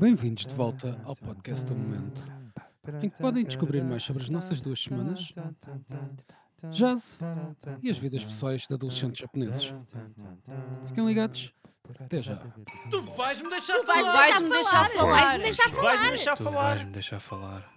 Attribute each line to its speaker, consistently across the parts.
Speaker 1: Bem-vindos de volta ao podcast do momento, em que podem descobrir mais sobre as nossas duas semanas, jazz e as vidas pessoais de adolescentes japoneses. Fiquem ligados, até já.
Speaker 2: Tu vais-me deixar
Speaker 3: Vai-
Speaker 2: falar!
Speaker 3: Vais-me deixar falar. Vais-me deixar falar.
Speaker 2: Vais-me deixar falar!
Speaker 4: me deixar falar.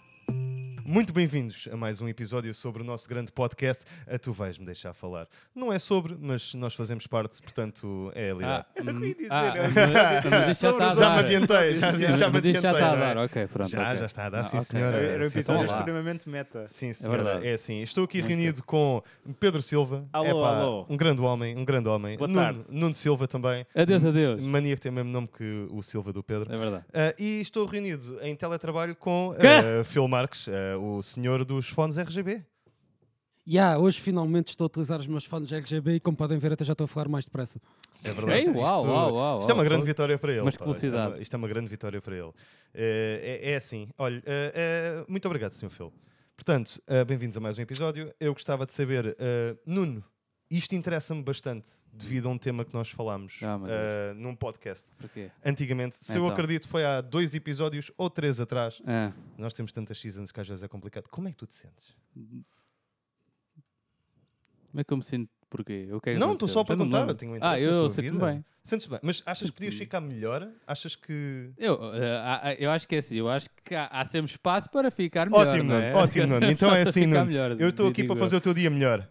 Speaker 2: Muito bem-vindos a mais um episódio sobre o nosso grande podcast, a Tu Vais-me Deixar Falar. Não é sobre, mas nós fazemos parte, portanto é a
Speaker 5: Ah,
Speaker 2: realidade.
Speaker 5: hum,
Speaker 2: dizer,
Speaker 5: ah,
Speaker 2: eu-
Speaker 5: mas- mas isso Ah, já está a
Speaker 2: já me
Speaker 5: dar.
Speaker 2: adiantei, já, já, me
Speaker 5: Mas
Speaker 2: adiantei.
Speaker 5: isso já está a dar,
Speaker 2: não é?
Speaker 5: ok, pronto.
Speaker 2: Já,
Speaker 5: ok.
Speaker 2: já está a dar,
Speaker 5: Ah,
Speaker 2: sim
Speaker 5: ok.
Speaker 2: senhora.
Speaker 6: Era um
Speaker 2: Sim,
Speaker 5: então
Speaker 6: episódio
Speaker 5: vá.
Speaker 2: senhora.
Speaker 6: extremamente meta.
Speaker 2: Sim, senhora.
Speaker 5: verdade.
Speaker 2: É, assim. Estou aqui reunido com Pedro Silva.
Speaker 6: Alô,
Speaker 2: Epá,
Speaker 6: alô.
Speaker 2: Um grande homem, um grande homem.
Speaker 6: Boa
Speaker 2: Nuno,
Speaker 6: tarde.
Speaker 2: Nuno Silva também.
Speaker 5: Adeus, adeus.
Speaker 2: Mania que tem o mesmo nome que o Silva do Pedro.
Speaker 5: É verdade.
Speaker 2: Ah, e estou reunido em teletrabalho com
Speaker 5: Quê?
Speaker 2: ah, Phil Marques, ah, o senhor dos fones RGB.
Speaker 1: Yeah, ah, hoje finalmente estou a utilizar os meus fones RGB e como podem ver até já estou a falar mais depressa.
Speaker 2: É
Speaker 5: Ei, uau,
Speaker 2: isto,
Speaker 5: uau, uau,
Speaker 2: isto é uma
Speaker 5: uau.
Speaker 2: grande vitória para ele.
Speaker 5: Ah, Mas que
Speaker 2: pá. Isto é uma- Isto é, uma,
Speaker 5: velocidade.
Speaker 2: grande vitória para ele. Eh, é, é assim. Olha, eh, eh, muito obrigado, Sr. Phil. Portanto, eh, bem-vindos a mais um episódio. Eu gostava de saber, eh, Nuno, isto interessa-me bastante devido a um tema que nós falámos
Speaker 5: Ah, meu Deus.
Speaker 2: eh, num podcast
Speaker 5: Porquê?
Speaker 2: antigamente. Se eu
Speaker 5: Então.
Speaker 2: acredito, foi há dois episódios ou três atrás.
Speaker 5: Ah,
Speaker 2: Nós temos tantas seasons que às vezes é complicado. Como é que tu te sentes?
Speaker 5: como é que eu me sinto? Porquê? O que é que
Speaker 2: não, estou
Speaker 5: aconteceu?
Speaker 2: só a
Speaker 5: Já não me
Speaker 2: perguntar. Eu
Speaker 5: lembro.
Speaker 2: tenho um
Speaker 5: Ah,
Speaker 2: interesse na
Speaker 5: eu
Speaker 2: tua
Speaker 5: sinto-me
Speaker 2: vida.
Speaker 5: bem.
Speaker 2: Sentes bem. Mas achas que podias
Speaker 5: Sinto-me-
Speaker 2: ficar melhor? Achas que...
Speaker 5: Eu, ah, ah, eu acho que é assim, eu acho que há, há sempre espaço para ficar melhor.
Speaker 2: ótimo,
Speaker 5: não
Speaker 2: Nuno.
Speaker 5: é? Acho que há
Speaker 2: Ótimo, Nuno.
Speaker 5: sempre
Speaker 2: Então é
Speaker 5: espaço para
Speaker 2: assim,
Speaker 5: ficar
Speaker 2: Nuno.
Speaker 5: melhor,
Speaker 2: eu estou aqui
Speaker 5: digo
Speaker 2: para fazer o teu dia melhor.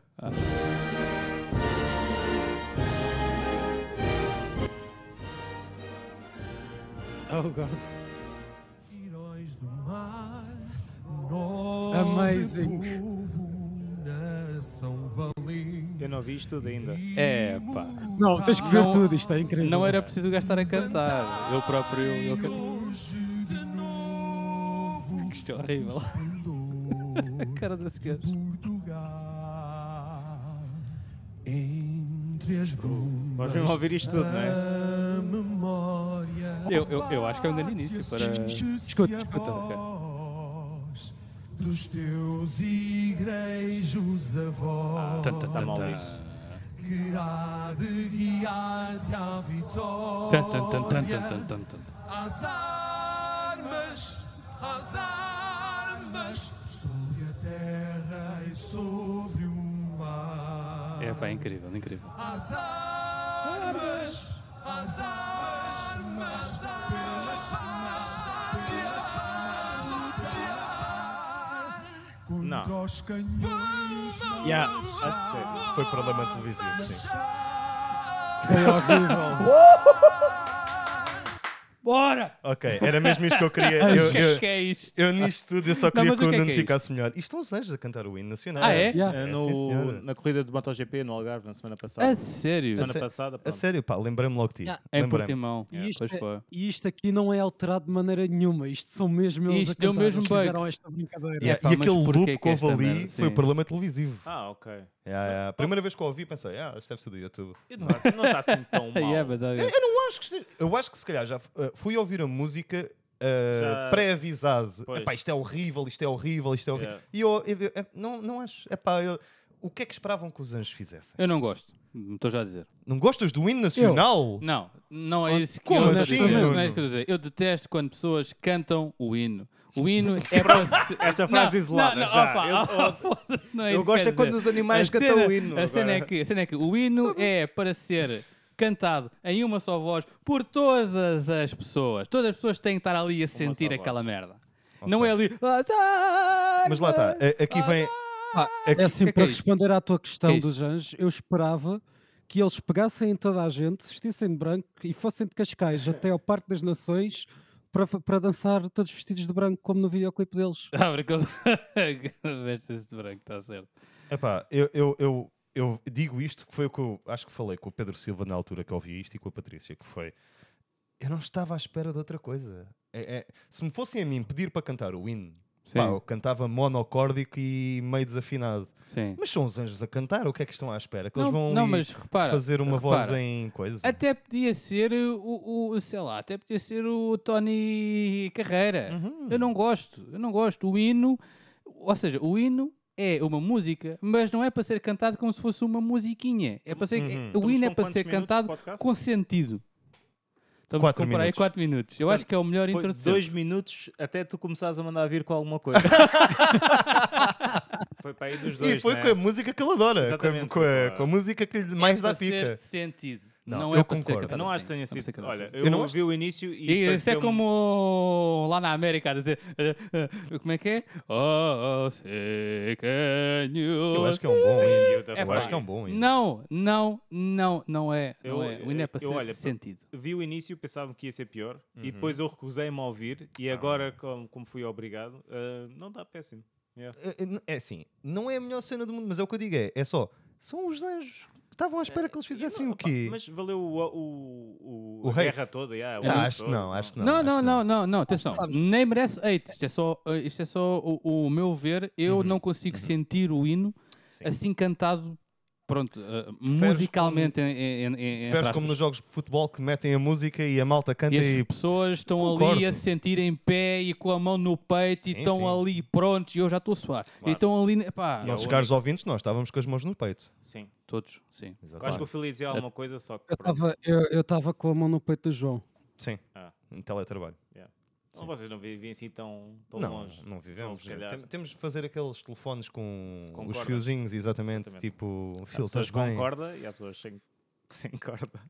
Speaker 1: Oh God.
Speaker 7: Heróis do mar,
Speaker 5: Oh,
Speaker 7: nobre
Speaker 1: Amazing.
Speaker 7: povo, nação valente.
Speaker 6: Eu não vi isto tudo ainda.
Speaker 5: É, pá.
Speaker 1: Não, tens que ver tudo, isto é incrível.
Speaker 5: Não era preciso gastar a cantar. Eu próprio. Eu, eu,
Speaker 7: Hoje de novo,
Speaker 5: que isto é horrível.
Speaker 7: esplendor,
Speaker 5: Cara da sequer.
Speaker 7: Portugal. Entre as
Speaker 6: Nós
Speaker 7: brumas,
Speaker 6: vamos ouvir isto tudo, não é?
Speaker 7: a memória.
Speaker 5: Eu, eu, eu acho que é um grande início para.
Speaker 7: Escuta,
Speaker 5: escuta, ok.
Speaker 7: Dos teus igrejos avós
Speaker 2: Tá
Speaker 6: Está mal isto.
Speaker 7: que há de guiar-te à vitória.
Speaker 4: Tan, tan, tan, tan, tan, tan, tan, tan.
Speaker 7: Às armas, às armas, sobre a terra e sobre o mar.
Speaker 5: É, pá, é incrível, incrível.
Speaker 7: As armas, as armas pelas paz, lutar
Speaker 6: Não.
Speaker 7: contra os canhões. não
Speaker 6: Yeah, a sério.
Speaker 2: Foi problema televisivo, sim.
Speaker 5: Bora!
Speaker 2: Ok, era mesmo isto que eu queria. Eu,
Speaker 5: O que é que
Speaker 2: eu,
Speaker 5: é isto?
Speaker 2: eu nisto tudo eu só queria
Speaker 5: mas o
Speaker 2: que o
Speaker 5: que é
Speaker 2: Nuno
Speaker 5: que é
Speaker 2: ficasse melhor. Isto estão os anjos a cantar o hino nacional.
Speaker 5: Ah, é? É,
Speaker 1: Yeah.
Speaker 6: É,
Speaker 2: sim, senhora.
Speaker 6: no, na corrida do MotoGP no Algarve, na semana passada.
Speaker 5: A sério?
Speaker 6: semana
Speaker 2: sé-
Speaker 6: passada,
Speaker 2: A
Speaker 6: pronto.
Speaker 2: sério, pá, lembrei-me logo de ti.
Speaker 1: Yeah.
Speaker 5: Em
Speaker 2: Lembrei-me.
Speaker 5: Portimão.
Speaker 1: E isto,
Speaker 5: Pois
Speaker 1: é-
Speaker 5: foi.
Speaker 1: e isto aqui não é alterado de maneira nenhuma. Isto são mesmo eles a
Speaker 5: Isto deu
Speaker 1: cantar,
Speaker 5: mesmo
Speaker 1: eles
Speaker 5: bug.
Speaker 1: fizeram esta brincadeira.
Speaker 5: Yeah.
Speaker 2: Yeah,
Speaker 5: Epá,
Speaker 2: e
Speaker 5: É, mas
Speaker 2: aquele
Speaker 5: porquê
Speaker 2: loop
Speaker 5: que
Speaker 2: que, houve
Speaker 5: esta
Speaker 2: ali
Speaker 5: merda?
Speaker 2: foi
Speaker 5: Sim.
Speaker 2: problema televisivo.
Speaker 6: Ah, ok.
Speaker 2: Yeah, yeah. A primeira vez que eu ouvi, pensei, ah, isto deve ser do YouTube.
Speaker 6: Não não está assim tão mal.
Speaker 5: Yeah, mas olha,
Speaker 2: Eu acho que, este- eu acho que se calhar já uh, fui ouvir a música uh,
Speaker 6: Já-
Speaker 2: pré-avisado.
Speaker 6: Pois.
Speaker 2: Epá, isto é horrível, isto é horrível, isto é horrível.
Speaker 6: Yeah.
Speaker 2: E eu, eu- eu- não, não acho. Epá, eu- o que é que esperavam que os anjos fizessem?
Speaker 5: eu não gosto. Estou já a dizer.
Speaker 2: Não gostas do hino nacional?
Speaker 5: Não, não é isso que
Speaker 2: Como
Speaker 5: eu
Speaker 2: assim,
Speaker 5: dizer.
Speaker 2: Nuno?
Speaker 5: Não é isso que eu estou a dizer. Eu detesto quando pessoas cantam o hino. O hino é para ser...
Speaker 6: Esta frase isolada,
Speaker 5: Não, não,
Speaker 6: já.
Speaker 5: opa,
Speaker 6: Eu-
Speaker 5: opa, foda-se, não é
Speaker 6: eu
Speaker 5: isso que
Speaker 6: gosto
Speaker 5: quero
Speaker 6: é quando
Speaker 5: dizer.
Speaker 6: os animais
Speaker 5: A
Speaker 6: cantam
Speaker 5: cena-
Speaker 6: o hino
Speaker 5: A cena, é
Speaker 6: agora.
Speaker 5: que, a cena é que o hino é para ser cantado em uma só voz por todas as pessoas. Todas as pessoas têm que estar ali a sentir
Speaker 6: voz.
Speaker 5: aquela merda. Não é ali... "Ah,
Speaker 2: Mas lá está, a- aqui vem.
Speaker 1: Pá,
Speaker 2: Aqui-
Speaker 1: é assim,
Speaker 5: que é que
Speaker 1: para
Speaker 5: é isto?
Speaker 1: responder à tua questão
Speaker 5: Que é isto?
Speaker 1: dos anjos, eu esperava que eles pegassem em toda a gente, vestissem de branco e fossem de Cascais até ao Parque das Nações para, para dançar todos vestidos de branco, como no videoclipe deles.
Speaker 5: Abre aquele... Ah, Veste-se de branco, está certo.
Speaker 2: Epá, eu, eu, eu, eu digo isto que foi o que eu acho que falei com o Pedro Silva na altura que ouvi isto e com a Patrícia, que foi. Eu não estava à espera de outra coisa. É- é- se me fossem a mim pedir para cantar o hino,
Speaker 5: Sim,
Speaker 2: pá, eu cantava monocórdico e meio desafinado.
Speaker 5: sim.
Speaker 2: Mas são os anjos a cantar, o que é que estão à espera? Que
Speaker 5: não,
Speaker 2: eles vão
Speaker 5: não,
Speaker 2: ali
Speaker 5: mas repara,
Speaker 2: fazer uma
Speaker 5: repara.
Speaker 2: voz em coisa?
Speaker 5: Até podia ser eh, o, o- sei lá, até podia ser o
Speaker 6: Uhum.
Speaker 5: Tony Carreira. Eu não gosto, eu não gosto. O hino, ou seja, o hino é uma música, mas não é para ser cantado como se fosse uma musiquinha. É para ser,
Speaker 2: Uhum.
Speaker 5: O hino
Speaker 6: Estamos
Speaker 5: é
Speaker 6: com
Speaker 5: para ser
Speaker 6: quantos minutos de
Speaker 5: cantado
Speaker 6: podcast?
Speaker 5: com sentido. Estamos
Speaker 2: Quatro
Speaker 5: a comprar aí
Speaker 2: minutos.
Speaker 5: 4 minutos. Eu acho que é o melhor
Speaker 6: Foi
Speaker 5: introdução.
Speaker 6: dois minutos até tu começares a mandar vir com alguma coisa. foi para aí dos dois.
Speaker 2: E foi
Speaker 6: né?
Speaker 2: com a música que ele adora, com a,
Speaker 6: Exatamente.
Speaker 2: com a- com a música que lhe mais
Speaker 5: é
Speaker 2: dá
Speaker 5: para ser
Speaker 2: pica.
Speaker 5: sentido.
Speaker 2: Não,
Speaker 5: Não,
Speaker 2: eu
Speaker 5: é para ser
Speaker 2: concordo.
Speaker 5: cantado
Speaker 6: Eu não
Speaker 5: assim.
Speaker 6: acho que tenha
Speaker 5: Não é para ser
Speaker 6: sido.
Speaker 5: cantado
Speaker 6: Olha,
Speaker 5: assim.
Speaker 6: eu,
Speaker 2: Eu não
Speaker 6: ouvi o início e. um
Speaker 5: E isso é
Speaker 2: um
Speaker 6: pareceu-me-
Speaker 5: como lá na América a dizer. eh, eh, Como é que é? Oh, sei can you
Speaker 2: Eu acho que é um bom hino.
Speaker 6: Eu
Speaker 2: Eu acho que é um bom hino.
Speaker 5: assim. Não, não, não, não é.
Speaker 6: Eu-
Speaker 5: Não é. O hino é para
Speaker 6: eu- eu olho
Speaker 5: ser
Speaker 6: para-
Speaker 5: sentido.
Speaker 6: Vi o início, pensava que ia ser pior, e depois eu recusei-me a ouvir, e agora, como, como fui obrigado, ah, não dá péssimo. Yeah.
Speaker 2: É- é- É assim, não é a melhor cena do mundo, mas é o que eu digo, é, é só, são os anjos que estavam à espera que eles fizessem
Speaker 6: É, Não,
Speaker 2: o
Speaker 6: opa,
Speaker 2: quê?
Speaker 6: Mas é um valeu o, o,
Speaker 2: O
Speaker 6: a guerra
Speaker 2: hate.
Speaker 6: toda. Yeah, o
Speaker 2: Ah,
Speaker 6: hate
Speaker 2: acho que
Speaker 6: todo,
Speaker 2: não, acho que não.
Speaker 5: Não,
Speaker 2: acho
Speaker 5: não,
Speaker 2: que
Speaker 5: não, não, não, atenção.
Speaker 1: Sabe-
Speaker 5: Nem merece hate. Isto é só, eh, isto é só o, o meu ver. Eu não consigo sentir o hino
Speaker 2: Uhum. Sim.
Speaker 5: assim cantado, pronto, eh, musicalmente. em- em- em- entre
Speaker 2: Preferes como
Speaker 5: aspas.
Speaker 2: nos jogos de futebol que metem a música e a malta canta
Speaker 5: E as
Speaker 2: e.
Speaker 5: pessoas estão
Speaker 2: Concordo.
Speaker 5: ali a se sentir em pé e com a mão no peito e
Speaker 2: Sim,
Speaker 5: estão
Speaker 2: sim.
Speaker 5: ali prontos e eu já estou a suar. E estão ali, pá,
Speaker 2: Nossos
Speaker 6: o
Speaker 2: caros ouvintes, nós estávamos com as mãos no peito.
Speaker 6: Sim.
Speaker 5: todos, sim.
Speaker 6: Eu Acho que o
Speaker 2: Exatamente.
Speaker 6: Filipe ia dizer alguma coisa, só que.
Speaker 1: Eu
Speaker 6: pronto.
Speaker 1: estava eu, eu tava com a mão no peito do João.
Speaker 2: Sim,
Speaker 6: Ah.
Speaker 2: em Um teletrabalho.
Speaker 6: Ou vocês não vivem assim tão, tão
Speaker 2: Não,
Speaker 6: longe.
Speaker 2: não vivemos. né?
Speaker 6: se calhar.
Speaker 2: Tem- temos de fazer aqueles telefones com
Speaker 6: Com
Speaker 2: os
Speaker 6: cordas.
Speaker 2: fiozinhos, exatamente,
Speaker 6: Exatamente.
Speaker 2: tipo,
Speaker 6: Há pessoas
Speaker 2: filtros
Speaker 6: com
Speaker 2: bem.
Speaker 6: corda e há pessoas sem, sem corda.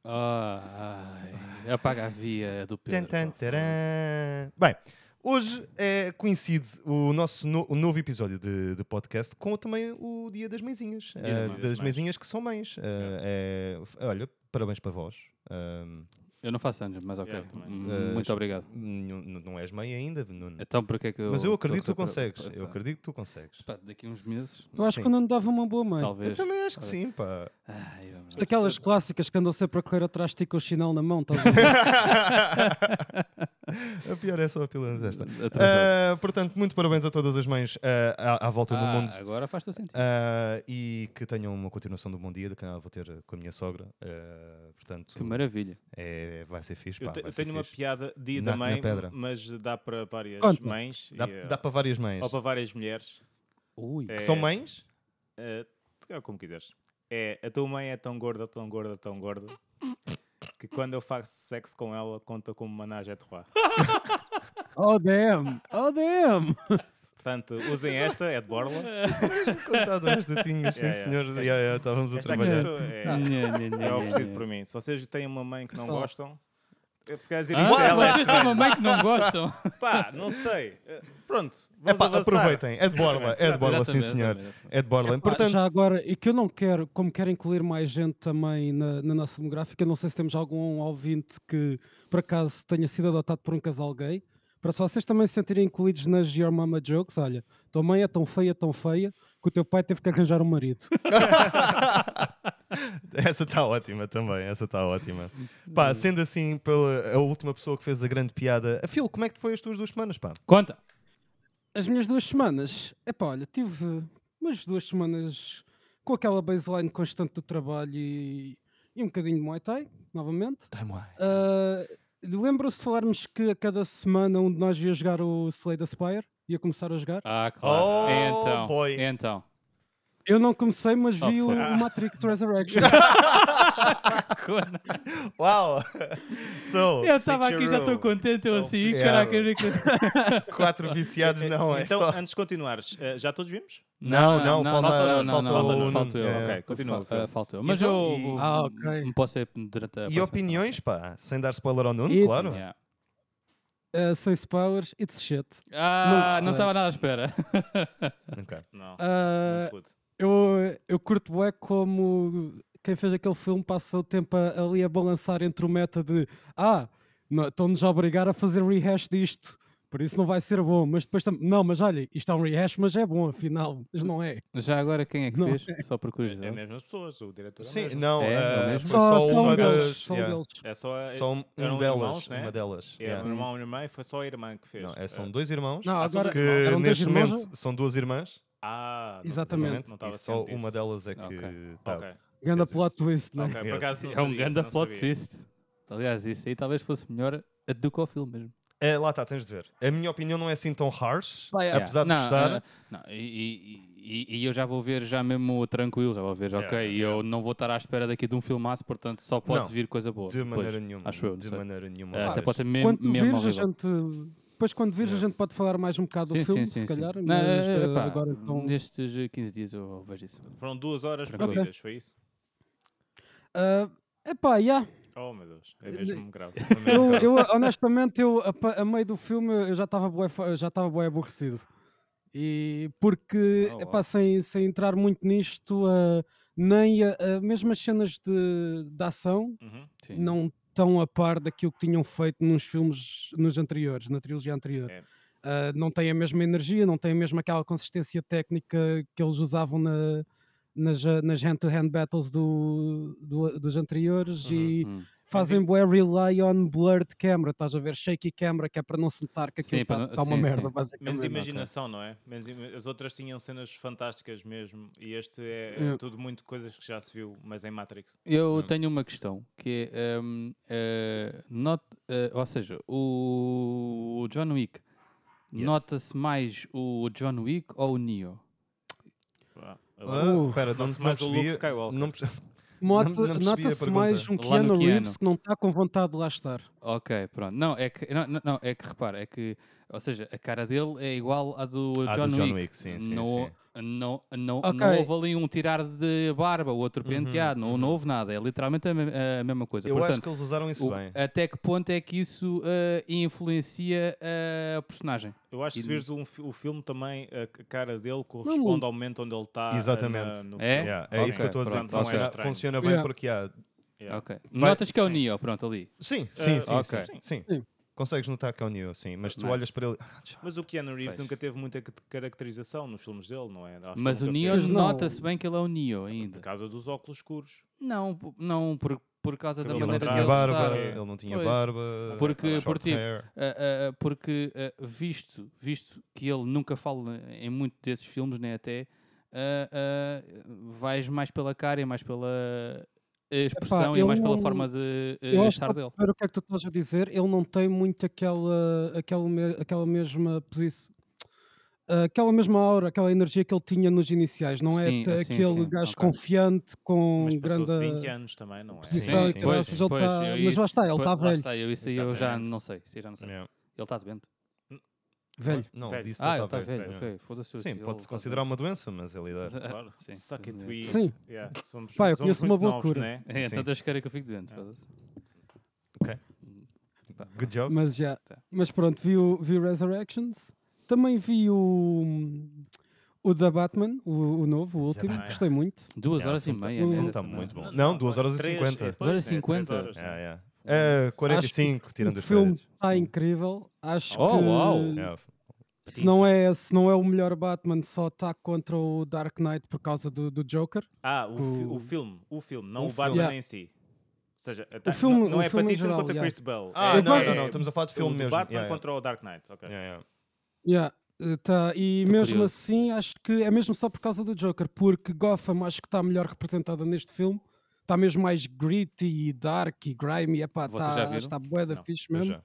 Speaker 5: Ah, ai, apaga a via do
Speaker 2: Tan,
Speaker 5: Pedro.
Speaker 2: tan,
Speaker 5: pá, foda-se.
Speaker 2: taran. Bem, hoje é, coincide o nosso no- o novo episódio de, de podcast com também o Dia das Mãezinhas.
Speaker 6: da
Speaker 2: eh,
Speaker 6: Mãe, das
Speaker 2: das
Speaker 6: Mães.
Speaker 2: mãezinhas que são mães. Eh, é, f- olha, parabéns para vós. Eh, Ahm,
Speaker 5: Eu não faço anos, mas ok.
Speaker 6: Yeah, também.
Speaker 5: Hum,
Speaker 2: Eh,
Speaker 5: Muito obrigado.
Speaker 2: não, não és mãe ainda, Nuno.
Speaker 5: Então, porquê é que eu.
Speaker 2: Mas eu acredito que tu
Speaker 5: estou a reparar-
Speaker 2: consegues. Eu acredito que tu consegues.
Speaker 5: Pá, daqui a uns meses,
Speaker 1: Eu acho
Speaker 2: Sim.
Speaker 1: que eu não dava uma boa mãe.
Speaker 2: Eu
Speaker 5: talvez.
Speaker 2: também acho que sim, pá.
Speaker 5: Ai, eu-
Speaker 1: Daquelas clássicas que andam sempre a correr atrás de ti com o chinelo na mão, estás a ver?
Speaker 2: A pior é só a pílula desta.
Speaker 5: Atrasado.
Speaker 2: Ah, portanto, muito parabéns a todas as mães ah, à, à volta do
Speaker 5: Ah,
Speaker 2: mundo.
Speaker 5: agora faz todo sentido.
Speaker 2: Ah, e que tenham uma continuação do bom dia, de que eu vou ter ah, com a minha sogra. Ah, portanto,
Speaker 5: que maravilha.
Speaker 2: é, vai ser fixe.
Speaker 6: Eu,
Speaker 2: Pá,
Speaker 6: te-
Speaker 2: vai
Speaker 6: eu
Speaker 2: ser
Speaker 6: tenho uma
Speaker 2: fixe.
Speaker 6: piada dia
Speaker 2: Na-
Speaker 6: da
Speaker 2: na
Speaker 6: mãe,
Speaker 2: pedra.
Speaker 6: mas dá para várias
Speaker 1: Conta.
Speaker 6: mães
Speaker 2: Dá,
Speaker 6: e, eh,
Speaker 2: dá para várias mães.
Speaker 6: ou para várias mulheres.
Speaker 5: Ui.
Speaker 6: É,
Speaker 2: Que são mães?
Speaker 6: eh, é como quiseres. É a tua mãe é tão gorda, tão gorda, tão gorda que quando eu faço sexo com ela conta como managem de roi.
Speaker 1: Oh damn! Oh damn!
Speaker 6: Portanto, usem esta, é de borla.
Speaker 2: Contado aos detinhos, sim
Speaker 6: Yeah, yeah.
Speaker 2: senhor.
Speaker 6: Esta-
Speaker 2: Yeah, yeah, estávamos a
Speaker 6: Esta aqui
Speaker 2: trabalhar.
Speaker 6: sou- é, é oferecido por mim. Se vocês têm uma mãe que não gostam, eu se calhar dizer isto a
Speaker 5: Ah,
Speaker 6: ela. é
Speaker 5: vocês têm uma mãe que não gostam.
Speaker 6: Pá, não sei. Eh, Pronto,
Speaker 2: É
Speaker 6: vamos
Speaker 2: pá,
Speaker 6: avançar.
Speaker 2: aproveitem. É de borla, é de borla, sim
Speaker 5: Exatamente,
Speaker 2: senhor.
Speaker 5: exatamente.
Speaker 2: É de borla.
Speaker 1: Pá,
Speaker 2: Portanto,
Speaker 1: já agora, e que eu não quero, como quero incluir mais gente também na, na nossa demográfica, não sei se temos algum ouvinte que por acaso tenha sido adotado por um casal gay, para só vocês também se sentirem incluídos nas Your Mama Jokes, olha, tua mãe é tão feia, tão feia, que o teu pai teve que arranjar um marido.
Speaker 2: Essa está ótima também, essa está ótima.
Speaker 6: Hum.
Speaker 2: Pá, sendo assim, pela, a última pessoa que fez a grande piada. Ah, Phil, como é que foi as tuas duas semanas, pá?
Speaker 5: Conta.
Speaker 1: As minhas duas semanas, epá, olha, tive umas duas semanas com aquela baseline constante do trabalho e, e um bocadinho de Muay Thai, novamente. Ah, Lembram-se de falarmos que a cada semana um de nós ia jogar o Slay the Spire? Ia começar a jogar?
Speaker 5: Ah, claro.
Speaker 2: Oh,
Speaker 5: então.
Speaker 2: boy.
Speaker 5: Então.
Speaker 1: Eu não comecei, mas
Speaker 5: Oh,
Speaker 1: vi o
Speaker 5: foda-se.
Speaker 1: Matrix Resurrection.
Speaker 2: Uau! so,
Speaker 5: Eu estava
Speaker 6: Six
Speaker 5: aqui, já
Speaker 6: Euro.
Speaker 5: estou contente, eu assim.
Speaker 2: Six
Speaker 5: Caraca,
Speaker 2: Euro.
Speaker 5: eu já-
Speaker 2: quatro viciados não, é
Speaker 6: então,
Speaker 2: só.
Speaker 6: antes de continuares, eh, já todos vimos?
Speaker 2: Não, não, falta- falta
Speaker 5: não,
Speaker 2: o
Speaker 5: não,
Speaker 2: Nuno.
Speaker 5: falta eu.
Speaker 2: É.
Speaker 5: Ok, continua.
Speaker 6: Fal-
Speaker 5: Fal- Falta eu. Mas
Speaker 2: Então,
Speaker 5: eu
Speaker 2: e-
Speaker 5: vou-
Speaker 1: Ah, ok.
Speaker 5: me posso ir durante a
Speaker 2: E
Speaker 5: próxima
Speaker 2: opiniões, pá, sem dar spoiler ao Nuno,
Speaker 1: Isso.
Speaker 2: claro.
Speaker 5: semana, sim. Yeah.
Speaker 1: Ah, Seis Powers, it's shit.
Speaker 5: Ah,
Speaker 1: gostei.
Speaker 5: não estava nada à espera.
Speaker 2: Ok.
Speaker 6: Não.
Speaker 1: Ah,
Speaker 6: Muito rude.
Speaker 1: eu, eu curto bué como quem fez aquele filme passa o tempo a- ali a balançar entre o meta de ah, nó- estão-nos a obrigar a fazer rehash disto, por isso não vai ser bom, mas depois também, não, mas olha, isto é um rehash, mas é bom afinal, mas não é.
Speaker 5: Já agora quem é que
Speaker 1: Não.
Speaker 5: fez? Só por
Speaker 6: É
Speaker 5: curiosidade.
Speaker 6: mesmo as pessoas, o diretor é o
Speaker 2: Sim,
Speaker 1: um.
Speaker 6: mesmo.
Speaker 2: não,
Speaker 5: É, é o
Speaker 2: ah,
Speaker 5: mesmo?
Speaker 2: foi
Speaker 1: Só,
Speaker 2: só
Speaker 1: só
Speaker 2: uma
Speaker 1: um deles,
Speaker 2: das.
Speaker 1: só um
Speaker 2: yeah.
Speaker 1: deles.
Speaker 6: É só,
Speaker 2: Só um
Speaker 6: eram
Speaker 2: delas,
Speaker 6: irmãos, né?
Speaker 2: uma delas.
Speaker 6: É,
Speaker 2: yeah.
Speaker 6: um irmão e uma irmã, e foi só a irmã que fez.
Speaker 2: Não, é,
Speaker 6: Eh,
Speaker 2: são dois irmãos.
Speaker 1: Não,
Speaker 6: Ah, são
Speaker 1: agora
Speaker 6: dois irmãos.
Speaker 2: Que
Speaker 1: eram dois
Speaker 2: neste
Speaker 1: irmãos.
Speaker 2: momento são duas irmãs,
Speaker 6: Ah, não-
Speaker 1: Exatamente.
Speaker 2: exatamente,
Speaker 6: Não estava
Speaker 2: e só
Speaker 6: ciente
Speaker 2: uma
Speaker 6: disso.
Speaker 2: delas é que
Speaker 5: Ok.
Speaker 2: tá.
Speaker 6: Ok,
Speaker 1: Ganda
Speaker 2: Fez
Speaker 1: plot twist, né?
Speaker 6: ok, por
Speaker 2: Yes.
Speaker 6: acaso não
Speaker 5: É um
Speaker 6: sabia,
Speaker 5: grande
Speaker 6: não
Speaker 5: plot
Speaker 6: sabia.
Speaker 5: twist. Aliás, isso aí talvez fosse melhor do que o filme mesmo.
Speaker 2: É, lá está, tens de ver. A minha opinião não é assim tão harsh,
Speaker 1: Pá, é.
Speaker 2: apesar de
Speaker 5: não,
Speaker 2: gostar.
Speaker 5: ah, não, e, e- E, e eu já vou ver já mesmo tranquilo, já vou ver,
Speaker 2: Yeah,
Speaker 5: ok,
Speaker 2: yeah,
Speaker 5: e eu não vou estar à espera daqui de um filmaço, portanto só pode
Speaker 2: é, Não,
Speaker 5: vir coisa boa.
Speaker 2: De maneira
Speaker 5: Pois,
Speaker 2: nenhuma.
Speaker 5: Acho eu, não
Speaker 2: de
Speaker 5: sei.
Speaker 2: maneira nenhuma.
Speaker 5: Eh, até
Speaker 2: Aliás,
Speaker 5: pode ser me-
Speaker 1: Quando tu
Speaker 5: mesmo
Speaker 1: vires, a
Speaker 5: horrível.
Speaker 1: gente. Depois, quando vires, a gente pode falar mais um bocado do filme, se calhar.
Speaker 5: Não,
Speaker 1: Mas,
Speaker 5: eh,
Speaker 1: eh,
Speaker 5: pá,
Speaker 1: agora então.
Speaker 5: Nestes eh, 15 dias eu vejo isso.
Speaker 6: Foram duas horas
Speaker 5: Tranquilo.
Speaker 6: perdidas, foi isso?
Speaker 1: Ah, epá, yeah.
Speaker 6: Oh meu Deus, é mesmo grave.
Speaker 1: eu, eu, honestamente, eu a, pa- a meio do filme eu já estava bué, fa- já estava bué aborrecido. E porque,
Speaker 5: Ah,
Speaker 1: epá,
Speaker 5: uau.
Speaker 1: sem, sem entrar muito nisto, ah, nem a, a- mesmo as cenas de, de ação
Speaker 6: Uhum.
Speaker 5: Sim.
Speaker 1: não estão a par daquilo que tinham feito nos filmes nos anteriores, na trilogia anterior.
Speaker 6: É.
Speaker 1: Ah, não tem a mesma energia, não tem mesmo aquela consistência técnica que eles usavam na- nas, ah, nas hand-to-hand battles do- do- dos anteriores e
Speaker 5: Hum.
Speaker 1: fazem bué rely on blurred camera, estás a ver? Shaky camera, que é para não se notar que aquilo
Speaker 5: Sim, para
Speaker 1: está
Speaker 5: não-
Speaker 1: uma
Speaker 5: sim,
Speaker 1: merda,
Speaker 5: sim.
Speaker 1: basicamente.
Speaker 6: Menos imaginação, não é? Menos ima- As outras tinham cenas fantásticas mesmo e este é, é
Speaker 1: Yeah.
Speaker 6: tudo muito coisas que já se viu, mas em Matrix.
Speaker 5: Eu
Speaker 2: Hum.
Speaker 6: Pronto.
Speaker 5: tenho uma questão que é, hum, eh, not- eh, ou seja, o John Wick
Speaker 2: Yes.
Speaker 5: nota-se mais o John Wick ou o Neo?
Speaker 6: Pá,
Speaker 2: Ah,
Speaker 1: Uh,
Speaker 2: espera, não,
Speaker 6: Nota-se
Speaker 2: não
Speaker 6: mais o Luke
Speaker 2: percebi-
Speaker 6: Skywalker.
Speaker 2: não perce-
Speaker 1: Mote-
Speaker 2: Não- não percebi a
Speaker 1: Nota-se
Speaker 2: pergunta.
Speaker 1: mais um
Speaker 5: Lá no
Speaker 1: Keanu, Reeves
Speaker 5: Keanu.
Speaker 1: que não está com vontade de lá estar.
Speaker 5: Ok, pronto. Não é que não, não, não, é que repara é que, ou seja, a cara dele é igual à do
Speaker 2: Ah,
Speaker 5: John,
Speaker 2: do John
Speaker 5: Wick.
Speaker 2: Wick, sim, sim,
Speaker 5: não,
Speaker 2: sim.
Speaker 5: Não, não,
Speaker 1: Ok.
Speaker 5: não houve ali um tirar de barba, o outro penteado, não, não houve nada. É literalmente a, me- a mesma coisa.
Speaker 2: Uhum, Eu acho
Speaker 5: Portanto,
Speaker 2: que eles usaram isso
Speaker 5: é o-
Speaker 2: bem.
Speaker 5: até que ponto é que isso eh, influencia eh, a personagem?
Speaker 6: Eu acho que se
Speaker 5: E-
Speaker 6: vires um fi- o filme também, a c- cara dele
Speaker 1: Não,
Speaker 6: corresponde ao momento onde ele está.
Speaker 2: Exatamente.
Speaker 6: No
Speaker 5: É?
Speaker 6: filme.
Speaker 2: Yeah, é
Speaker 5: Ok,
Speaker 2: isso que eu estou a dizer.
Speaker 5: pronto, então
Speaker 2: que funciona,
Speaker 6: ok.
Speaker 2: funciona bem
Speaker 1: Yeah.
Speaker 2: porque há.
Speaker 6: Yeah.
Speaker 5: Ok.
Speaker 2: Vai-
Speaker 5: Notas que é o
Speaker 6: sim.
Speaker 5: Neo, pronto, ali.
Speaker 2: Sim, sim,
Speaker 6: Ah,
Speaker 2: sim,
Speaker 5: É, ok.
Speaker 2: sim,
Speaker 6: Sim.
Speaker 2: sim.
Speaker 1: Sim.
Speaker 2: Consegues notar que é o Neo, sim, mas tu
Speaker 5: Nice.
Speaker 2: olhas para ele. "Ah,
Speaker 6: Mas o Keanu Reeves
Speaker 5: Pois.
Speaker 6: nunca teve muita ca- caracterização nos filmes dele, não é? Acho que
Speaker 5: Mas o
Speaker 6: nunca
Speaker 5: Neo
Speaker 1: Mas
Speaker 6: fez.
Speaker 1: não.
Speaker 5: nota-se bem que ele é o Neo ainda.
Speaker 6: Por causa dos óculos escuros.
Speaker 5: Não, po- não por, por causa da
Speaker 6: Ele
Speaker 2: Ele não
Speaker 5: maneira
Speaker 2: tinha
Speaker 5: dele
Speaker 6: atrás,
Speaker 2: barba,
Speaker 5: estar.
Speaker 6: sabe?
Speaker 2: ele não tinha
Speaker 5: Pois.
Speaker 2: barba.
Speaker 5: Porque-
Speaker 2: short
Speaker 5: por tipo,
Speaker 2: hair.
Speaker 5: Ah, ah, ah, porque ah, visto, visto que ele nunca fala em muito desses filmes, nem até ah, ah, vais mais pela cara e mais pela expressão e
Speaker 1: eu
Speaker 5: mais pela
Speaker 1: não-
Speaker 5: forma de ah,
Speaker 1: Eu acho que
Speaker 5: estar
Speaker 1: para
Speaker 5: dele.
Speaker 1: perceber o que é que tu estás a dizer, ele não tem muito aquela, aquela, me- aquela mesma posição. Aquela mesma aura, aquela energia que ele tinha nos iniciais, não é?
Speaker 5: Sim, ah,
Speaker 1: T-
Speaker 5: sim,
Speaker 1: aquele
Speaker 5: sim,
Speaker 1: gajo
Speaker 5: ok.
Speaker 1: confiante, com
Speaker 6: Mas passou-se
Speaker 1: Um grande.
Speaker 6: 20 anos também, não é?
Speaker 1: posição
Speaker 2: Sim,
Speaker 1: e
Speaker 2: sim,
Speaker 1: caraças,
Speaker 2: sim.
Speaker 1: ele tá-
Speaker 5: eu
Speaker 1: mas lá está, ele
Speaker 5: pois,
Speaker 1: tá
Speaker 5: lá
Speaker 1: velho.
Speaker 5: está, eu, isso aí eu já
Speaker 6: Exatamente.
Speaker 5: não sei. Isso aí já não sei.
Speaker 2: Yeah. Tá
Speaker 5: Ele está doente.
Speaker 6: é?
Speaker 1: Velho.
Speaker 2: Não,
Speaker 6: Velho.
Speaker 2: disse
Speaker 5: Ah,
Speaker 2: ele
Speaker 5: ele
Speaker 2: está
Speaker 5: está velho,
Speaker 2: Yeah.
Speaker 5: ok. Foda-se.
Speaker 2: tá Sim,
Speaker 5: ele
Speaker 2: pode-se
Speaker 5: tá é-
Speaker 2: considerar um-
Speaker 5: doente.
Speaker 2: uma doença, mas ele é dá.
Speaker 6: Claro.
Speaker 5: Sim,
Speaker 6: Suck it,
Speaker 5: tudo
Speaker 6: we...
Speaker 5: bem.
Speaker 1: Sim.
Speaker 6: Yeah, somos,
Speaker 1: Pá, eu
Speaker 6: somos
Speaker 1: conheço uma
Speaker 6: muito
Speaker 1: boa
Speaker 6: novos,
Speaker 1: cura.
Speaker 6: não é?
Speaker 5: É,
Speaker 2: Sim.
Speaker 5: então das caras que eu fico doente. foda-se.
Speaker 2: Good job.
Speaker 1: Mas já.
Speaker 5: Tá.
Speaker 1: Mas pronto, vi o, vi o Resurrections. Também vi o, o da Batman, o, o novo, o
Speaker 2: Esse é
Speaker 1: último.
Speaker 2: bacana.
Speaker 1: Gostei muito.
Speaker 5: Duas
Speaker 2: Yeah,
Speaker 5: horas e
Speaker 2: o filme tá-
Speaker 5: meia.
Speaker 1: o
Speaker 2: o
Speaker 6: Então,
Speaker 1: filme
Speaker 2: filme
Speaker 5: merda,
Speaker 2: Está
Speaker 5: não é?
Speaker 2: muito bom. Não, 2 horas e
Speaker 6: Três-
Speaker 2: 50.
Speaker 6: pois,
Speaker 5: Horas e
Speaker 6: né, três
Speaker 5: 50.
Speaker 6: horas,
Speaker 2: Yeah,
Speaker 6: né?
Speaker 2: yeah. Eh, 45, tirando
Speaker 1: o
Speaker 2: os
Speaker 1: um filme
Speaker 2: créditos.
Speaker 1: está incrível. Acho
Speaker 5: Oh,
Speaker 1: que
Speaker 5: uau.
Speaker 2: Yeah.
Speaker 1: se, não é, se não é o melhor Batman, só está contra o Dark Knight por causa do, do Joker.
Speaker 6: Ah, o, fi- o
Speaker 1: O-
Speaker 6: filme, o filme, não
Speaker 2: O
Speaker 6: o, Batman
Speaker 1: filme.
Speaker 6: em si. Ou seja, tá-
Speaker 1: filme-
Speaker 6: não, não
Speaker 1: o
Speaker 6: é
Speaker 1: filme em
Speaker 6: Pattinson
Speaker 1: geral,
Speaker 6: contra
Speaker 1: yeah.
Speaker 6: Chris Bell.
Speaker 2: Ah,
Speaker 6: é,
Speaker 2: não,
Speaker 6: é-
Speaker 2: não, não, estamos a falar de
Speaker 6: o
Speaker 2: filme
Speaker 6: do
Speaker 2: mesmo.
Speaker 6: Batman
Speaker 2: Yeah, yeah.
Speaker 6: contra o Dark Knight, ok.
Speaker 2: Yeah, yeah.
Speaker 1: Yeah, eh, tá, e
Speaker 5: Tô
Speaker 1: mesmo
Speaker 5: curioso.
Speaker 1: assim, acho que é mesmo só por causa do Joker, porque Gotham acho que está melhor representada neste filme. Está mesmo mais gritty e dark e grimy. Epá,
Speaker 5: Vocês
Speaker 1: está,
Speaker 5: já
Speaker 1: acho que
Speaker 5: viram?
Speaker 1: está bué da
Speaker 6: Não,
Speaker 1: fixe
Speaker 2: Eu
Speaker 1: mesmo.
Speaker 2: já.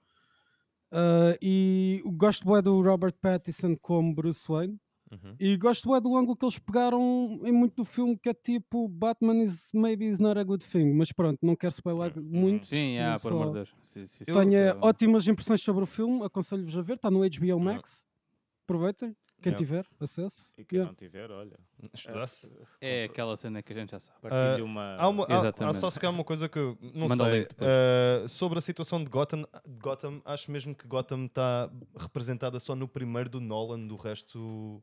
Speaker 1: Ah, e eu gosto bué do Robert Pattinson como Bruce Wayne.
Speaker 2: Uhum.
Speaker 1: E gosto bué do ângulo que eles pegaram em muito do filme, que é tipo Batman is maybe is not a good thing. Mas pronto, não quero
Speaker 5: Hum,
Speaker 1: spoiler
Speaker 2: Uhum.
Speaker 1: muito.
Speaker 5: Sim, ah, por amor de
Speaker 1: só-
Speaker 5: Deus. Sim, sim, sim,
Speaker 1: Tenho eh,
Speaker 5: sim.
Speaker 1: ótimas impressões sobre o filme, aconselho-vos a ver. Está no HBO Max. Aproveitem, quem
Speaker 2: Yeah.
Speaker 1: tiver acesso.
Speaker 6: E quem
Speaker 1: Yeah.
Speaker 6: não tiver, olha.
Speaker 2: Uhum. Estudasse. Ah,
Speaker 5: É aquela cena que a gente já sabe.
Speaker 6: Partilho uma.
Speaker 2: Há, uma, há, há
Speaker 5: Ah, Exatamente.
Speaker 2: só se calhar uma coisa que eu não
Speaker 5: Manda o
Speaker 2: sei
Speaker 5: link depois.
Speaker 2: eh, sobre a situação de Gotham, de Gotham. Acho mesmo que Gotham está representada só no primeiro do Nolan, do resto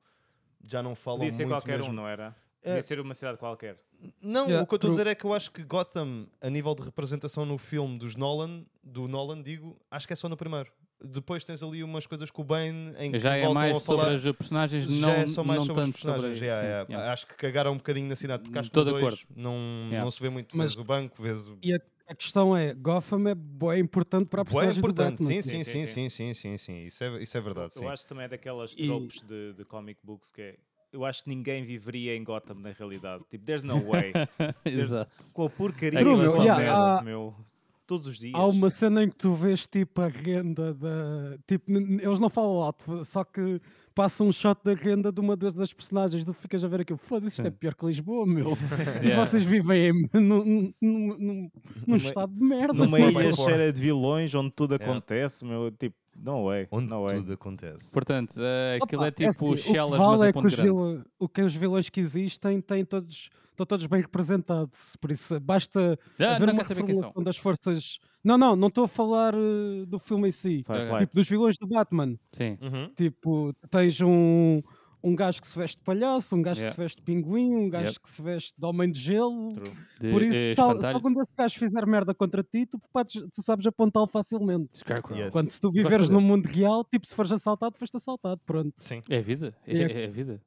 Speaker 2: já não falam
Speaker 6: Podia ser
Speaker 2: muito
Speaker 6: qualquer
Speaker 2: mesmo.
Speaker 6: um, não era?
Speaker 2: É.
Speaker 6: Podia ser uma cidade qualquer.
Speaker 2: Não,
Speaker 1: Yeah,
Speaker 2: o que eu estou
Speaker 1: true.
Speaker 2: a dizer é que eu acho que Gotham, a nível de representação no filme dos Nolan, do Nolan, digo, acho que é só no primeiro. Depois tens ali umas coisas com o Bane em que
Speaker 5: Já é
Speaker 2: voltam
Speaker 5: mais
Speaker 2: a falar.
Speaker 5: sobre as personagens,
Speaker 2: Já
Speaker 5: não,
Speaker 2: é só mais
Speaker 5: não
Speaker 2: sobre os
Speaker 5: tanto sobre
Speaker 2: personagens. yeah,
Speaker 5: sim,
Speaker 2: yeah.
Speaker 5: yeah.
Speaker 2: Acho que cagaram um bocadinho na cidade porque acho que
Speaker 5: Tô
Speaker 2: no
Speaker 5: de
Speaker 2: dois
Speaker 5: acordo.
Speaker 2: não,
Speaker 5: Yeah.
Speaker 2: não se vê muito.
Speaker 1: Mas-
Speaker 2: Vês o banco, vês o
Speaker 1: E a, a questão é: Gotham é bem importante para a
Speaker 2: Bué
Speaker 1: personagem
Speaker 2: importante,
Speaker 1: do Batman.
Speaker 2: sim, sim,
Speaker 6: Sim,
Speaker 2: sim, sim,
Speaker 6: sim,
Speaker 2: sim, sim, sim, isso é, isso é verdade, sim.
Speaker 6: Eu acho que também é daquelas
Speaker 1: E-
Speaker 6: tropes de, de comic books que é. Eu acho que ninguém viveria em Gotham na realidade. Tipo, there's no way.
Speaker 5: Exato.
Speaker 6: Com a porcaria
Speaker 5: True,
Speaker 6: que
Speaker 1: meu,
Speaker 6: acontece,
Speaker 1: yeah, há-
Speaker 6: meu. todos os dias.
Speaker 1: Há uma cena em que tu vês tipo a renda da. Tipo, n- n- eles não falam alto, só que passam um shot da renda de uma das, das personagens. Tu ficas a ver aquilo. Foda-se, isto é
Speaker 2: Sim.
Speaker 1: pior que Lisboa, meu. E
Speaker 5: Yeah.
Speaker 1: vocês vivem em- num, num, num, num
Speaker 2: Numa-
Speaker 1: estado de merda.
Speaker 6: Numa
Speaker 2: Four by
Speaker 6: ilha
Speaker 2: four.
Speaker 6: cheia de vilões onde tudo
Speaker 2: Yeah.
Speaker 6: acontece, meu, tipo, não way,
Speaker 2: É. Onde
Speaker 6: não é. way.
Speaker 2: tudo acontece.
Speaker 5: Portanto, eh, aquilo
Speaker 1: Opa,
Speaker 5: é tipo
Speaker 1: assim, o que
Speaker 5: Shellas,
Speaker 1: vale
Speaker 5: mas a
Speaker 1: é que
Speaker 5: ponto
Speaker 1: os
Speaker 5: grande.
Speaker 1: vil- O que os vilões que existem têm todos, estão todos bem representados. Por isso, basta
Speaker 5: Ah,
Speaker 1: haver
Speaker 5: não
Speaker 1: uma
Speaker 5: quero saber quem são.
Speaker 1: reformulação das forças. Não, não, não estou a falar eh, do filme em si.
Speaker 6: Firefly.
Speaker 1: Tipo, dos vilões do Batman.
Speaker 5: Sim.
Speaker 2: Uhum.
Speaker 1: Tipo, tens um, um gajo que se veste de palhaço, um gajo
Speaker 5: Yeah.
Speaker 1: que se veste de pinguim, um gajo
Speaker 5: Yep.
Speaker 1: que se veste de homem de gelo.
Speaker 6: True.
Speaker 5: De,
Speaker 1: Por isso,
Speaker 5: eh,
Speaker 1: se, al- se
Speaker 5: espantalho.
Speaker 1: algum desse gajo fizer merda contra ti, tu, podes, tu sabes apontá-lo facilmente.
Speaker 5: Scarecrow.
Speaker 2: Yes.
Speaker 1: Quando se tu
Speaker 5: vais
Speaker 1: viveres
Speaker 5: fazer.
Speaker 1: no mundo real, tipo, se fores assaltado, foste assaltado, pronto.
Speaker 2: Sim.
Speaker 5: É a vida. É,
Speaker 1: Yeah.
Speaker 5: é a vida.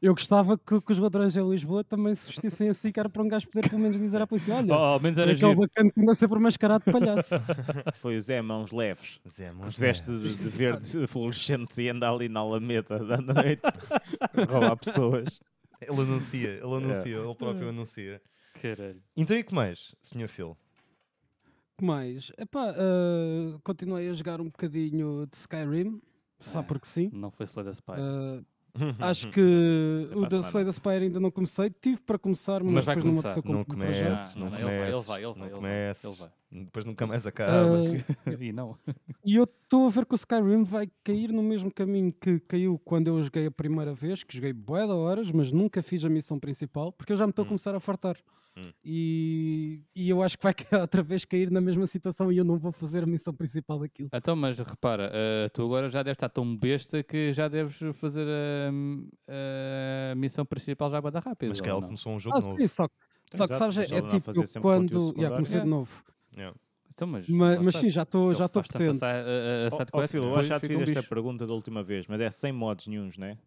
Speaker 1: Eu gostava que, que os ladrões em Lisboa também se vestissem assim, que era para um gajo poder pelo menos dizer à polícia,
Speaker 5: Oh,
Speaker 1: olha,
Speaker 5: ao menos
Speaker 1: era
Speaker 5: era
Speaker 1: aquele
Speaker 5: giro.
Speaker 1: bacana que anda sempre mascarado de palhaço.
Speaker 6: Foi o Zé Mãos Leves.
Speaker 2: Zé
Speaker 6: Que
Speaker 2: Mons
Speaker 6: se veste de, de verde fluorescente e anda ali na Alameda da noite a roubar pessoas.
Speaker 2: Tá Ele anuncia, ele anuncia, ele
Speaker 1: Hum.
Speaker 2: próprio anuncia.
Speaker 5: Caralho.
Speaker 2: Então e que mais, Sr. Phil?
Speaker 1: que mais? Epá, ah, continuei a jogar um bocadinho de Skyrim, só porque sim.
Speaker 5: Não foi Slay the Spy.
Speaker 1: Ah, acho que
Speaker 6: Isso é
Speaker 1: o
Speaker 6: para a
Speaker 1: da Slay the Spire ainda não comecei. Tive para começar, mas,
Speaker 5: Mas vai
Speaker 1: depois não me
Speaker 5: começar.
Speaker 1: apeteceu
Speaker 2: Não
Speaker 1: comprar para já.
Speaker 2: comeces,
Speaker 5: Não,
Speaker 2: não
Speaker 5: não, ele vai, ele
Speaker 2: comeces,
Speaker 5: vai, ele
Speaker 2: não
Speaker 5: vai, ele
Speaker 2: comeces.
Speaker 5: vai.
Speaker 2: Depois nunca mais
Speaker 1: Ah,
Speaker 2: acabas.
Speaker 5: e não.
Speaker 1: E eu estou a ver que o Skyrim vai cair no mesmo caminho que caiu quando eu joguei a primeira vez, que joguei bué de horas, mas nunca fiz a missão principal, porque eu já me estou a
Speaker 2: Hum.
Speaker 1: começar a fartar.
Speaker 2: Hum.
Speaker 1: E, e eu acho que vai ca- outra vez cair na mesma situação e eu não vou fazer a missão principal daquilo.
Speaker 5: Então, mas repara, eh, tu agora já deves estar tão besta que já deves fazer a, a missão principal já bada rápido.
Speaker 2: Mas que
Speaker 5: ou
Speaker 2: ele
Speaker 5: não?
Speaker 2: começou um jogo
Speaker 1: Ah,
Speaker 2: novo.
Speaker 1: sim, só, que- só que
Speaker 6: Exato,
Speaker 1: sabes, é,
Speaker 6: mas ele
Speaker 1: é
Speaker 6: não
Speaker 1: tipo
Speaker 6: fazer sempre
Speaker 1: quando. Yeah,
Speaker 6: conteúdo secundário.
Speaker 1: comecei de
Speaker 5: Yeah.
Speaker 1: novo.
Speaker 2: Yeah.
Speaker 5: Então, mas,
Speaker 1: Mas,
Speaker 5: lá
Speaker 1: mas
Speaker 5: está.
Speaker 1: sim, já estou
Speaker 5: Ele
Speaker 1: já estou
Speaker 5: faz tanta
Speaker 1: potente.
Speaker 5: sa- a- a- a
Speaker 6: Oh,
Speaker 5: side
Speaker 6: oh,
Speaker 5: eh, quest
Speaker 6: Phil,
Speaker 5: que
Speaker 6: eu
Speaker 5: depois
Speaker 6: acho que já te
Speaker 5: fica um
Speaker 6: fiz esta
Speaker 5: lixo.
Speaker 6: pergunta da última vez, mas é sem mods nenhuns, né?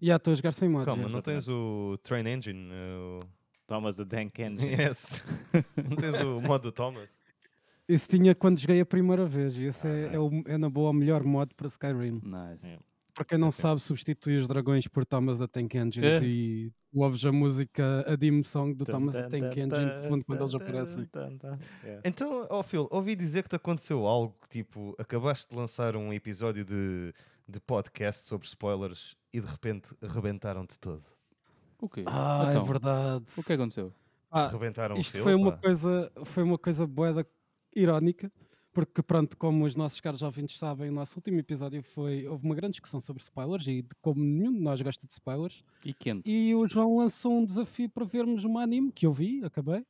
Speaker 1: Já estou a jogar sem mods.
Speaker 2: Calma,
Speaker 1: já.
Speaker 2: não tens o Train Engine? eh, o-
Speaker 6: Thomas a Dank Engine.
Speaker 2: Yes. não tens o modo Thomas?
Speaker 1: Isso tinha quando joguei a primeira vez. E esse
Speaker 2: Ah,
Speaker 1: é, é,
Speaker 2: nice.
Speaker 1: o- é na boa o melhor mod para Skyrim.
Speaker 5: Nice.
Speaker 2: É.
Speaker 1: Para quem não
Speaker 2: Ok.
Speaker 1: sabe, substitui os dragões por Thomas da Tank Engine
Speaker 5: É.
Speaker 1: e tu ouves a música, a dim song do Thomas da Tank Engine de fundo quando eles aparecem. É.
Speaker 6: Yeah.
Speaker 2: Então, ó Phil, ouvi dizer que te aconteceu algo que tipo, acabaste de lançar um episódio de, de podcast sobre spoilers e de repente rebentaram-te todo.
Speaker 5: O quê?
Speaker 1: Ah,
Speaker 5: Então,
Speaker 1: é verdade.
Speaker 5: O que aconteceu?
Speaker 1: Ah,
Speaker 2: rebentaram o
Speaker 1: isto
Speaker 2: Phil,
Speaker 1: foi uma
Speaker 2: pá.
Speaker 1: coisa, foi uma coisa boeda irónica, porque pronto, como os nossos caros ouvintes sabem, o nosso último episódio foi, houve uma grande discussão sobre spoilers e de como nenhum de nós gosta de spoilers.
Speaker 5: E quente.
Speaker 1: E o João lançou um desafio para vermos um anime que eu vi, acabei.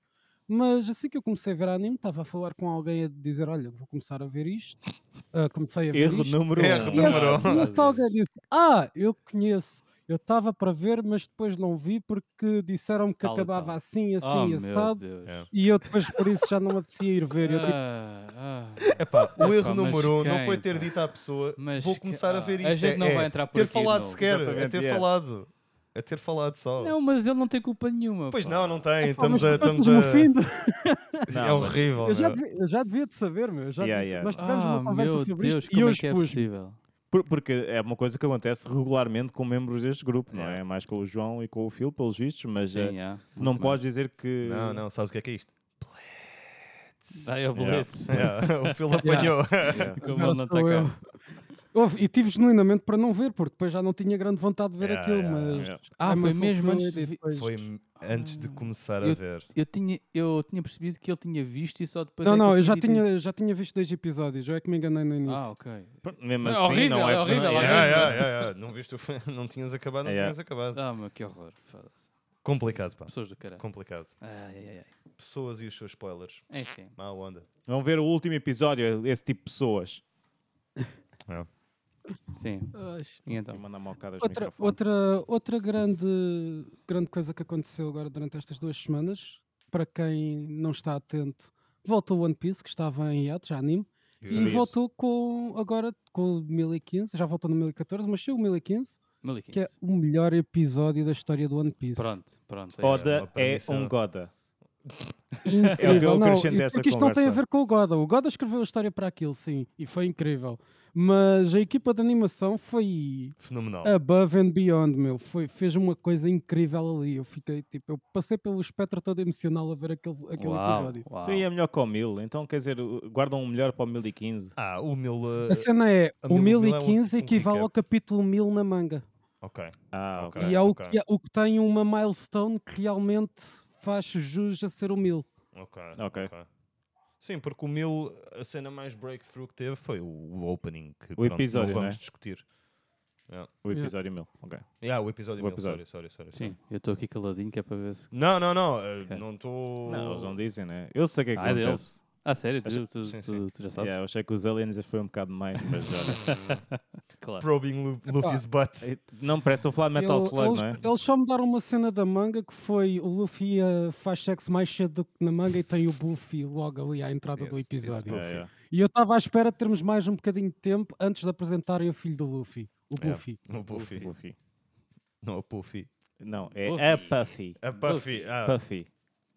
Speaker 1: Mas assim que eu comecei a ver anime, estava a falar com alguém a dizer: Olha, vou começar a ver isto. Ah, comecei a ver
Speaker 6: Erro
Speaker 1: isto.
Speaker 6: número 1.
Speaker 2: Erro
Speaker 1: E essa-
Speaker 2: número um.
Speaker 1: e esse alguém disse: Ah, eu conheço. Eu estava para ver, mas depois não vi porque disseram-me que
Speaker 5: Tal e tal.
Speaker 1: acabava assim, assim,
Speaker 5: oh,
Speaker 1: assado.
Speaker 5: Meu Deus.
Speaker 2: É.
Speaker 1: E eu depois por isso já não me apetecia ir ver. Eu, tipo,
Speaker 5: Ah, ah.
Speaker 2: Epá, o erro
Speaker 5: mas
Speaker 2: número um não
Speaker 5: quem,
Speaker 2: foi ter
Speaker 5: pá?
Speaker 2: dito à pessoa
Speaker 5: Mas
Speaker 2: vou
Speaker 5: que-
Speaker 2: começar a
Speaker 5: ah,
Speaker 2: ver isto.
Speaker 5: a gente
Speaker 2: é,
Speaker 5: não
Speaker 2: é
Speaker 5: vai entrar por
Speaker 2: ter
Speaker 5: aqui de
Speaker 2: falado
Speaker 5: novo.
Speaker 2: sequer, é ter
Speaker 6: Exatamente, yeah.
Speaker 2: falado. É ter falado só.
Speaker 5: Não, mas ele não tem culpa nenhuma.
Speaker 2: pois
Speaker 5: pá.
Speaker 2: não, não tem.
Speaker 1: "Pá, mas
Speaker 2: Estamos a.
Speaker 1: depois
Speaker 2: Estamos
Speaker 1: no
Speaker 2: a...
Speaker 1: fim do-
Speaker 2: É
Speaker 6: Não, mas-
Speaker 2: horrível.
Speaker 1: eu, já
Speaker 2: meu.
Speaker 1: devia, eu já devia de saber, meu. eu já
Speaker 6: Yeah,
Speaker 1: devia-
Speaker 6: yeah.
Speaker 1: Nós tivemos
Speaker 5: Ah,
Speaker 1: uma conversa
Speaker 5: meu
Speaker 1: sobre
Speaker 5: Deus,
Speaker 1: isto e
Speaker 5: como
Speaker 1: eu
Speaker 5: é que é
Speaker 1: expus.
Speaker 5: possível?
Speaker 6: Por- porque é uma coisa que acontece regularmente com membros deste grupo, não é? Mais com o João e com o Phil, pelos vistos, mas eh,
Speaker 5: Sim, há.
Speaker 6: não
Speaker 5: Muito
Speaker 6: podes dizer que.
Speaker 2: é. Não, não, sabes o que é que é isto?
Speaker 5: bem. Dai ao
Speaker 6: Yeah.
Speaker 5: bilhete.
Speaker 2: Yeah, o Phil apanhou.
Speaker 6: Yeah.
Speaker 1: Agora
Speaker 5: Como ele não
Speaker 1: sou
Speaker 5: está cá.
Speaker 1: eu. Houve- e tive genuinamente para não ver, porque depois já não tinha grande vontade de ver
Speaker 2: Yeah,
Speaker 1: aquilo,
Speaker 2: yeah,
Speaker 1: mas. é
Speaker 6: yeah.
Speaker 5: Ah,
Speaker 1: I'm
Speaker 5: foi
Speaker 1: a soul
Speaker 5: mesmo antes
Speaker 1: fluid
Speaker 5: de
Speaker 1: e
Speaker 5: vi-
Speaker 1: depois-
Speaker 2: Foi m- antes de começar a
Speaker 5: Eu-
Speaker 2: ver.
Speaker 5: Eu tinha, eu tinha percebido que ele tinha visto e só depois.
Speaker 1: Não,
Speaker 5: é que
Speaker 1: não, eu
Speaker 5: ele
Speaker 1: já
Speaker 5: dito
Speaker 1: tinha,
Speaker 5: isso.
Speaker 1: eu já tinha visto dois episódios, eu é que me enganei no início.
Speaker 5: Ah, ok.
Speaker 6: Mesmo
Speaker 5: É
Speaker 6: assim,
Speaker 5: horrível,
Speaker 6: não é,
Speaker 5: é horrível,
Speaker 6: não
Speaker 2: Yeah,
Speaker 5: é horrível.
Speaker 2: yeah, yeah, yeah. Não viste o fim, não tinhas acabado, não
Speaker 6: Yeah.
Speaker 2: tinhas acabado.
Speaker 5: Ah, mas que horror. Foda-se.
Speaker 2: Complicado, pá.
Speaker 5: Pessoas do caralho.
Speaker 2: Complicado.
Speaker 5: Ai, ai, ai.
Speaker 2: Pessoas e os seus spoilers.
Speaker 5: Enfim.
Speaker 2: Má onda.
Speaker 6: Vão ver o último episódio, esse tipo de pessoas.
Speaker 5: Sim. E então?
Speaker 6: Manda
Speaker 1: Outra, outra, outra grande, grande coisa que aconteceu agora durante estas duas semanas, para quem não está atento, voltou o One Piece, que estava em hiato, já anime,
Speaker 6: sabia
Speaker 1: e
Speaker 6: isso.
Speaker 1: voltou com, agora com o 1015, já voltou no 1014, mas chegou o 1015, que é
Speaker 5: 1015.
Speaker 1: o melhor episódio da história do One Piece.
Speaker 5: Pronto, pronto. é isso.
Speaker 6: Oda
Speaker 2: uma
Speaker 6: é
Speaker 2: permissão.
Speaker 6: um Goda. É o que eu
Speaker 1: Incrível. não,
Speaker 6: acrescento a
Speaker 1: e-
Speaker 6: esta
Speaker 1: porque isto não tem a
Speaker 6: conversa.
Speaker 1: ver com o Goda. O Goda escreveu a história para aquilo, sim, e foi incrível. Mas a equipa de animação foi
Speaker 2: Fenomenal.
Speaker 1: above and beyond, meu. Foi, fez uma coisa incrível ali. Eu fiquei, tipo, eu passei pelo espectro todo emocional a ver aquele, aquele
Speaker 5: Uau,
Speaker 1: episódio.
Speaker 5: uau.
Speaker 6: Tu ia melhor com o 1000, então quer dizer, o- guardam um melhor para o 1015.
Speaker 2: Ah, o mil. eh,
Speaker 1: A cena é,
Speaker 2: a
Speaker 1: o
Speaker 2: mil- mil é um-
Speaker 1: 1015
Speaker 2: um
Speaker 1: equivale ao
Speaker 2: recap.
Speaker 1: capítulo 1000 na manga.
Speaker 2: ok.
Speaker 6: Ah, ok.
Speaker 2: Ok.
Speaker 1: e é o,
Speaker 2: ok.
Speaker 1: que, é- o que tem uma milestone que realmente faz jus a ser o 1000.
Speaker 2: Ok.
Speaker 6: Ok.
Speaker 2: Sim, porque o mil, a cena mais breakthrough que teve foi o, o opening. Que,
Speaker 6: O episódio,
Speaker 2: Não vamos
Speaker 6: né?
Speaker 2: discutir.
Speaker 6: O episódio 1000. Ok.
Speaker 2: Ah, o episódio
Speaker 6: O
Speaker 2: mil.
Speaker 6: episódio.
Speaker 2: Sorry, sorry, sorry.
Speaker 5: Sim, eu estou aqui caladinho que é para ver se.
Speaker 2: Não, não, não. eh,
Speaker 5: Ok.
Speaker 2: Não estou.
Speaker 6: Não, eles não dizem, né? Eu sei o que é que
Speaker 5: Ah, é
Speaker 6: acontece.
Speaker 5: deles. Ah, sério? Tu,
Speaker 2: Sim,
Speaker 5: tu-
Speaker 2: sim.
Speaker 5: tu- tu já sabes?
Speaker 6: Yeah, eu achei que os aliens foi um bocado mais, mas olha.
Speaker 5: Claro.
Speaker 2: Probing Lu- Luffy's butt.
Speaker 6: Não, parece que estou a falar de Metal
Speaker 1: Ele-
Speaker 6: Slug,
Speaker 1: eles,
Speaker 6: não é?
Speaker 1: eles só mudaram uma cena da manga que foi o Luffy eh, faz sexo mais cedo do que na manga e tem o Buffy logo ali à entrada do
Speaker 2: Yes, it's
Speaker 1: episódio.
Speaker 2: Buffy.
Speaker 6: Yeah, yeah.
Speaker 1: E eu estava à espera de termos mais um bocadinho de tempo antes de apresentarem o filho do Luffy, o
Speaker 2: É.
Speaker 1: Buffy.
Speaker 2: Não, o Puffy.
Speaker 6: Puffy.
Speaker 2: Não, o Puffy.
Speaker 6: Não, é a Puffy.
Speaker 2: A Puffy. Ah,
Speaker 6: Puffy.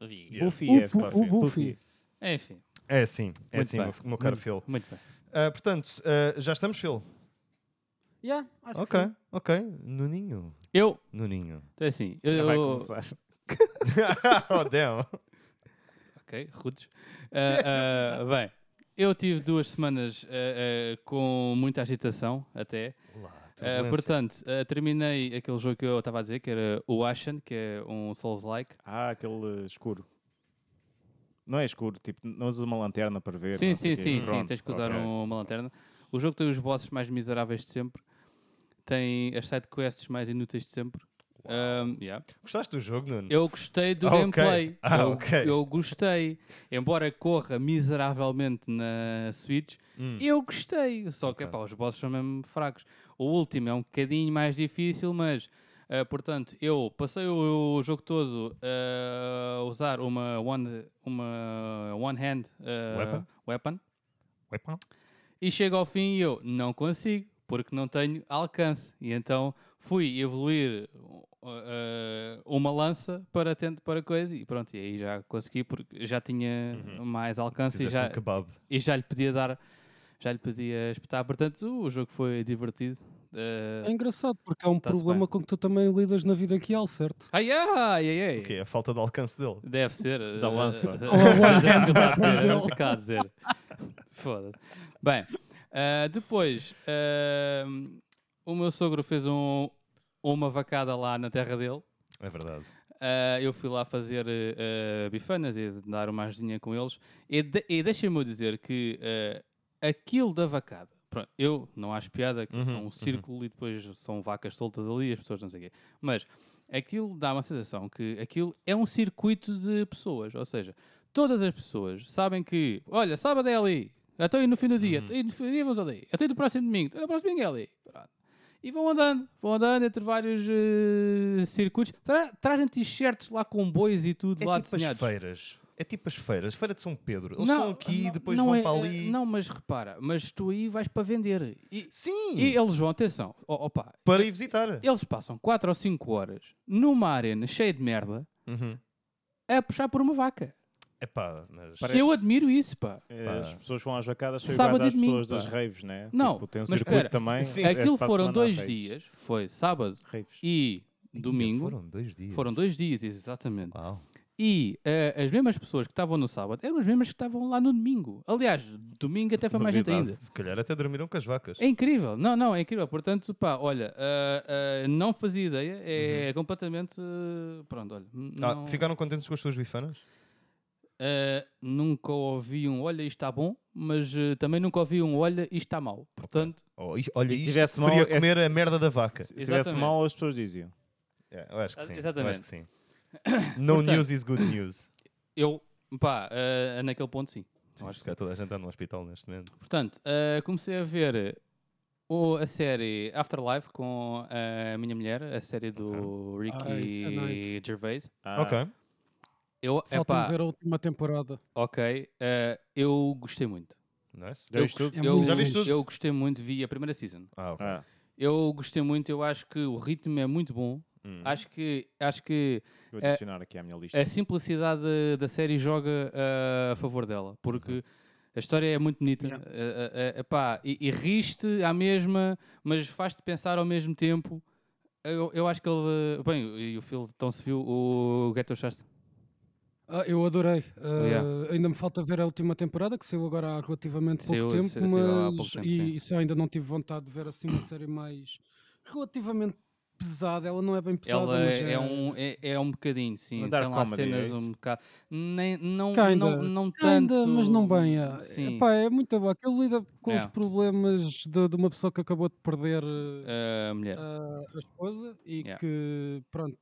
Speaker 2: Yeah.
Speaker 6: Puffy
Speaker 1: O
Speaker 6: é
Speaker 1: Pu-
Speaker 6: Puffy.
Speaker 1: o Buffy.
Speaker 5: Enfim,
Speaker 2: é assim. É
Speaker 5: Muito
Speaker 2: assim,
Speaker 5: bem. Hum.
Speaker 2: meu, meu caro
Speaker 5: Muito-
Speaker 2: Phil.
Speaker 5: muito bem.
Speaker 2: Ah, portanto, ah, já estamos, Phil.
Speaker 1: Yeah, acho
Speaker 2: Ok,
Speaker 1: que sim.
Speaker 2: ok. Nuninho.
Speaker 5: Eu,
Speaker 2: Nuninho.
Speaker 5: então é assim, eu,
Speaker 6: Já vai
Speaker 5: eu-
Speaker 6: começar.
Speaker 2: oh, damn.
Speaker 5: Ok, rudes. Ah, ah, bem, eu tive duas semanas ah, ah, com muita agitação, até.
Speaker 2: Lá,
Speaker 5: Ah, portanto, ah, terminei aquele jogo que eu estava a dizer, que era o Ashen, que é um Souls-like.
Speaker 6: Ah, aquele escuro. Não é escuro, tipo, não usas uma lanterna para ver.
Speaker 5: Sim,
Speaker 6: não sei
Speaker 5: sim,
Speaker 6: o quê.
Speaker 5: sim, sim,
Speaker 6: Pronto,
Speaker 5: tens que usar
Speaker 6: ok.
Speaker 5: um- uma lanterna. O jogo tem os bosses mais miseráveis de sempre, tem as sidequests mais inúteis de sempre. Ahm, yeah.
Speaker 2: Gostaste do jogo, Nuno?
Speaker 5: Eu gostei do
Speaker 2: Ah, ok.
Speaker 5: gameplay.
Speaker 2: Ah,
Speaker 5: eu,
Speaker 2: ok.
Speaker 5: eu gostei. Embora corra miseravelmente na Switch,
Speaker 2: Hum.
Speaker 5: eu gostei. Só que
Speaker 2: Ok.
Speaker 5: epá, os bosses são mesmo fracos. O último é um bocadinho mais difícil, mas. ah, portanto, eu passei o, o jogo todo ah, a usar uma one, uma one hand ah,
Speaker 2: Weapon?
Speaker 5: weapon
Speaker 2: Uepa.
Speaker 5: e chego ao fim e eu não consigo porque não tenho alcance. E então fui evoluir uh, uh, uma lança para tento para coisa e pronto, e aí já consegui porque já tinha mais alcance e
Speaker 2: Fizeste
Speaker 5: já,
Speaker 2: um kebab.
Speaker 5: e já lhe podia dar, já lhe podia espetar. Portanto, o jogo foi divertido. Uh,
Speaker 1: É engraçado porque é um
Speaker 5: Tá-se
Speaker 1: problema
Speaker 5: bem.
Speaker 1: com que tu também lidas na vida real, certo?
Speaker 5: Ai, ai, ai, ai.
Speaker 2: O quê? é A falta de alcance dele.
Speaker 5: Deve ser.
Speaker 6: Da
Speaker 5: eh,
Speaker 6: lança.
Speaker 5: eh,
Speaker 1: Ou a
Speaker 5: era isso que eu estava a dizer, era isso que eu estava a dizer. Foda-se. Bem, ah, depois, ah, o meu sogro fez um- uma vacada lá na terra dele.
Speaker 2: É verdade.
Speaker 5: Ah, eu fui lá fazer eh, ah, bifanas e dar uma ajudinha com eles. E, de, e deixem-me eu dizer que ah, aquilo da vacada, pronto, eu não acho piada, que
Speaker 2: Uhum,
Speaker 5: é um
Speaker 2: uhum.
Speaker 5: círculo e depois são vacas soltas ali, as pessoas não sei o quê. Mas aquilo dá uma sensação que aquilo é um circuito de pessoas, ou seja, todas as pessoas sabem que, olha, sábado é ali, até aí no fim do
Speaker 2: Uhum.
Speaker 5: dia, até aí no fim do dia vamos ali, até aí do próximo domingo, até no próximo domingo é ali. Pronto. E vão andando, vão andando entre vários eh, circuitos, Tra- trazem t-shirts lá com bois e tudo
Speaker 2: É
Speaker 5: lá
Speaker 2: tipo as
Speaker 5: desenhados.
Speaker 2: feiras. É tipo as feiras. Feira de São Pedro. Eles estão aqui e
Speaker 5: não-
Speaker 2: depois
Speaker 5: não
Speaker 2: vão
Speaker 5: é-
Speaker 2: para ali.
Speaker 5: Não, mas repara, mas tu aí vais para vender. E,
Speaker 2: Sim!
Speaker 5: e eles vão, atenção, ó- opa,
Speaker 2: Para ir visitar.
Speaker 5: eles passam 4 ou 5 horas numa arena cheia de merda
Speaker 2: Uhum.
Speaker 5: a puxar por uma vaca.
Speaker 2: Epá, mas...
Speaker 6: Parece-
Speaker 5: Eu admiro isso, pá.
Speaker 6: Eh,
Speaker 2: Pá.
Speaker 6: As pessoas vão às vacadas, são
Speaker 5: Sábado
Speaker 6: iguais às
Speaker 5: e domingo,
Speaker 6: pessoas das
Speaker 5: pá.
Speaker 6: raves, né?
Speaker 5: Não,
Speaker 6: Tipo, tem um
Speaker 5: mas
Speaker 6: circuito
Speaker 5: espera,
Speaker 6: também.
Speaker 2: Sim.
Speaker 6: é
Speaker 5: Aquilo
Speaker 6: para a
Speaker 5: foram
Speaker 6: semana
Speaker 5: dois
Speaker 6: há raves.
Speaker 5: dias, foi sábado
Speaker 6: Raves.
Speaker 5: e
Speaker 2: Ih,
Speaker 5: domingo.
Speaker 2: Foram dois dias.
Speaker 5: Foram dois dias, exatamente.
Speaker 2: Uau.
Speaker 5: E eh, as mesmas pessoas que estavam no sábado eram as mesmas que estavam lá no domingo. Aliás, domingo até foi mais gente ainda.
Speaker 2: Se calhar até dormiram com as vacas.
Speaker 5: É incrível, não, não, é incrível. Portanto, pá, olha, ah, ah, não fazia ideia, é completamente. ah, pronto, olha. n-
Speaker 2: Uhum. Ah,
Speaker 5: não-
Speaker 2: ficaram contentes com as suas bifanas?
Speaker 5: ah, nunca ouvi um olha, isto está bom, mas ah, também nunca ouvi um olha, isto está mal. Portanto,
Speaker 2: Oh, i- olha,
Speaker 6: E se
Speaker 2: isto
Speaker 6: tivesse mal,
Speaker 2: preferia
Speaker 6: é-
Speaker 2: comer a merda da vaca.
Speaker 6: Se estivesse
Speaker 5: Exatamente.
Speaker 6: mal, as pessoas diziam.
Speaker 2: É, eu acho que
Speaker 5: Ah,
Speaker 2: sim.
Speaker 5: exatamente.
Speaker 2: Eu acho que sim. No
Speaker 5: Portanto,
Speaker 2: news is good news.
Speaker 5: eu, pá, ah, naquele ponto sim.
Speaker 2: Sim,
Speaker 5: acho que
Speaker 2: se calhar toda a gente está no hospital neste momento.
Speaker 5: Portanto, ah, comecei a ver o- a série Afterlife com a minha mulher, a série do
Speaker 1: Ah, isso
Speaker 5: Ricky
Speaker 1: é nice.
Speaker 5: Gervais.
Speaker 6: Ah,
Speaker 2: ok.
Speaker 5: Eu,
Speaker 1: Falta-me
Speaker 5: epá,
Speaker 1: ver a última temporada.
Speaker 5: ok, ah, eu gostei muito.
Speaker 2: Nice.
Speaker 6: Já
Speaker 5: eu,
Speaker 6: viste
Speaker 5: gost-
Speaker 6: tudo?
Speaker 1: É
Speaker 5: eu-
Speaker 1: muito
Speaker 2: Já viste tudo?
Speaker 5: eu gostei muito, vi a primeira season.
Speaker 2: Ah, ok.
Speaker 6: Ah,
Speaker 5: Eu gostei muito, eu acho que o ritmo é muito bom.
Speaker 6: Hum.
Speaker 5: Acho que, acho que
Speaker 6: Vou
Speaker 5: é-
Speaker 6: adicionar aqui à minha lista.
Speaker 5: a simplicidade da- da série joga ah, a favor dela, porque a história é muito bonita
Speaker 1: Yeah.
Speaker 5: ah, ah, ah, epá, e, e riste à mesma, mas faz-te pensar ao mesmo tempo. Eu, eu acho que ele. Bem, e o Phil, então se viu o Ghetto Shasta.
Speaker 1: Ah, eu adorei. Ah,
Speaker 5: Oh, Yeah.
Speaker 1: Ainda me falta ver a última temporada, que saiu agora há relativamente pouco
Speaker 5: Saiu-
Speaker 1: tempo.
Speaker 5: sa- saiu há pouco
Speaker 1: mas-
Speaker 5: tempo, sim.
Speaker 1: e, isso eu ainda não tive vontade de ver assim uma série mais relativamente pesada. Ela não é bem pesada,
Speaker 5: Ela
Speaker 1: mas
Speaker 5: é, é um, é, é um bocadinho, sim.
Speaker 6: Uma
Speaker 5: Tem
Speaker 6: dark
Speaker 5: lá
Speaker 6: comedy, eh, é
Speaker 5: cenas
Speaker 6: isso?
Speaker 5: um bocado. Nem, não,
Speaker 1: Kinda,
Speaker 5: não, não tanto.
Speaker 1: Ainda, mas não bem. É,
Speaker 5: Sim.
Speaker 1: Epá, é muito boa. Ele lida com os
Speaker 5: Yeah.
Speaker 1: problemas de, de uma pessoa que acabou de perder eh,
Speaker 5: Ah, mulher.
Speaker 1: a, a esposa e
Speaker 5: Yeah.
Speaker 1: que, pronto,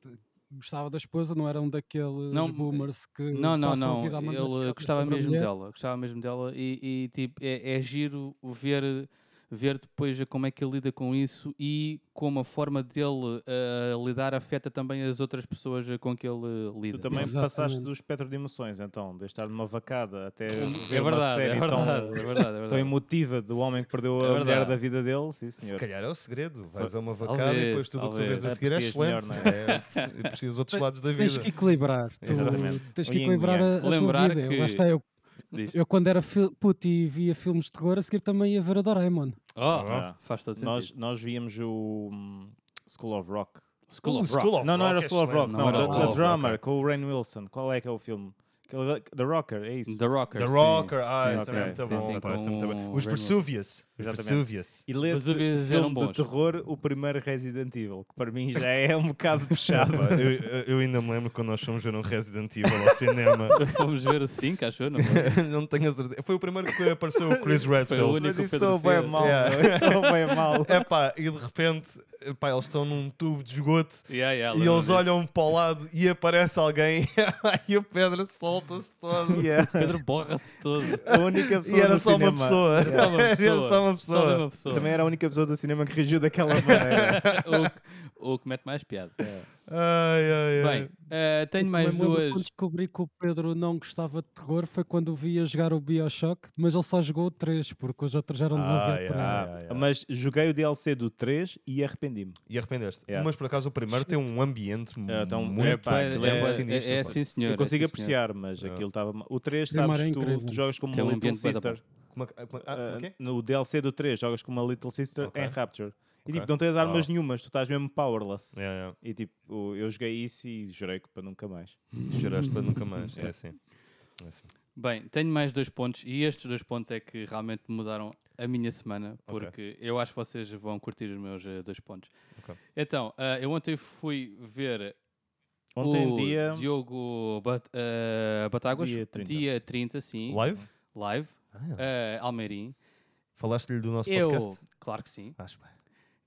Speaker 1: gostava da esposa, não era um daqueles
Speaker 5: Não,
Speaker 1: boomers que
Speaker 5: Não, não,
Speaker 1: passam
Speaker 5: não.
Speaker 1: a vida a mandar
Speaker 5: Ele
Speaker 1: piadas
Speaker 5: gostava
Speaker 1: sobre a
Speaker 5: mesmo
Speaker 1: mulher.
Speaker 5: dela. Gostava mesmo dela. E, e, tipo, é, é giro ver, ver depois como é que ele lida com isso e como a forma dele eh, lidar afeta também as outras pessoas com que ele
Speaker 6: Tu
Speaker 5: lida.
Speaker 6: também
Speaker 1: Exatamente.
Speaker 6: passaste do espectro de emoções, então, de estar numa vacada até ver
Speaker 5: É
Speaker 6: uma
Speaker 5: verdade, é
Speaker 6: série
Speaker 5: verdade,
Speaker 6: tão,
Speaker 5: é verdade, é
Speaker 6: tão
Speaker 5: verdade.
Speaker 6: emotiva do homem que perdeu
Speaker 5: É
Speaker 6: a mulher
Speaker 5: verdade.
Speaker 6: da vida dele. Sim,
Speaker 2: Se
Speaker 6: senhor.
Speaker 2: calhar é o segredo. Vais
Speaker 6: Fa-
Speaker 2: a uma vacada e depois tudo o que tu
Speaker 5: talvez.
Speaker 2: vês a seguir é
Speaker 6: Aprecias
Speaker 2: excelente.
Speaker 6: melhor,
Speaker 2: É, precisas outros lados da
Speaker 1: Tens que
Speaker 2: vida.
Speaker 1: equilibrar. Tu
Speaker 6: Exatamente.
Speaker 1: Tens
Speaker 6: O
Speaker 1: que
Speaker 6: yin e o
Speaker 1: equilibrar a,
Speaker 6: yang.
Speaker 1: a tua
Speaker 5: Lembrar
Speaker 1: vida. Eu-
Speaker 5: que-
Speaker 1: Lá está eu.
Speaker 5: Diz.
Speaker 1: Eu quando era fil- puto e via filmes de terror, a seguir também ia ver a Doraemon.
Speaker 5: Oh,
Speaker 6: Ah.
Speaker 5: faz todo sentido.
Speaker 6: Nós, nós víamos o hum, School of Rock.
Speaker 5: School
Speaker 2: Uh,
Speaker 5: of Rock.
Speaker 2: School of
Speaker 6: não, não era
Speaker 2: Rock é
Speaker 6: School of Rock,
Speaker 2: excelente.
Speaker 6: não,
Speaker 5: era
Speaker 6: The-
Speaker 5: School
Speaker 6: The
Speaker 5: of Rock,
Speaker 6: Drummer com o Rain Wilson. Qual é que é o filme? Aquele- The Rocker, é isso.
Speaker 5: The Rocker.
Speaker 2: The
Speaker 5: sim.
Speaker 2: Rocker, ah,
Speaker 6: Sim,
Speaker 2: isso também é muito
Speaker 6: ok. Sim,
Speaker 2: bom.
Speaker 5: sim,
Speaker 2: pá, isso é muito
Speaker 5: com
Speaker 2: bom.
Speaker 5: o
Speaker 2: Os
Speaker 5: Rainbow.
Speaker 2: Vesuvius. Os
Speaker 6: Exatamente.
Speaker 2: Vesuvius.
Speaker 6: E lê
Speaker 5: Mas os vídeos eram
Speaker 6: filme de
Speaker 5: bons.
Speaker 6: terror, o primeiro Resident Evil, que para mim já é um bocado puxado.
Speaker 2: Pá, eu, eu- eu ainda me lembro quando nós fomos ver um Resident Evil ao cinema.
Speaker 5: Fomos ver o 5, acho eu, não foi?
Speaker 2: não tenho a certeza. Foi o primeiro que apareceu o Chris
Speaker 5: Foi o
Speaker 2: Redfield.
Speaker 5: único
Speaker 6: Mas isso
Speaker 5: Pedro
Speaker 6: sou bem
Speaker 5: Figueiredo.
Speaker 6: mal,
Speaker 2: Yeah.
Speaker 6: meu, isso sou bem mal.
Speaker 2: É pá, e de repente, pá, eles estão num tubo de esgoto
Speaker 5: Yeah, yeah,
Speaker 2: e
Speaker 5: lembro-me
Speaker 2: eles
Speaker 5: disso.
Speaker 2: olham para o lado e aparece alguém e o Pedro solta-se todo.
Speaker 6: Yeah.
Speaker 5: Pedro borra-se todo.
Speaker 6: A única pessoa
Speaker 2: E era
Speaker 6: do
Speaker 2: só uma
Speaker 6: cinema-
Speaker 2: pessoa.
Speaker 5: Era só uma
Speaker 2: Era É só uma
Speaker 5: Só
Speaker 2: pessoa.
Speaker 5: uma pessoa.
Speaker 6: Também era a única pessoa do cinema que reagiu daquela maneira.
Speaker 5: o, que- o que mete mais piada.
Speaker 2: É. Ai, ai, ai.
Speaker 5: Bem, eh, tenho mais
Speaker 1: Também me lembro
Speaker 5: duas.
Speaker 1: Quando descobri que o Pedro não gostava de terror foi quando o via jogar o Bioshock, mas ele só jogou o 3, porque os outros eram
Speaker 2: Ah,
Speaker 1: demasiado
Speaker 2: yeah.
Speaker 1: para ele.
Speaker 2: Ah, yeah.
Speaker 6: Mas joguei o DLC do 3 e arrependi-me.
Speaker 2: E arrependeste.
Speaker 6: Yeah.
Speaker 2: Mas por acaso o primeiro tem um ambiente
Speaker 6: É, então,
Speaker 2: muito
Speaker 6: é pá,
Speaker 5: Bué-
Speaker 6: aquilo
Speaker 5: é, bué-
Speaker 2: Ah, sinistro,
Speaker 5: é- é
Speaker 2: pá.
Speaker 5: sim, senhor.
Speaker 6: Eu consigo
Speaker 5: é sim, senhor.
Speaker 6: apreciar, mas
Speaker 2: É.
Speaker 6: aquilo estava. mal. O 3,
Speaker 1: Primeiro
Speaker 6: sabes,
Speaker 1: é
Speaker 6: tu,
Speaker 1: incrível.
Speaker 6: tu jogas como
Speaker 5: Que é um
Speaker 6: uma Little
Speaker 5: ambiente bué da
Speaker 6: Sister.
Speaker 2: Como é que- como é- ah, como é que é?
Speaker 6: Ah, no DLC do 3, jogas como uma Little Sister
Speaker 2: Ok.
Speaker 6: em Rapture. E
Speaker 2: Ok.
Speaker 6: tipo, não tens armas
Speaker 2: Uau.
Speaker 6: nenhumas, tu estás mesmo powerless.
Speaker 2: Yeah, yeah.
Speaker 6: E tipo, o- eu joguei isso e jurei que para nunca mais.
Speaker 2: Choraste para nunca mais. É assim. É assim.
Speaker 5: Bem, tenho mais dois pontos e estes dois pontos é que realmente mudaram a minha semana
Speaker 2: Ok.
Speaker 5: porque eu acho que vocês vão curtir os meus eh, dois pontos.
Speaker 2: Ok.
Speaker 5: Então, eh, eu ontem fui ver
Speaker 6: Ontem
Speaker 5: o
Speaker 6: dia.
Speaker 5: Diogo Bat- eh, Batáguas,
Speaker 6: Dia 30.
Speaker 5: dia 30, sim,
Speaker 2: Live?
Speaker 5: live, eh, Almeirim.
Speaker 2: Falaste-lhe do nosso
Speaker 5: Eu,
Speaker 2: podcast?
Speaker 5: claro que sim,
Speaker 2: Acho bem.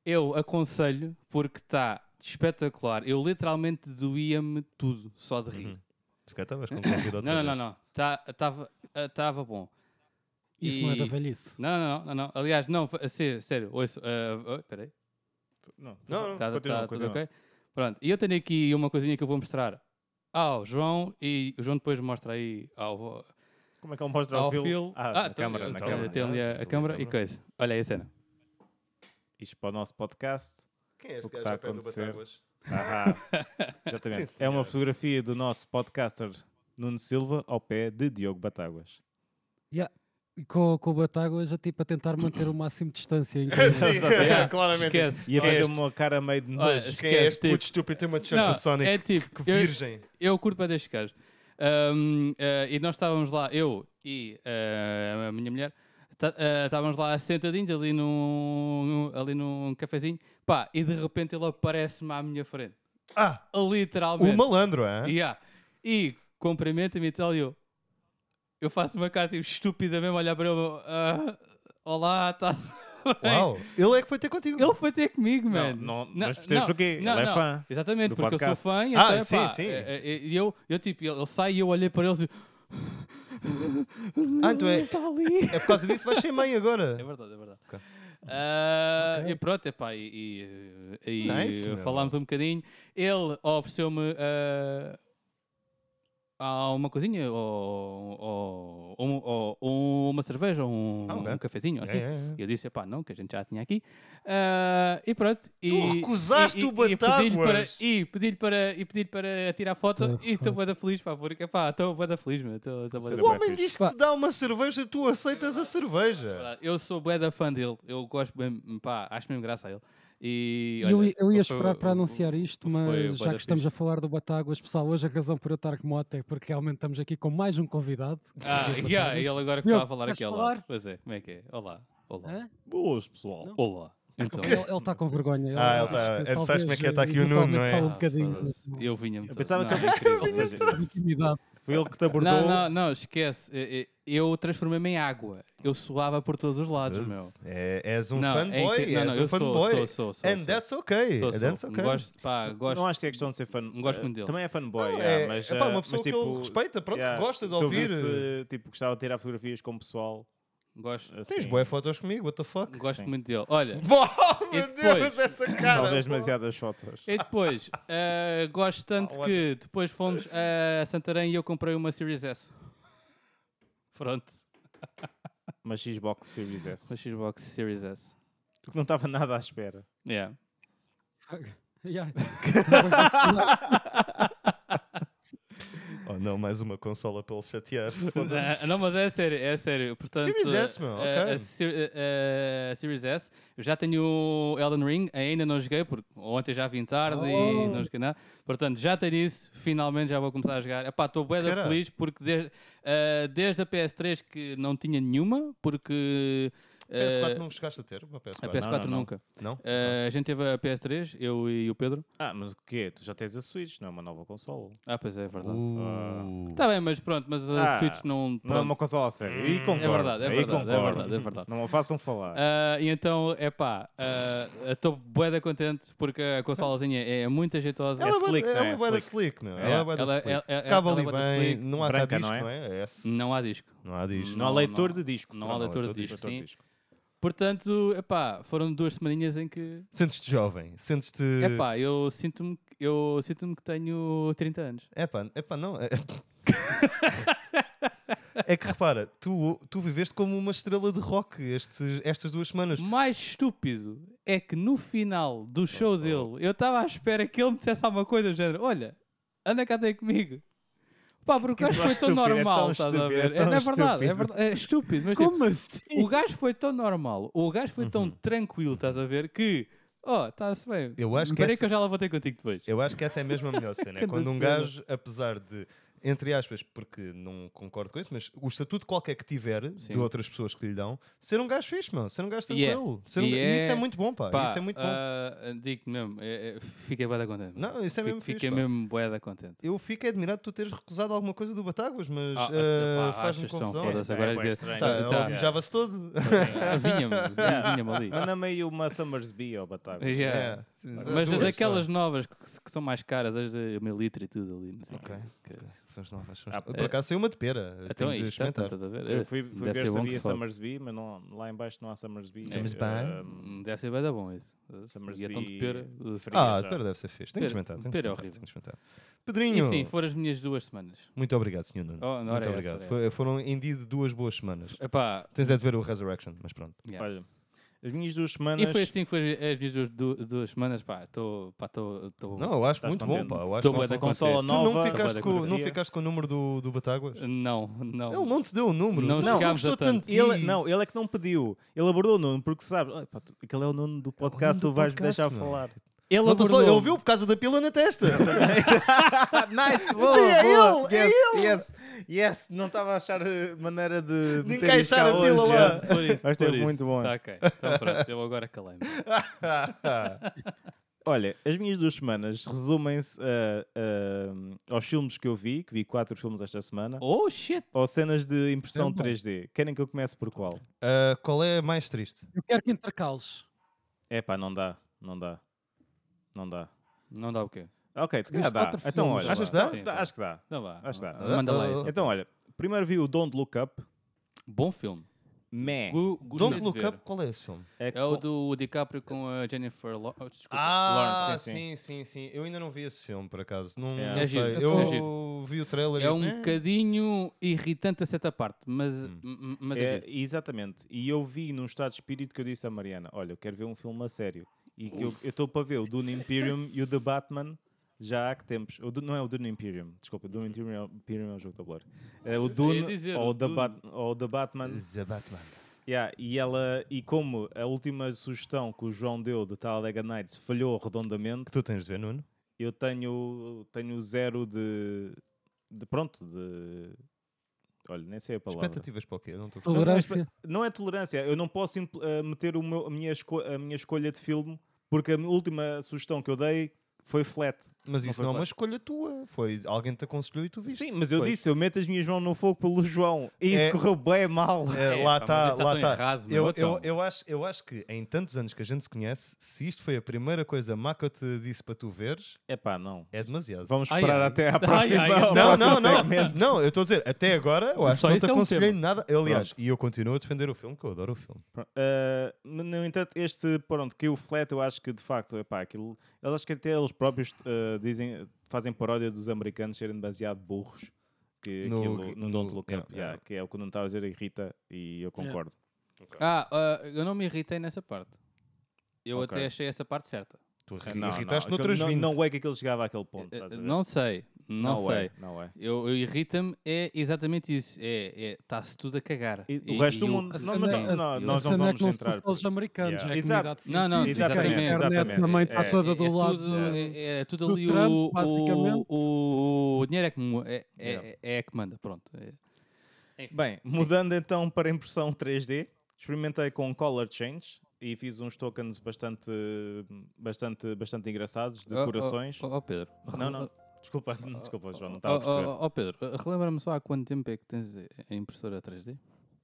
Speaker 5: Eu aconselho porque está espetacular. Eu literalmente doía-me tudo, só de rir.
Speaker 2: Uhum. Se calhar estavas com convidado. outra
Speaker 5: Não, não,
Speaker 2: vez.
Speaker 5: não, não. Tá, Estava bom.
Speaker 1: Isso não é da
Speaker 5: E-
Speaker 1: velhice.
Speaker 5: Não, não, não, não. Aliás, não, a sério, sério. Ouço, ah, ah, peraí.
Speaker 6: Não,
Speaker 2: Não, não,
Speaker 5: Tá, tá,
Speaker 2: continua,
Speaker 5: tá, tudo
Speaker 2: continua.
Speaker 5: ok? Pronto. E eu tenho aqui uma coisinha que eu vou mostrar ao João e o João depois mostra aí ao,
Speaker 6: Como é que ele mostra
Speaker 5: ao
Speaker 6: o Phil?
Speaker 5: Phil.
Speaker 6: Ah, na
Speaker 5: então,
Speaker 6: câmara, na
Speaker 5: então,
Speaker 6: câmara.
Speaker 5: Tem ali a, a
Speaker 2: Tem ali a
Speaker 5: câmara e
Speaker 2: câmara.
Speaker 5: coisa. Olha aí a cena.
Speaker 6: Isto para o nosso podcast.
Speaker 2: Quem é
Speaker 6: O
Speaker 2: este
Speaker 6: que
Speaker 2: gajo
Speaker 6: tá a
Speaker 2: ao pé do
Speaker 6: acontecer?
Speaker 2: Batáguas?
Speaker 6: Ahá. Exatamente.
Speaker 2: Sim,
Speaker 6: é uma
Speaker 2: senhor.
Speaker 6: fotografia do nosso podcaster Nuno Silva ao pé de Diogo Batáguas.
Speaker 1: E com, com o Batáguas a tipo a tentar manter o máximo de distância. em
Speaker 2: Sim,
Speaker 1: casa.
Speaker 5: Yeah,
Speaker 2: claramente.
Speaker 5: Esquece.
Speaker 6: E a fazer
Speaker 2: É este.
Speaker 6: uma cara meio de
Speaker 5: Olha,
Speaker 6: nojo.
Speaker 2: Quem é
Speaker 5: esquece,
Speaker 2: este
Speaker 5: tipo-
Speaker 2: puto estúpido? Tem uma t-shirt
Speaker 5: Não,
Speaker 2: do Sonic.
Speaker 5: É tipo,
Speaker 2: Que
Speaker 5: eu-
Speaker 2: virgem.
Speaker 5: eu curto para destes gajos. Ahm, ah, e nós estávamos lá, eu e ah, a minha mulher, tá- ah, estávamos lá sentadinhos ali num, num- ali num cafezinho, pá, e de repente ele aparece-me à minha frente.
Speaker 2: Ah, o
Speaker 5: Literalmente.
Speaker 2: malandro, é?
Speaker 5: Yeah. E cumprimenta-me e tal, e eu, eu faço uma cara tipo, estúpida mesmo, olhar para ele, ah, olá, tá-" estás bem?
Speaker 2: Uau. Ele é que foi ter contigo.
Speaker 5: Ele foi ter comigo, mano.
Speaker 6: não- mas percebes porquê? Ele é fã
Speaker 5: Exatamente,
Speaker 6: do
Speaker 5: porque eu
Speaker 6: podcast.
Speaker 5: sou fã. E
Speaker 2: Ah,
Speaker 5: então,
Speaker 2: sim,
Speaker 5: epá,
Speaker 2: sim.
Speaker 5: é- é- E eu, eu, tipo, ele, ele sai e eu olhei para ele e
Speaker 2: Ah, então é...
Speaker 5: está ali.
Speaker 2: É por causa disso vais ser mãe agora.
Speaker 5: É verdade, é verdade. Ah, E pronto, epá, e, e, e
Speaker 2: Nice, meu.
Speaker 5: falámos um bocadinho. Ele ofereceu-me ah, há uma coisinha ou, ou- ou- ou- ou uma uma cerveja ou um,
Speaker 2: Ah, ok.
Speaker 5: um cafezinho ou assim.
Speaker 2: É, é, é.
Speaker 5: E eu disse, pá, não, que a gente já tinha aqui. Ah, e pronto. E,
Speaker 2: recusaste
Speaker 5: e-
Speaker 2: o
Speaker 5: e- e pedi-lhe para-
Speaker 2: Batáguas.
Speaker 5: E pedi-lhe para, e pedi para tirar foto
Speaker 1: The
Speaker 5: e estou bué da feliz, pá, porque pá, estou bué da feliz, meu. Estou estou bué da
Speaker 2: O homem
Speaker 6: Pá.
Speaker 2: diz que te dá uma cerveja, tu aceitas a cerveja.
Speaker 5: Pá, Eu sou bué da fã dele. Eu gosto mesmo, pá, acho mesmo graça a ele. E,
Speaker 1: E eu,
Speaker 5: olha,
Speaker 1: ia- eu ia
Speaker 5: foi-
Speaker 1: esperar para anunciar isto,
Speaker 5: foi bué
Speaker 1: mas já
Speaker 5: da
Speaker 1: que
Speaker 5: fixe.
Speaker 1: estamos a falar do Batáguas, pessoal, hoje a razão por eu estar com moto é porque realmente estamos aqui com mais um convidado.
Speaker 5: Ah,
Speaker 1: Diogo
Speaker 5: yeah,
Speaker 1: Batáguas.
Speaker 5: ele agora que
Speaker 1: Diogo,
Speaker 5: estava a falar
Speaker 1: queres
Speaker 5: aqui ao
Speaker 1: falar?
Speaker 5: lado. Pois é, como é que é? Olá, olá,
Speaker 1: Hã? um
Speaker 6: Boas, pessoal.
Speaker 1: Não.
Speaker 5: olá. Então,
Speaker 1: Ele está com vergonha. ele-
Speaker 2: Ah, ele
Speaker 1: acho
Speaker 2: tá-
Speaker 1: que
Speaker 2: é, disseste
Speaker 1: talvez,
Speaker 2: como é que é, tá aqui
Speaker 1: eh,
Speaker 2: o Nuno, não
Speaker 1: eventualmente
Speaker 2: é?
Speaker 1: fala
Speaker 5: ah,
Speaker 1: um bocadinho
Speaker 5: foda-se,
Speaker 1: de-
Speaker 5: Eu vinha-me
Speaker 6: Eu
Speaker 5: todo-
Speaker 6: pensava que
Speaker 5: não,
Speaker 6: ele-
Speaker 5: é incrível.
Speaker 6: Ou seja,
Speaker 1: de intimidade.
Speaker 6: foi ele que te abordou.
Speaker 5: Não, não, não, esquece. Eh, eh, Eu transformei-me em água. Eu suava por todos os lados, meu.
Speaker 2: É, és um
Speaker 5: Não, é
Speaker 2: fanboy,
Speaker 5: incrível. Não,
Speaker 2: és
Speaker 5: não,
Speaker 2: um
Speaker 5: eu sou,
Speaker 2: fanboy.
Speaker 5: sou, sou, sou,
Speaker 2: And
Speaker 5: sou.
Speaker 2: that's okay.
Speaker 5: Sou,
Speaker 2: and
Speaker 5: sou.
Speaker 2: that's okay.
Speaker 5: Gosto, pá, gosto.
Speaker 6: Não acho que é questão de ser fã.
Speaker 5: Gosto
Speaker 6: eh,
Speaker 5: muito dele.
Speaker 6: Também é fanboy,
Speaker 2: Não,
Speaker 6: yeah,
Speaker 2: é-
Speaker 6: mas,
Speaker 2: epá,
Speaker 6: eh,
Speaker 2: uma
Speaker 6: mas,
Speaker 2: pessoa que
Speaker 6: tipo,
Speaker 2: ele respeita, pronto, que
Speaker 6: yeah,
Speaker 2: gosta de
Speaker 6: se eu
Speaker 2: ouvir. eh,
Speaker 5: eh,
Speaker 6: visse, tipo, gostava de tirar fotografias com o pessoal.
Speaker 5: Gosto,
Speaker 2: Tens
Speaker 6: assim,
Speaker 2: boé fotos comigo, what the fuck?
Speaker 5: gosto
Speaker 6: Sim.
Speaker 5: muito dele. Olha,
Speaker 2: Oh,
Speaker 5: E
Speaker 2: meu
Speaker 5: depois?
Speaker 2: Deus, essa cara!
Speaker 6: Talvez demasiadas fotos.
Speaker 5: e depois, eh, gosto tanto
Speaker 2: olha.
Speaker 5: que depois fomos a Santarém e eu comprei uma Series S. Pronto,
Speaker 6: Uma Xbox Series S.
Speaker 5: uma Xbox Series S.
Speaker 6: que não estava nada à espera.
Speaker 5: Yeah.
Speaker 1: Yeah.
Speaker 2: Oh não, mais uma consola para ele chatear.
Speaker 5: Ah, não, mas é sério, é sério. Portanto, eh,
Speaker 2: Series S, meu,
Speaker 5: a-
Speaker 2: ok.
Speaker 5: a, Ser- a- a eh, Series S, eu já tenho Elden Ring, ainda não joguei, porque ontem já vim tarde e
Speaker 2: Oh.
Speaker 5: não joguei nada. Portanto, já tenho isso, finalmente já vou começar a jogar. Epá, estou bué da
Speaker 2: Caralho.
Speaker 5: feliz, porque desde, ah, desde a PS3 que não tinha nenhuma, porque... ah,
Speaker 2: PS4 não chegaste a ter? Uma PS4?
Speaker 5: a PS4
Speaker 6: Não, não, não.
Speaker 5: nunca.
Speaker 2: Não?
Speaker 5: Ah, a gente teve a PS3, eu e o Pedro.
Speaker 6: Ah, mas o quê? Tu já tens a Switch, não é uma nova consola.
Speaker 5: Ah, pois é, é verdade.
Speaker 2: Uh.
Speaker 5: Está bem, mas pronto, mas a
Speaker 6: Ah,
Speaker 5: Switch não...
Speaker 6: Não é
Speaker 5: pronto.
Speaker 6: uma consola a sério. E concordo.
Speaker 5: verdade, é
Speaker 6: aí
Speaker 5: verdade, é
Speaker 6: concordo.
Speaker 5: verdade, é verdade.
Speaker 6: Não a façam falar.
Speaker 5: Ah, e então, é pá, estou bué da contente porque a consolazinha é muito ajeitosa.
Speaker 2: Ela
Speaker 6: É
Speaker 2: bué-
Speaker 6: slick, não
Speaker 2: ela
Speaker 6: é?
Speaker 2: é bué da
Speaker 6: Slick.
Speaker 2: slick, meu.
Speaker 6: É.
Speaker 2: Ela é bué da
Speaker 5: Ela-
Speaker 2: slick.
Speaker 5: ela- ela-
Speaker 2: Acaba
Speaker 5: ela
Speaker 2: ali
Speaker 5: é bué da
Speaker 2: bem,
Speaker 5: slick.
Speaker 2: não há cá
Speaker 6: Branca,
Speaker 2: disco,
Speaker 6: não é?
Speaker 2: não é? É S.
Speaker 5: Não há disco.
Speaker 2: Não há disco.
Speaker 6: não há
Speaker 5: não,
Speaker 6: leitor
Speaker 5: não.
Speaker 6: de disco.
Speaker 5: Não há leitor de disco,
Speaker 6: leitor de
Speaker 5: sim. Portanto, é pá, foram duas semaninhas em que.
Speaker 2: Sentes-te jovem, sentes-te...
Speaker 5: É pá, eu sinto-me eu sinto que tenho 30 anos.
Speaker 2: Epá, epá, não. É... É que repara, tu, tu viveste como uma estrela de rock estes, estas duas semanas.
Speaker 5: Mais estúpido é que no final do
Speaker 2: Oh,
Speaker 5: show dele eu estava à espera que ele me dissesse alguma coisa do género: olha, anda cá até comigo. Pá, porque o gajo
Speaker 6: Isso
Speaker 5: foi
Speaker 6: é
Speaker 5: tão
Speaker 6: estúpido, é
Speaker 5: normal,
Speaker 6: tão
Speaker 5: estás a
Speaker 6: estúpido, é
Speaker 5: ver?
Speaker 6: tão
Speaker 5: não é verdade, é
Speaker 6: estúpido.
Speaker 5: verdade, é estúpido, mas tipo,
Speaker 1: Como assim?
Speaker 5: O gajo foi tão normal, o gajo foi
Speaker 2: Uhum.
Speaker 5: tão tranquilo, estás a ver, que, ó, está-se bem.
Speaker 2: Eu acho que
Speaker 5: Peraí
Speaker 2: essa-
Speaker 5: que eu já lá vou ter contigo depois.
Speaker 2: Eu acho que essa é mesmo a melhor cena. é
Speaker 5: Cada
Speaker 2: quando um
Speaker 5: cena.
Speaker 2: gajo, apesar de, entre aspas, porque não concordo com isso, mas o estatuto qualquer que tiver
Speaker 5: Sim.
Speaker 2: de outras pessoas que lhe dão, ser um gajo fixe, mano. Ser um gajo
Speaker 5: E é.
Speaker 2: tranquilo. Ser um
Speaker 5: E
Speaker 2: ga-
Speaker 5: é-
Speaker 2: E isso é muito bom, pá.
Speaker 5: Pá,
Speaker 2: Isso é muito bom.
Speaker 5: ah, Digo-te mesmo, é, é, fiquei bué da contente.
Speaker 2: Não, isso é
Speaker 5: Fi-
Speaker 2: mesmo fixe.
Speaker 5: Fiquei
Speaker 2: pá.
Speaker 5: mesmo bué da contente.
Speaker 2: Eu fico admirado de tu teres recusado alguma coisa do Batáguas, mas
Speaker 5: Ah,
Speaker 2: eh,
Speaker 5: pá,
Speaker 2: faz-me
Speaker 5: achas são,
Speaker 2: confusão.
Speaker 5: foda-se,
Speaker 6: É,
Speaker 5: agora
Speaker 6: é
Speaker 5: é
Speaker 6: bué
Speaker 5: dizer-
Speaker 6: estranho.
Speaker 2: Tá,
Speaker 5: tá.
Speaker 2: ele mijava-se todo.
Speaker 5: Ah, Vinha-me, vinha- vinha-me ali.
Speaker 6: Manda meio uma Summersby ao Batagas.
Speaker 5: Yeah.
Speaker 2: É.
Speaker 5: Mas
Speaker 2: Duas,
Speaker 5: daquelas
Speaker 2: tá.
Speaker 5: novas que, que são mais caras, as de meio litro e tudo ali, não sei o
Speaker 2: Ok,
Speaker 5: quê, que-
Speaker 2: São as novas. são as-
Speaker 6: Ah,
Speaker 2: Por
Speaker 5: é.
Speaker 2: acaso saiu uma de pera. eu
Speaker 5: Então
Speaker 2: tenho
Speaker 5: é
Speaker 2: de
Speaker 5: isto, tá,
Speaker 2: experimentar.
Speaker 5: estás a ver?
Speaker 6: Eu
Speaker 5: Eh,
Speaker 6: fui, fui
Speaker 5: deve
Speaker 6: ver
Speaker 5: ser
Speaker 6: se
Speaker 5: bom
Speaker 6: havia
Speaker 5: que se fale.
Speaker 6: Summersby, mas não, lá em baixo não há Summersby.
Speaker 2: Summersby?
Speaker 6: Ehm,
Speaker 5: Hum, Deve ser bué da bom isso. E é tão de
Speaker 6: Summersby
Speaker 5: pera. eh,
Speaker 6: frio.
Speaker 2: Ah,
Speaker 6: já.
Speaker 2: de pera deve ser fixe. Tenho
Speaker 5: Pera-
Speaker 2: que experimentar. Tenho que
Speaker 5: pera
Speaker 2: experimentar,
Speaker 5: é horrível.
Speaker 2: tenho que experimentar.
Speaker 5: E
Speaker 2: Pedrinho,
Speaker 5: sim, foram as minhas duas semanas.
Speaker 2: muito obrigado, senhor Nuno.
Speaker 5: Oh, não
Speaker 2: muito
Speaker 5: era essa,
Speaker 2: obrigado.
Speaker 5: era
Speaker 2: Foi- foram, indeed, duas boas semanas.
Speaker 5: Epá,
Speaker 2: Tens é de ver o Resurrection, mas pronto.
Speaker 5: yeah.
Speaker 6: Olha, as minhas duas semanas.
Speaker 5: E foi assim que foi as minhas duas, du- duas semanas, pá, estou pá, tô, tô,
Speaker 2: Não, eu acho
Speaker 6: Estás
Speaker 2: muito
Speaker 6: contente?
Speaker 2: bom, pá. Eu acho
Speaker 5: Tô
Speaker 2: que
Speaker 5: bué
Speaker 2: não-
Speaker 5: da
Speaker 2: tu
Speaker 6: consola
Speaker 5: contente.
Speaker 6: nova.
Speaker 2: não
Speaker 6: tô
Speaker 2: ficaste,
Speaker 6: bué da
Speaker 2: com, não
Speaker 6: contente.
Speaker 2: ficaste com o número do, do Batáguas? Ele
Speaker 5: Não, não.
Speaker 2: não te deu o número.
Speaker 5: Não
Speaker 2: Ele
Speaker 5: chegámos
Speaker 2: gostou
Speaker 5: a tanto.
Speaker 2: tanto de
Speaker 6: Ele,
Speaker 2: ti.
Speaker 6: não, ele é que não pediu. Ele abordou o Nuno, porque sabe, "Ah, pá, tu- aquele é o Nuno do podcast,
Speaker 2: do
Speaker 6: tu vais me
Speaker 2: podcast,
Speaker 6: deixar
Speaker 2: meu.
Speaker 6: falar.
Speaker 5: Ele
Speaker 2: Não, mas
Speaker 5: abordou-me.
Speaker 2: Ele ouviu por causa da pila na testa.
Speaker 6: nice,
Speaker 2: boa, é boa. ele, é Yes,
Speaker 6: ele! Yes, não estava a achar maneira
Speaker 2: De
Speaker 6: de,
Speaker 2: meter isto encaixar cá a pila hoje, lá.
Speaker 5: Por isso,
Speaker 6: Mas
Speaker 5: por
Speaker 2: é
Speaker 6: teve
Speaker 5: isso.
Speaker 6: muito bom.
Speaker 5: Tá, ok. Então pronto, eu agora calei-me.
Speaker 2: Ah,
Speaker 6: Olha, as minhas duas semanas resumem-se a- a- aos filmes que eu vi, que vi quatro filmes esta semana,
Speaker 5: Oh, shit.
Speaker 6: ou cenas de impressão
Speaker 1: Também.
Speaker 6: 3D. Querem que eu comece por qual?
Speaker 2: Ah, qual é a mais triste?
Speaker 1: Eu quero que intercales.
Speaker 6: É pá, não dá, não dá, não dá.
Speaker 5: Não dá o quê?
Speaker 6: Ok, se
Speaker 1: Viste
Speaker 6: calhar dá.
Speaker 1: quatro
Speaker 6: Então
Speaker 1: filmes.
Speaker 6: olha.
Speaker 2: Achas que dá?
Speaker 5: Sim,
Speaker 6: Dá-
Speaker 5: tá.
Speaker 6: Acho que dá.
Speaker 5: Não vá.
Speaker 6: Acho que dá.
Speaker 5: Então, Manda lá isso.
Speaker 6: Então olha, primeiro vi o Don't Look Up,
Speaker 5: Bom filme.
Speaker 6: Mé.
Speaker 5: Gu- gostei
Speaker 2: Don't
Speaker 5: de
Speaker 2: Look
Speaker 5: ver.
Speaker 2: Up, qual é esse filme?
Speaker 5: É o do DiCaprio com a Jennifer Lo oh, desculpa,
Speaker 2: Ah,
Speaker 6: Lawrence, sim,
Speaker 2: sim, sim, sim. Eu ainda não vi esse filme, por acaso. Não,
Speaker 6: É.
Speaker 2: não sei.
Speaker 5: É giro,
Speaker 2: Eu
Speaker 5: é giro.
Speaker 2: vi o trailer
Speaker 5: É
Speaker 2: e-
Speaker 5: um
Speaker 2: Eh.
Speaker 5: bocadinho irritante a certa parte, mas, m- mas é,
Speaker 6: É,
Speaker 5: giro.
Speaker 6: exatamente. E eu vi num estado de espírito que eu disse à Mariana: Olha, eu quero ver um filme a sério. E que eu estou para ver o Dune Imperium e o The Batman já há que tempos. O Dune- não é o Dune Imperium, desculpa, o Dune Imperium é o- Imperium é o jogo de tabuleiro. É o Dune
Speaker 5: Uhum. dizer,
Speaker 6: ou
Speaker 5: o
Speaker 6: o The
Speaker 5: Dune. Uhum.
Speaker 6: Bat- ou o The Batman.
Speaker 2: The Batman.
Speaker 6: Yeah, e, ela, e como a última sugestão que o João deu de Talladega Nights falhou redondamente,
Speaker 2: Tu tens de ver, Nuno?
Speaker 6: eu tenho, tenho zero de, de. Pronto, de. Olha, nem sei a palavra.
Speaker 2: Expectativas para o quê? Eu Não estou a perceber.
Speaker 1: Tolerância.
Speaker 6: Não é tolerância, eu não posso impl- eh, meter o meu- a, minha esco- a minha escolha de filme, porque a mi- última sugestão que eu dei foi flat.
Speaker 2: Mas isso
Speaker 6: foi
Speaker 2: não, é uma
Speaker 6: flat.
Speaker 2: escolha tua. Foi alguém te aconselhou e tu viste.
Speaker 6: Sim, mas eu
Speaker 5: Pois.
Speaker 6: disse, eu meto as minhas mãos no fogo pelo João. E isso
Speaker 2: É.
Speaker 6: correu bem mal.
Speaker 2: É,
Speaker 5: É,
Speaker 2: lá
Speaker 5: pá, mas
Speaker 2: está,
Speaker 5: isso tá
Speaker 2: lá
Speaker 5: tão
Speaker 2: está.
Speaker 5: errado,
Speaker 2: Eu,
Speaker 5: meu,
Speaker 2: eu,
Speaker 5: então.
Speaker 2: eu, acho, eu acho que em tantos anos que a gente se conhece, se isto foi a primeira coisa má que eu te disse para tu veres,
Speaker 6: É pá, não.
Speaker 2: é demasiado.
Speaker 6: Vamos
Speaker 5: Ai,
Speaker 6: esperar
Speaker 5: ai.
Speaker 6: até à
Speaker 5: Ai,
Speaker 6: próxima.
Speaker 5: ai,
Speaker 6: ao
Speaker 2: Não,
Speaker 6: próximo
Speaker 2: não, não,
Speaker 6: segmento.
Speaker 2: não, eu estou a dizer, até agora eu acho
Speaker 5: Só
Speaker 2: que não
Speaker 5: esse
Speaker 2: te
Speaker 5: é um
Speaker 2: aconselhei
Speaker 5: tema.
Speaker 2: nada. Aliás,
Speaker 6: Pronto.
Speaker 2: e eu continuo a defender o filme, que eu adoro o filme.
Speaker 6: Pronto, eh, mas, no entanto, este, pronto, que o flat, eu acho que de facto, epá, aquilo, eu acho que até eles próprios eh, dizem, fazem paródia dos americanos serem demasiado burros. Que
Speaker 2: No-
Speaker 6: aquilo, no,
Speaker 2: no-
Speaker 6: Don't Look
Speaker 2: yeah,
Speaker 6: Up,
Speaker 2: yeah.
Speaker 6: yeah, que é o que não estava a dizer, irrita, e eu concordo.
Speaker 5: Ah, ah, eu não me irritei nessa parte. Eu
Speaker 6: Ok.
Speaker 5: até achei essa parte certa.
Speaker 2: Tu
Speaker 6: Ah,
Speaker 2: irritaste
Speaker 6: não,
Speaker 2: noutras
Speaker 6: aquilo-
Speaker 2: 20.
Speaker 6: Não, não é que aquilo chegava àquele ponto.
Speaker 5: Eh,
Speaker 6: estás a ver?
Speaker 5: não sei, não, sei.
Speaker 6: É, não é.
Speaker 5: Eu, eu irrita-me é exatamente isso. É, é está-se tudo a cagar.
Speaker 6: E o resto do
Speaker 5: eu-
Speaker 6: mundo-
Speaker 5: assim,
Speaker 6: não,
Speaker 5: sim.
Speaker 6: mas não- não,
Speaker 1: a
Speaker 5: eu-
Speaker 6: nós não
Speaker 1: cena é
Speaker 6: vamos
Speaker 1: que não se
Speaker 6: entrar
Speaker 1: fosse
Speaker 6: por
Speaker 1: os
Speaker 6: aí.
Speaker 1: americanos,
Speaker 6: Yeah.
Speaker 1: é a
Speaker 6: Exato.
Speaker 1: comunidade
Speaker 5: Não, não,
Speaker 1: científica,
Speaker 6: exatamente,
Speaker 1: a internet
Speaker 6: exatamente.
Speaker 1: também
Speaker 5: É,
Speaker 1: está
Speaker 5: é
Speaker 1: toda do lado.
Speaker 5: tudo,
Speaker 1: do-
Speaker 5: é, é tudo
Speaker 1: do
Speaker 5: ali
Speaker 1: Trump,
Speaker 5: o,
Speaker 1: basicamente.
Speaker 5: o, o dinheiro é que, mu- é, é,
Speaker 6: Yeah.
Speaker 5: é- é que manda, pronto. É.
Speaker 6: Bem, mudando então para impressão 3D, experimentei com Color Change e fiz uns tokens bastante, bastante, bastante engraçados, de
Speaker 5: Oh, oh,
Speaker 6: corações.
Speaker 5: Oh, oh, Pedro.
Speaker 6: Não, não. Ah, Desculpa, desculpa, João, não
Speaker 5: Oh,
Speaker 6: estava a perceber.
Speaker 5: oh, oh, Pedro, eh, relembra-me só há quanto tempo é que tens a impressora 3D?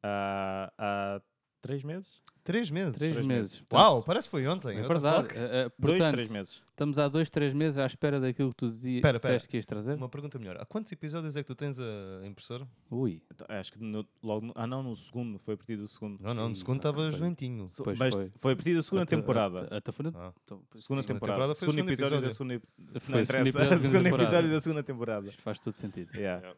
Speaker 5: ah.
Speaker 6: Há, Ah, há três meses?
Speaker 2: é- Três meses.
Speaker 5: Três,
Speaker 6: meses.
Speaker 5: meses.
Speaker 2: Uau, parece que foi ontem.
Speaker 5: É
Speaker 2: what the
Speaker 5: verdade.
Speaker 2: fuck?
Speaker 5: eh, eh,
Speaker 6: dois,
Speaker 5: portanto,
Speaker 6: três meses.
Speaker 5: Estamos há dois, três meses à espera daquilo que tu dizia,
Speaker 2: Pera, pera.
Speaker 5: disseste que ias trazer.
Speaker 2: Uma pergunta melhor. Há quantos episódios é que tu tens a impressora?
Speaker 5: Ui,
Speaker 6: Então, acho que no- logo. no- Ah, não, no segundo. Foi a partir do segundo.
Speaker 2: Não, não, no
Speaker 5: Ih,
Speaker 2: segundo
Speaker 5: pá,
Speaker 2: estava
Speaker 5: foi.
Speaker 2: doentinho.
Speaker 5: pois
Speaker 6: Mas
Speaker 5: foi.
Speaker 6: foi a partir da segunda
Speaker 5: Até-
Speaker 6: temporada.
Speaker 5: até- até foi no-
Speaker 2: Ah.
Speaker 5: então, pois,
Speaker 6: Segunda
Speaker 5: sim,
Speaker 6: temporada.
Speaker 2: temporada foi o
Speaker 6: segundo
Speaker 2: segundo
Speaker 6: episódio da
Speaker 2: episódio.
Speaker 6: segunda.
Speaker 5: foi
Speaker 6: Não
Speaker 5: o segundo
Speaker 6: interessa.
Speaker 5: episódio da segunda
Speaker 6: Segundo episódio
Speaker 5: temporada.
Speaker 6: da segunda temporada.
Speaker 5: Isto faz todo sentido.
Speaker 6: Yeah.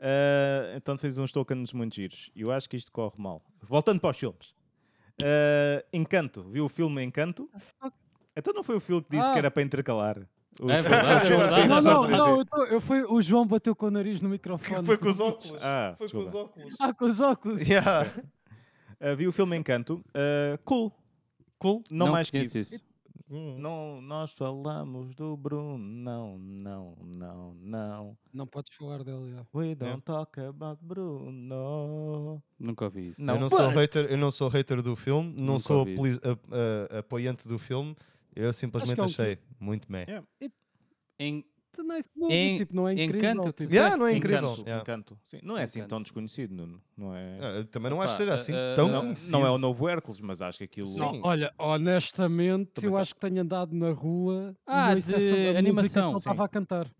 Speaker 6: Uh, então fez uns tokens muito giros. Eu acho que isto corre mal. Voltando para os filmes. Uh, Encanto. Viu o filme Encanto? Então não foi o filme que disse
Speaker 1: Ah.
Speaker 6: que era para intercalar. O
Speaker 5: É
Speaker 6: filme-
Speaker 5: verdade, é
Speaker 6: filme
Speaker 5: verdade.
Speaker 6: sem
Speaker 1: Não,
Speaker 6: impressão
Speaker 1: não,
Speaker 6: 3D.
Speaker 1: não. eu tô- Eu fui, o João bateu com o nariz no microfone.
Speaker 2: Foi com os óculos.
Speaker 6: Ah,
Speaker 2: Foi com os
Speaker 6: desculpa.
Speaker 2: óculos.
Speaker 1: Ah, com os óculos.
Speaker 2: Yeah.
Speaker 6: Uh, vi o filme Encanto. Uh, cool.
Speaker 2: Cool.
Speaker 6: Não, mais que
Speaker 5: conheço
Speaker 6: isso.
Speaker 2: Hum.
Speaker 6: Não, nós falamos do Bruno. Não, não, não, não.
Speaker 1: Não podes falar dele. já.
Speaker 6: We don't talk about Bruno.
Speaker 5: Nunca ouvi isso.
Speaker 2: eu, não sou hater, eu não sou hater do filme, não
Speaker 5: Nunca
Speaker 2: sou
Speaker 5: ouvi
Speaker 2: apoli- a- a- apoiante do filme. Eu simplesmente
Speaker 1: Acho que é um
Speaker 2: achei muito meh.
Speaker 6: Yeah.
Speaker 5: Em-
Speaker 1: Então, Não é isso mesmo,
Speaker 5: Em-
Speaker 1: tipo, não é
Speaker 5: em
Speaker 1: incrível.
Speaker 5: Encanto,
Speaker 1: tipo.
Speaker 5: tu-
Speaker 2: Yeah, não é incrível.
Speaker 6: Encanto.
Speaker 2: Yeah.
Speaker 6: Encanto. Sim, não é assim tão
Speaker 5: Encanto.
Speaker 6: desconhecido, Nuno. Não é.
Speaker 2: Ah, eu também não acho que seja
Speaker 5: Opa,
Speaker 2: assim
Speaker 5: ah,
Speaker 2: tão
Speaker 5: ah,
Speaker 6: Não,
Speaker 2: conhecido.
Speaker 6: não é o novo Hércules, mas acho que aquilo.
Speaker 2: Sim.
Speaker 1: Olha, honestamente,
Speaker 6: Também
Speaker 1: eu
Speaker 6: tá-
Speaker 1: acho que tenho andado na rua
Speaker 5: Ah,
Speaker 1: e ouço essa
Speaker 5: de
Speaker 1: música que
Speaker 5: animação,
Speaker 1: ele
Speaker 5: sim.
Speaker 1: estava a cantar.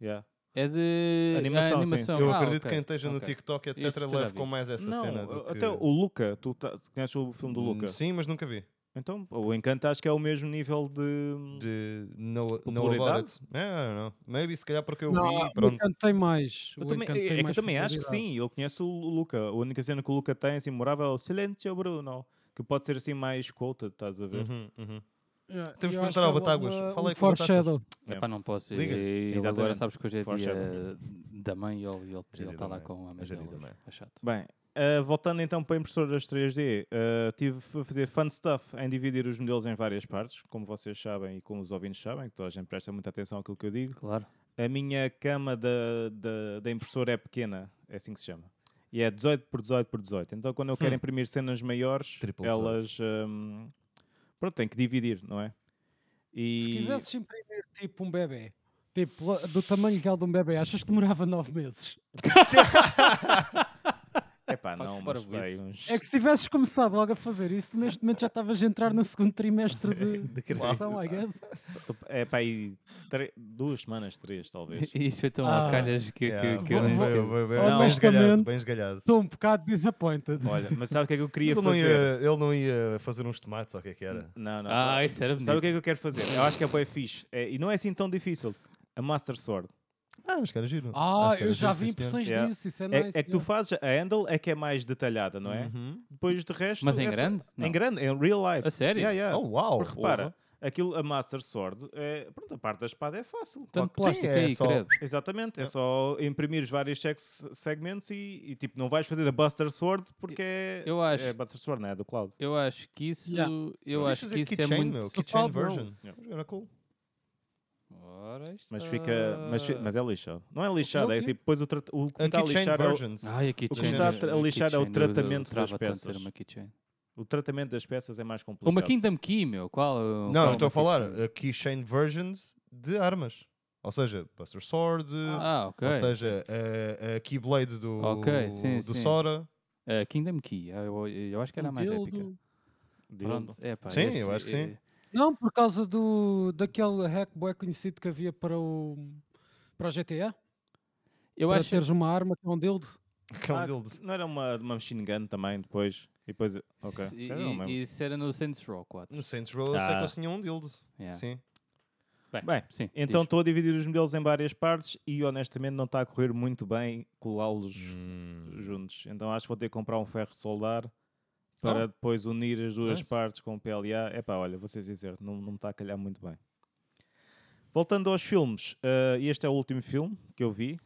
Speaker 6: Yeah.
Speaker 5: É de ah,
Speaker 6: Animação, sim,
Speaker 5: animação.
Speaker 2: Eu
Speaker 5: Ah,
Speaker 2: acredito que
Speaker 5: ok,
Speaker 2: quem esteja no
Speaker 5: ok.
Speaker 2: TikTok, etc.,
Speaker 5: Este tu já
Speaker 2: leve
Speaker 5: vi.
Speaker 2: com mais essa
Speaker 6: Não,
Speaker 2: cena. do
Speaker 6: a- até
Speaker 2: que-
Speaker 6: o Luca, tu, tá- tu conheces o filme do
Speaker 2: Hum,
Speaker 6: Luca?
Speaker 2: Sim, mas nunca vi.
Speaker 6: Então, o Encanto acho que é o mesmo nível de. hum,
Speaker 2: De no, no about
Speaker 6: Popularidade?
Speaker 2: it. É, I don't know. Maybe se calhar porque eu
Speaker 1: Não,
Speaker 2: vi.
Speaker 1: o
Speaker 2: Pronto.
Speaker 1: Encanto tem mais.
Speaker 6: Eu
Speaker 1: o
Speaker 6: também,
Speaker 1: Encanto
Speaker 6: é-
Speaker 1: tem
Speaker 6: é que eu
Speaker 1: mais
Speaker 6: também acho que
Speaker 1: popularidade.
Speaker 6: sim, eu conheço o Lu- Luca. A única cena que o Luca tem assim morável é o Silêncio Bruno, que pode ser assim mais quoted, estás a ver?
Speaker 2: Uhum, uhum.
Speaker 1: Yeah,
Speaker 2: Temos
Speaker 1: eu
Speaker 2: que
Speaker 1: acho
Speaker 2: perguntar ao
Speaker 1: é uma-
Speaker 2: Batáguas.
Speaker 1: uma-
Speaker 2: Fala
Speaker 1: um
Speaker 2: aí com o Batáguas.
Speaker 1: foreshadow.
Speaker 5: Epá, não posso.
Speaker 2: Liga.
Speaker 5: E ele agora
Speaker 6: Exatamente.
Speaker 5: sabes que hoje é dia
Speaker 6: Foreshadow.
Speaker 5: da mãe e ele- ele
Speaker 2: dia
Speaker 5: ele
Speaker 2: da
Speaker 5: está lá
Speaker 2: mãe.
Speaker 5: com a
Speaker 2: Hoje
Speaker 5: mãe
Speaker 2: é dia
Speaker 5: dele
Speaker 2: da
Speaker 5: hoje.
Speaker 2: mãe.
Speaker 5: É chato.
Speaker 6: Bem, ah, voltando então para impressoras 3D, ah, tive a fazer fun stuff em dividir os modelos em várias partes, como vocês sabem e como os ouvintes sabem, que toda a gente presta muita atenção àquilo que eu digo.
Speaker 5: Claro.
Speaker 6: A minha cama da, da, da impressora é pequena, é assim que se chama. E é 18 por 18 por 18. Então, quando eu quero imprimir cenas maiores,
Speaker 2: Hum. Triple
Speaker 6: elas. hum, pronto, tem que dividir, não é? E
Speaker 1: Se quisesses imprimir tipo um bebê, tipo lo- do tamanho real de um bebê, achas que demorava nove meses?
Speaker 6: Epá,
Speaker 5: Pá,
Speaker 6: não,
Speaker 5: bora
Speaker 6: mas
Speaker 5: ver
Speaker 6: vai
Speaker 5: isso.
Speaker 6: uns...
Speaker 1: É que se tivesses começado logo a fazer isso, neste momento já estavas a entrar no segundo trimestre de,
Speaker 6: De
Speaker 1: de
Speaker 6: carreira.
Speaker 1: produção, I guess.
Speaker 6: É pá, aí tre- duas semanas, três, talvez.
Speaker 5: Isto foi tão
Speaker 1: Ah,
Speaker 5: ao calhas que,
Speaker 2: É,
Speaker 5: que, que eu nem
Speaker 1: vou-
Speaker 5: sei.
Speaker 2: Bem esgalhado,
Speaker 1: Honestamente,
Speaker 2: bem esgalhado.
Speaker 1: Estou um bocado disappointed.
Speaker 6: Olha, mas sabe o que é que eu
Speaker 2: Mas
Speaker 6: queria
Speaker 2: Ele não,
Speaker 6: fazer?
Speaker 2: ia, ele não ia fazer uns tomates, ou o que é que era?
Speaker 6: Não, não.
Speaker 5: Ah, isso era
Speaker 6: Sabe o que é que
Speaker 5: bonito.
Speaker 6: eu quero fazer? Eu acho que é bem fixe. É, e não é assim tão difícil. A Master Sword.
Speaker 2: Ah, os caras giro.
Speaker 1: Ah,
Speaker 2: Acho que era
Speaker 1: eu já vi
Speaker 2: giro, sim, senhor.
Speaker 1: impressões
Speaker 6: Yeah.
Speaker 1: disso, isso é,
Speaker 6: É,
Speaker 1: nice.
Speaker 6: é que tu
Speaker 1: yeah.
Speaker 6: fazes. A handle é que é mais detalhada, não é?
Speaker 2: Uhum.
Speaker 6: Depois de resto.
Speaker 5: Mas em
Speaker 6: é só-
Speaker 5: grande?
Speaker 6: Em
Speaker 5: Não.
Speaker 6: grande, em real life.
Speaker 5: A sério? oh.
Speaker 6: Yeah, yeah.
Speaker 2: Oh, uau!
Speaker 6: Porque repara, aquilo, a Master Sword, é, pronto, a parte da espada é fácil.
Speaker 5: Tanto
Speaker 2: Claro que sim,
Speaker 5: plástico
Speaker 2: é
Speaker 5: aí,
Speaker 2: só-
Speaker 5: credo.
Speaker 6: Exatamente, é só imprimir os vários check- segmentos e, e, tipo, não vais fazer a Buster Sword porque é.
Speaker 5: eu acho-
Speaker 6: É Buster Sword, não é? Do Cloud.
Speaker 5: Eu acho que isso.
Speaker 1: Yeah.
Speaker 5: Eu
Speaker 2: Podias
Speaker 5: acho
Speaker 2: fazer
Speaker 5: que isso é
Speaker 2: keychain,
Speaker 5: muito.
Speaker 2: Meu, keychain
Speaker 1: Pablo.
Speaker 2: version.
Speaker 6: Yeah.
Speaker 2: Era cool.
Speaker 5: Ora, isto
Speaker 6: Mas fica. Mas, fi-
Speaker 5: Ah.
Speaker 6: mas é lixado. Não é lixado,
Speaker 1: É o
Speaker 6: é
Speaker 1: quê?
Speaker 6: tipo, depois o, trat- o que
Speaker 2: A
Speaker 6: está a
Speaker 2: keychain
Speaker 6: lixar é o,
Speaker 2: versions.
Speaker 5: Ai, a keychain.
Speaker 2: que me está a
Speaker 5: era-
Speaker 6: tra- lixar é o
Speaker 5: keychain, eu- eu
Speaker 6: tratamento das
Speaker 5: adorava tanto ter
Speaker 6: peças.
Speaker 5: Uma, keychain.
Speaker 6: o tratamento das peças é mais complicado.
Speaker 5: uma Kingdom Key, meu. Qual?
Speaker 2: Não,
Speaker 5: qual
Speaker 2: eu estou a
Speaker 5: uma
Speaker 2: falar
Speaker 5: keychain?
Speaker 2: uh, keychain versions de armas. Ou seja, Buster Sword,
Speaker 5: Ah, ok.
Speaker 2: ou seja, a, a Keyblade do,
Speaker 5: Ok, sim,
Speaker 2: do
Speaker 5: sim.
Speaker 2: Sora.
Speaker 5: Ah, Kingdom Key. Ah, eu, eu acho que era a mais
Speaker 1: Dildo.
Speaker 5: épica.
Speaker 6: Dildo.
Speaker 5: Pronto, é pá.
Speaker 2: Sim,
Speaker 5: esse-
Speaker 2: eu acho que sim.
Speaker 5: é-
Speaker 1: Não, por causa do, daquele hack bué conhecido que havia para o, para o GTA.
Speaker 5: Eu
Speaker 1: para
Speaker 5: acho.
Speaker 1: teres uma arma que é um dildo.
Speaker 2: Que é um
Speaker 6: Ah,
Speaker 2: dildo.
Speaker 6: Não era uma, uma machine gun também, depois. E depois. Ok.
Speaker 5: se-
Speaker 6: Era o mesmo.
Speaker 5: e- Isso era no Saints Row 4.
Speaker 2: No Saints Row eu sei que
Speaker 6: Ah.
Speaker 2: eles tinham um dildo.
Speaker 5: Yeah.
Speaker 2: Hum, Sim.
Speaker 6: Bem,
Speaker 5: sim,
Speaker 6: Então
Speaker 5: diz.
Speaker 6: estou a dividir os modelos em várias partes e honestamente não está a correr muito bem colá-los
Speaker 5: Hum.
Speaker 6: juntos. Então acho que vou ter que comprar um ferro de soldar para
Speaker 5: Ah.
Speaker 6: depois unir as duas
Speaker 2: Nice.
Speaker 6: partes com o PLA. Epá, olha, vou ser sincero, não, não me está a calhar muito bem. Voltando aos filmes, eh, este é o último filme que eu vi.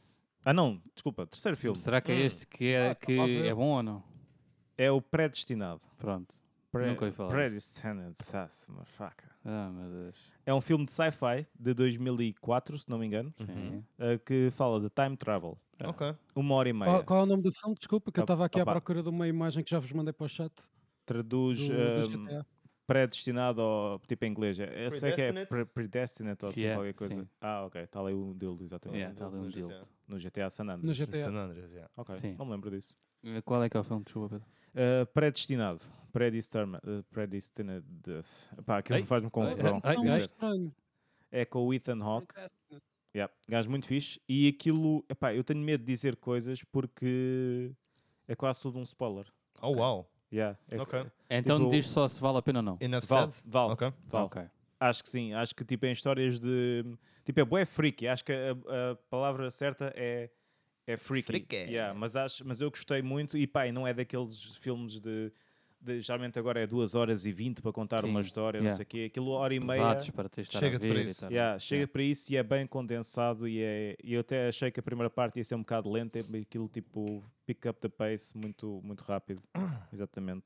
Speaker 6: Ah não, desculpa, terceiro filme.
Speaker 5: Será que é este que é, que é bom ou não?
Speaker 6: É o Predestinado.
Speaker 5: Pronto.
Speaker 6: Pre-
Speaker 5: Nunca ouvi falar
Speaker 6: Predestinado, sass, motherfucker.
Speaker 5: Ah, meu Deus.
Speaker 6: É um filme de sci-fi de 2004, se não me engano,
Speaker 5: Sim.
Speaker 6: eh, que fala de time travel.
Speaker 2: Ok.
Speaker 6: Uma hora e meia.
Speaker 1: Qual, qual é o nome do filme? Desculpa, que eu
Speaker 6: Op-
Speaker 1: estava aqui à
Speaker 6: opa.
Speaker 1: procura de uma imagem que já vos mandei para o chat. Do,
Speaker 6: traduz
Speaker 1: do
Speaker 6: ehm,
Speaker 1: GTA.
Speaker 6: predestinado ao tipo em inglês. é- Eu sei que é
Speaker 2: Predestinate?
Speaker 6: pre predestinate ou assim
Speaker 5: Yeah,
Speaker 6: qualquer coisa.
Speaker 5: sim.
Speaker 6: Ah, ok. Está ali um dildo, exatamente.
Speaker 5: Yeah, tá ali um
Speaker 2: No GTA.
Speaker 5: dildo.
Speaker 6: No GTA San
Speaker 1: No
Speaker 6: Andreas.
Speaker 1: GTA.
Speaker 2: San Andreas, yeah.
Speaker 6: Ok,
Speaker 5: Sim.
Speaker 6: não me lembro disso.
Speaker 5: Qual é que é o filme? Desculpa, Pedro.
Speaker 6: Uh, predestinado. Predestinado. Uh, predestinado. Pá, aquilo
Speaker 5: Ei,
Speaker 6: faz-me confusão.
Speaker 1: É um
Speaker 6: dizer.
Speaker 1: nome estranho.
Speaker 6: É com o Ethan Hawke. Yeah, gajo muito fixe. E aquilo, epá, eu tenho medo de dizer coisas porque é quase tudo um spoiler.
Speaker 2: Oh, wow.
Speaker 6: Yeah, é-
Speaker 2: Ok.
Speaker 5: Então
Speaker 6: Tipo- então,
Speaker 5: diz só se vale a pena ou não.
Speaker 2: Enough
Speaker 6: Vale,
Speaker 2: said.
Speaker 6: vale,
Speaker 2: Ok.
Speaker 6: vale.
Speaker 5: Ok.
Speaker 6: Acho que sim, acho que tipo em histórias de. Tipo, é bué freaky, acho que a, a palavra certa é, é freaky.
Speaker 2: Freaky.
Speaker 6: Yeah, mas, acho, mas eu gostei muito e pá, e não é daqueles filmes de. de- geralmente agora é 2 horas e 20 para contar
Speaker 5: Sim,
Speaker 6: uma história, não
Speaker 5: yeah.
Speaker 6: sei o quê. Aquilo hora e meia.
Speaker 5: Pesados para te estar a
Speaker 2: Chega-te para
Speaker 5: ver e
Speaker 2: isso.
Speaker 5: tal.
Speaker 6: yeah, chega para isso e é bem condensado e é, e eu até achei que a primeira parte ia ser um bocado lenta e aquilo tipo pick up the pace muito, muito rápido. Exatamente.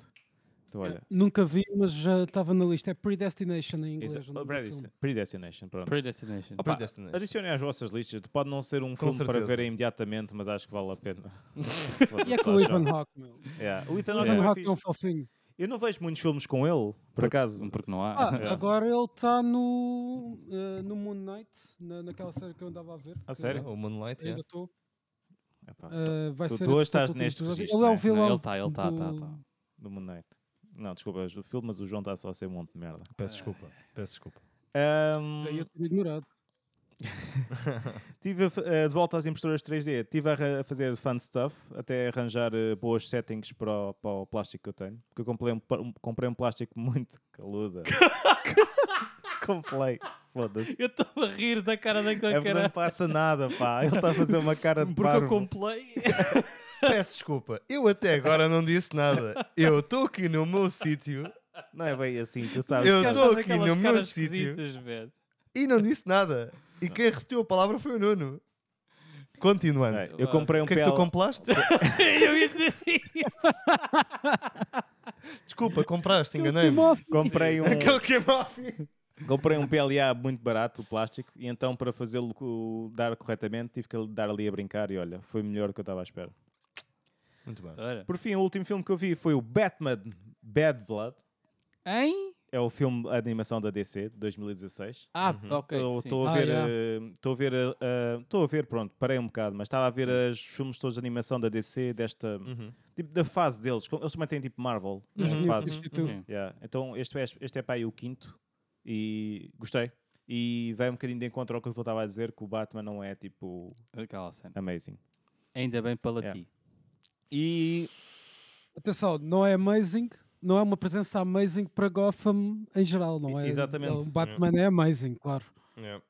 Speaker 6: Então
Speaker 1: É,
Speaker 6: olha.
Speaker 1: Nunca vi, mas já estava na lista. É Predestination em inglês. é
Speaker 6: exa-
Speaker 1: o nome do
Speaker 6: é Predestin-
Speaker 1: filme.
Speaker 6: Predestination, pronto.
Speaker 5: Predestination.
Speaker 6: Opa,
Speaker 2: Predestination.
Speaker 6: Adicionem às vossas listas. Pode não ser um
Speaker 2: Com
Speaker 6: filme para
Speaker 2: certeza.
Speaker 6: verem imediatamente, mas acho que vale a pena.
Speaker 1: E é com o Ivan Hawke, meu.
Speaker 6: Yeah. O Ethan
Speaker 1: O
Speaker 6: Hawke
Speaker 1: Ivan
Speaker 6: é
Speaker 1: Hawke é um
Speaker 6: fixe.
Speaker 1: fofinho.
Speaker 6: Eu não vejo muitos filmes com ele, por acaso.
Speaker 5: Porque não há.
Speaker 1: Ah,
Speaker 6: Yeah.
Speaker 1: agora ele está no, eh, no Moon Knight, na, naquela série que eu andava a ver.
Speaker 6: A sério?
Speaker 2: O Moonlight,
Speaker 1: Ainda
Speaker 2: yeah.
Speaker 1: estou.
Speaker 6: Epá,
Speaker 1: Eh, vai
Speaker 6: Tu-
Speaker 1: ser
Speaker 6: tu
Speaker 1: a
Speaker 6: hoje estás
Speaker 1: terceira última
Speaker 6: neste
Speaker 1: episódio.
Speaker 6: registro,
Speaker 1: Ele é
Speaker 6: né?
Speaker 1: o
Speaker 5: Não,
Speaker 1: vilão.
Speaker 5: ele está, ele está, está.
Speaker 1: do-
Speaker 5: Tá.
Speaker 6: do Moon Knight. Não, desculpa, és do filme, mas o João está só a ser um monte de merda.
Speaker 2: Peço desculpa. Peço desculpa.
Speaker 6: Ahm,
Speaker 1: Daí eu ter ignorado.
Speaker 6: tive a fa- eh, de volta às impressoras 3D. Estive a, ra- a fazer fun stuff, até arranjar eh, boas settings para o, para o plástico que eu tenho. Porque eu comprei um, pa- um- comprei um plástico muito caluda. comprei. Foda-se.
Speaker 5: Eu estou a rir da cara
Speaker 6: É
Speaker 5: daquele
Speaker 6: porque não passa nada, pá. Ele está a fazer uma cara de parvo.
Speaker 5: comprei.
Speaker 2: Peço desculpa. Eu até agora não disse nada. Eu estou aqui no meu sítio
Speaker 6: Não é bem assim, tu sabes.
Speaker 2: Eu
Speaker 6: cara.
Speaker 2: tô- aqui no meu sítio. e não disse nada. E quem repetiu a palavra foi o Nuno. Continuando.
Speaker 6: É, eu comprei um
Speaker 2: o que é que tu
Speaker 6: PL
Speaker 2: compraste?
Speaker 5: Eu ia dizer isso.
Speaker 2: Desculpa, compraste,
Speaker 1: Ele
Speaker 2: enganei-me.
Speaker 1: tem uma
Speaker 6: comprei um
Speaker 2: Aquele que é máfia.
Speaker 6: comprei um PLA muito barato, o plástico, e então para fazê-lo co- dar corretamente tive que dar ali a brincar e olha, foi melhor do que eu estava à espera.
Speaker 2: Muito bem.
Speaker 5: Ora.
Speaker 6: Por fim, o último filme que eu vi foi o Batman Bad Blood.
Speaker 5: Hein?
Speaker 6: é o filme de animação da DC de 2016.
Speaker 5: Ah, ok.
Speaker 6: Eu
Speaker 5: sim.
Speaker 6: Estou a
Speaker 1: Ah,
Speaker 6: ver,
Speaker 1: yeah.
Speaker 6: eh, estou a ver, eh, estou a ver, pronto, parei um bocado, mas estava a ver os filmes todos de animação da DC, desta, tipo, da fase deles, como- eles também têm tipo Marvel,
Speaker 1: Uhum.
Speaker 6: nas fases.
Speaker 1: Tipo,
Speaker 5: Ok.
Speaker 6: Yeah. Então este é, este é para aí o quinto e gostei. E vai um bocadinho de encontro ao que eu estava a dizer, que o Batman não é tipo
Speaker 5: Aquela cena.
Speaker 6: amazing.
Speaker 5: Ainda bem pela
Speaker 6: Yeah.
Speaker 5: ti.
Speaker 6: E
Speaker 1: Atenção, não é amazing, não é uma presença amazing para Gotham em geral, não é?
Speaker 6: Exatamente.
Speaker 1: O Batman é amazing, claro.
Speaker 2: Yeah.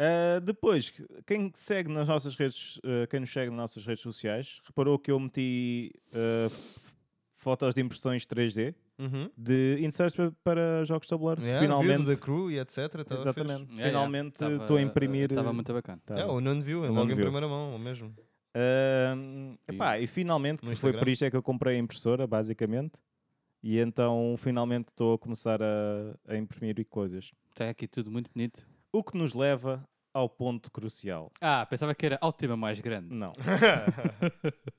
Speaker 6: Uh, depois, quem segue nas nossas redes, uh, quem nos segue nas nossas redes sociais, reparou que eu meti uh, f- fotos de impressões 3D
Speaker 2: Uhum.
Speaker 6: de inserts pa- para jogos de tabuleiro.
Speaker 2: Yeah,
Speaker 6: Finalmente,
Speaker 2: É, viu do da crew e etc. tava
Speaker 6: exatamente.
Speaker 2: fixe.
Speaker 5: Yeah, yeah.
Speaker 6: Finalmente
Speaker 5: Tava-
Speaker 6: estou a imprimir.
Speaker 5: Estava muito bacana.
Speaker 6: tá.
Speaker 2: É, o Nuno viu, é
Speaker 6: O
Speaker 2: logo
Speaker 6: Nuno
Speaker 2: em
Speaker 6: viu.
Speaker 2: primeira mão, o mesmo.
Speaker 6: Ahm, epá, e finalmente,
Speaker 2: No
Speaker 6: que foi por
Speaker 2: Instagram.
Speaker 6: isto é que eu comprei a impressora, basicamente. E então, finalmente, estou a começar a, a imprimir coisas.
Speaker 5: Está aqui tudo muito bonito.
Speaker 6: O que nos leva ao ponto crucial.
Speaker 5: Ah, pensava que era ao tema mais grande.
Speaker 6: Não.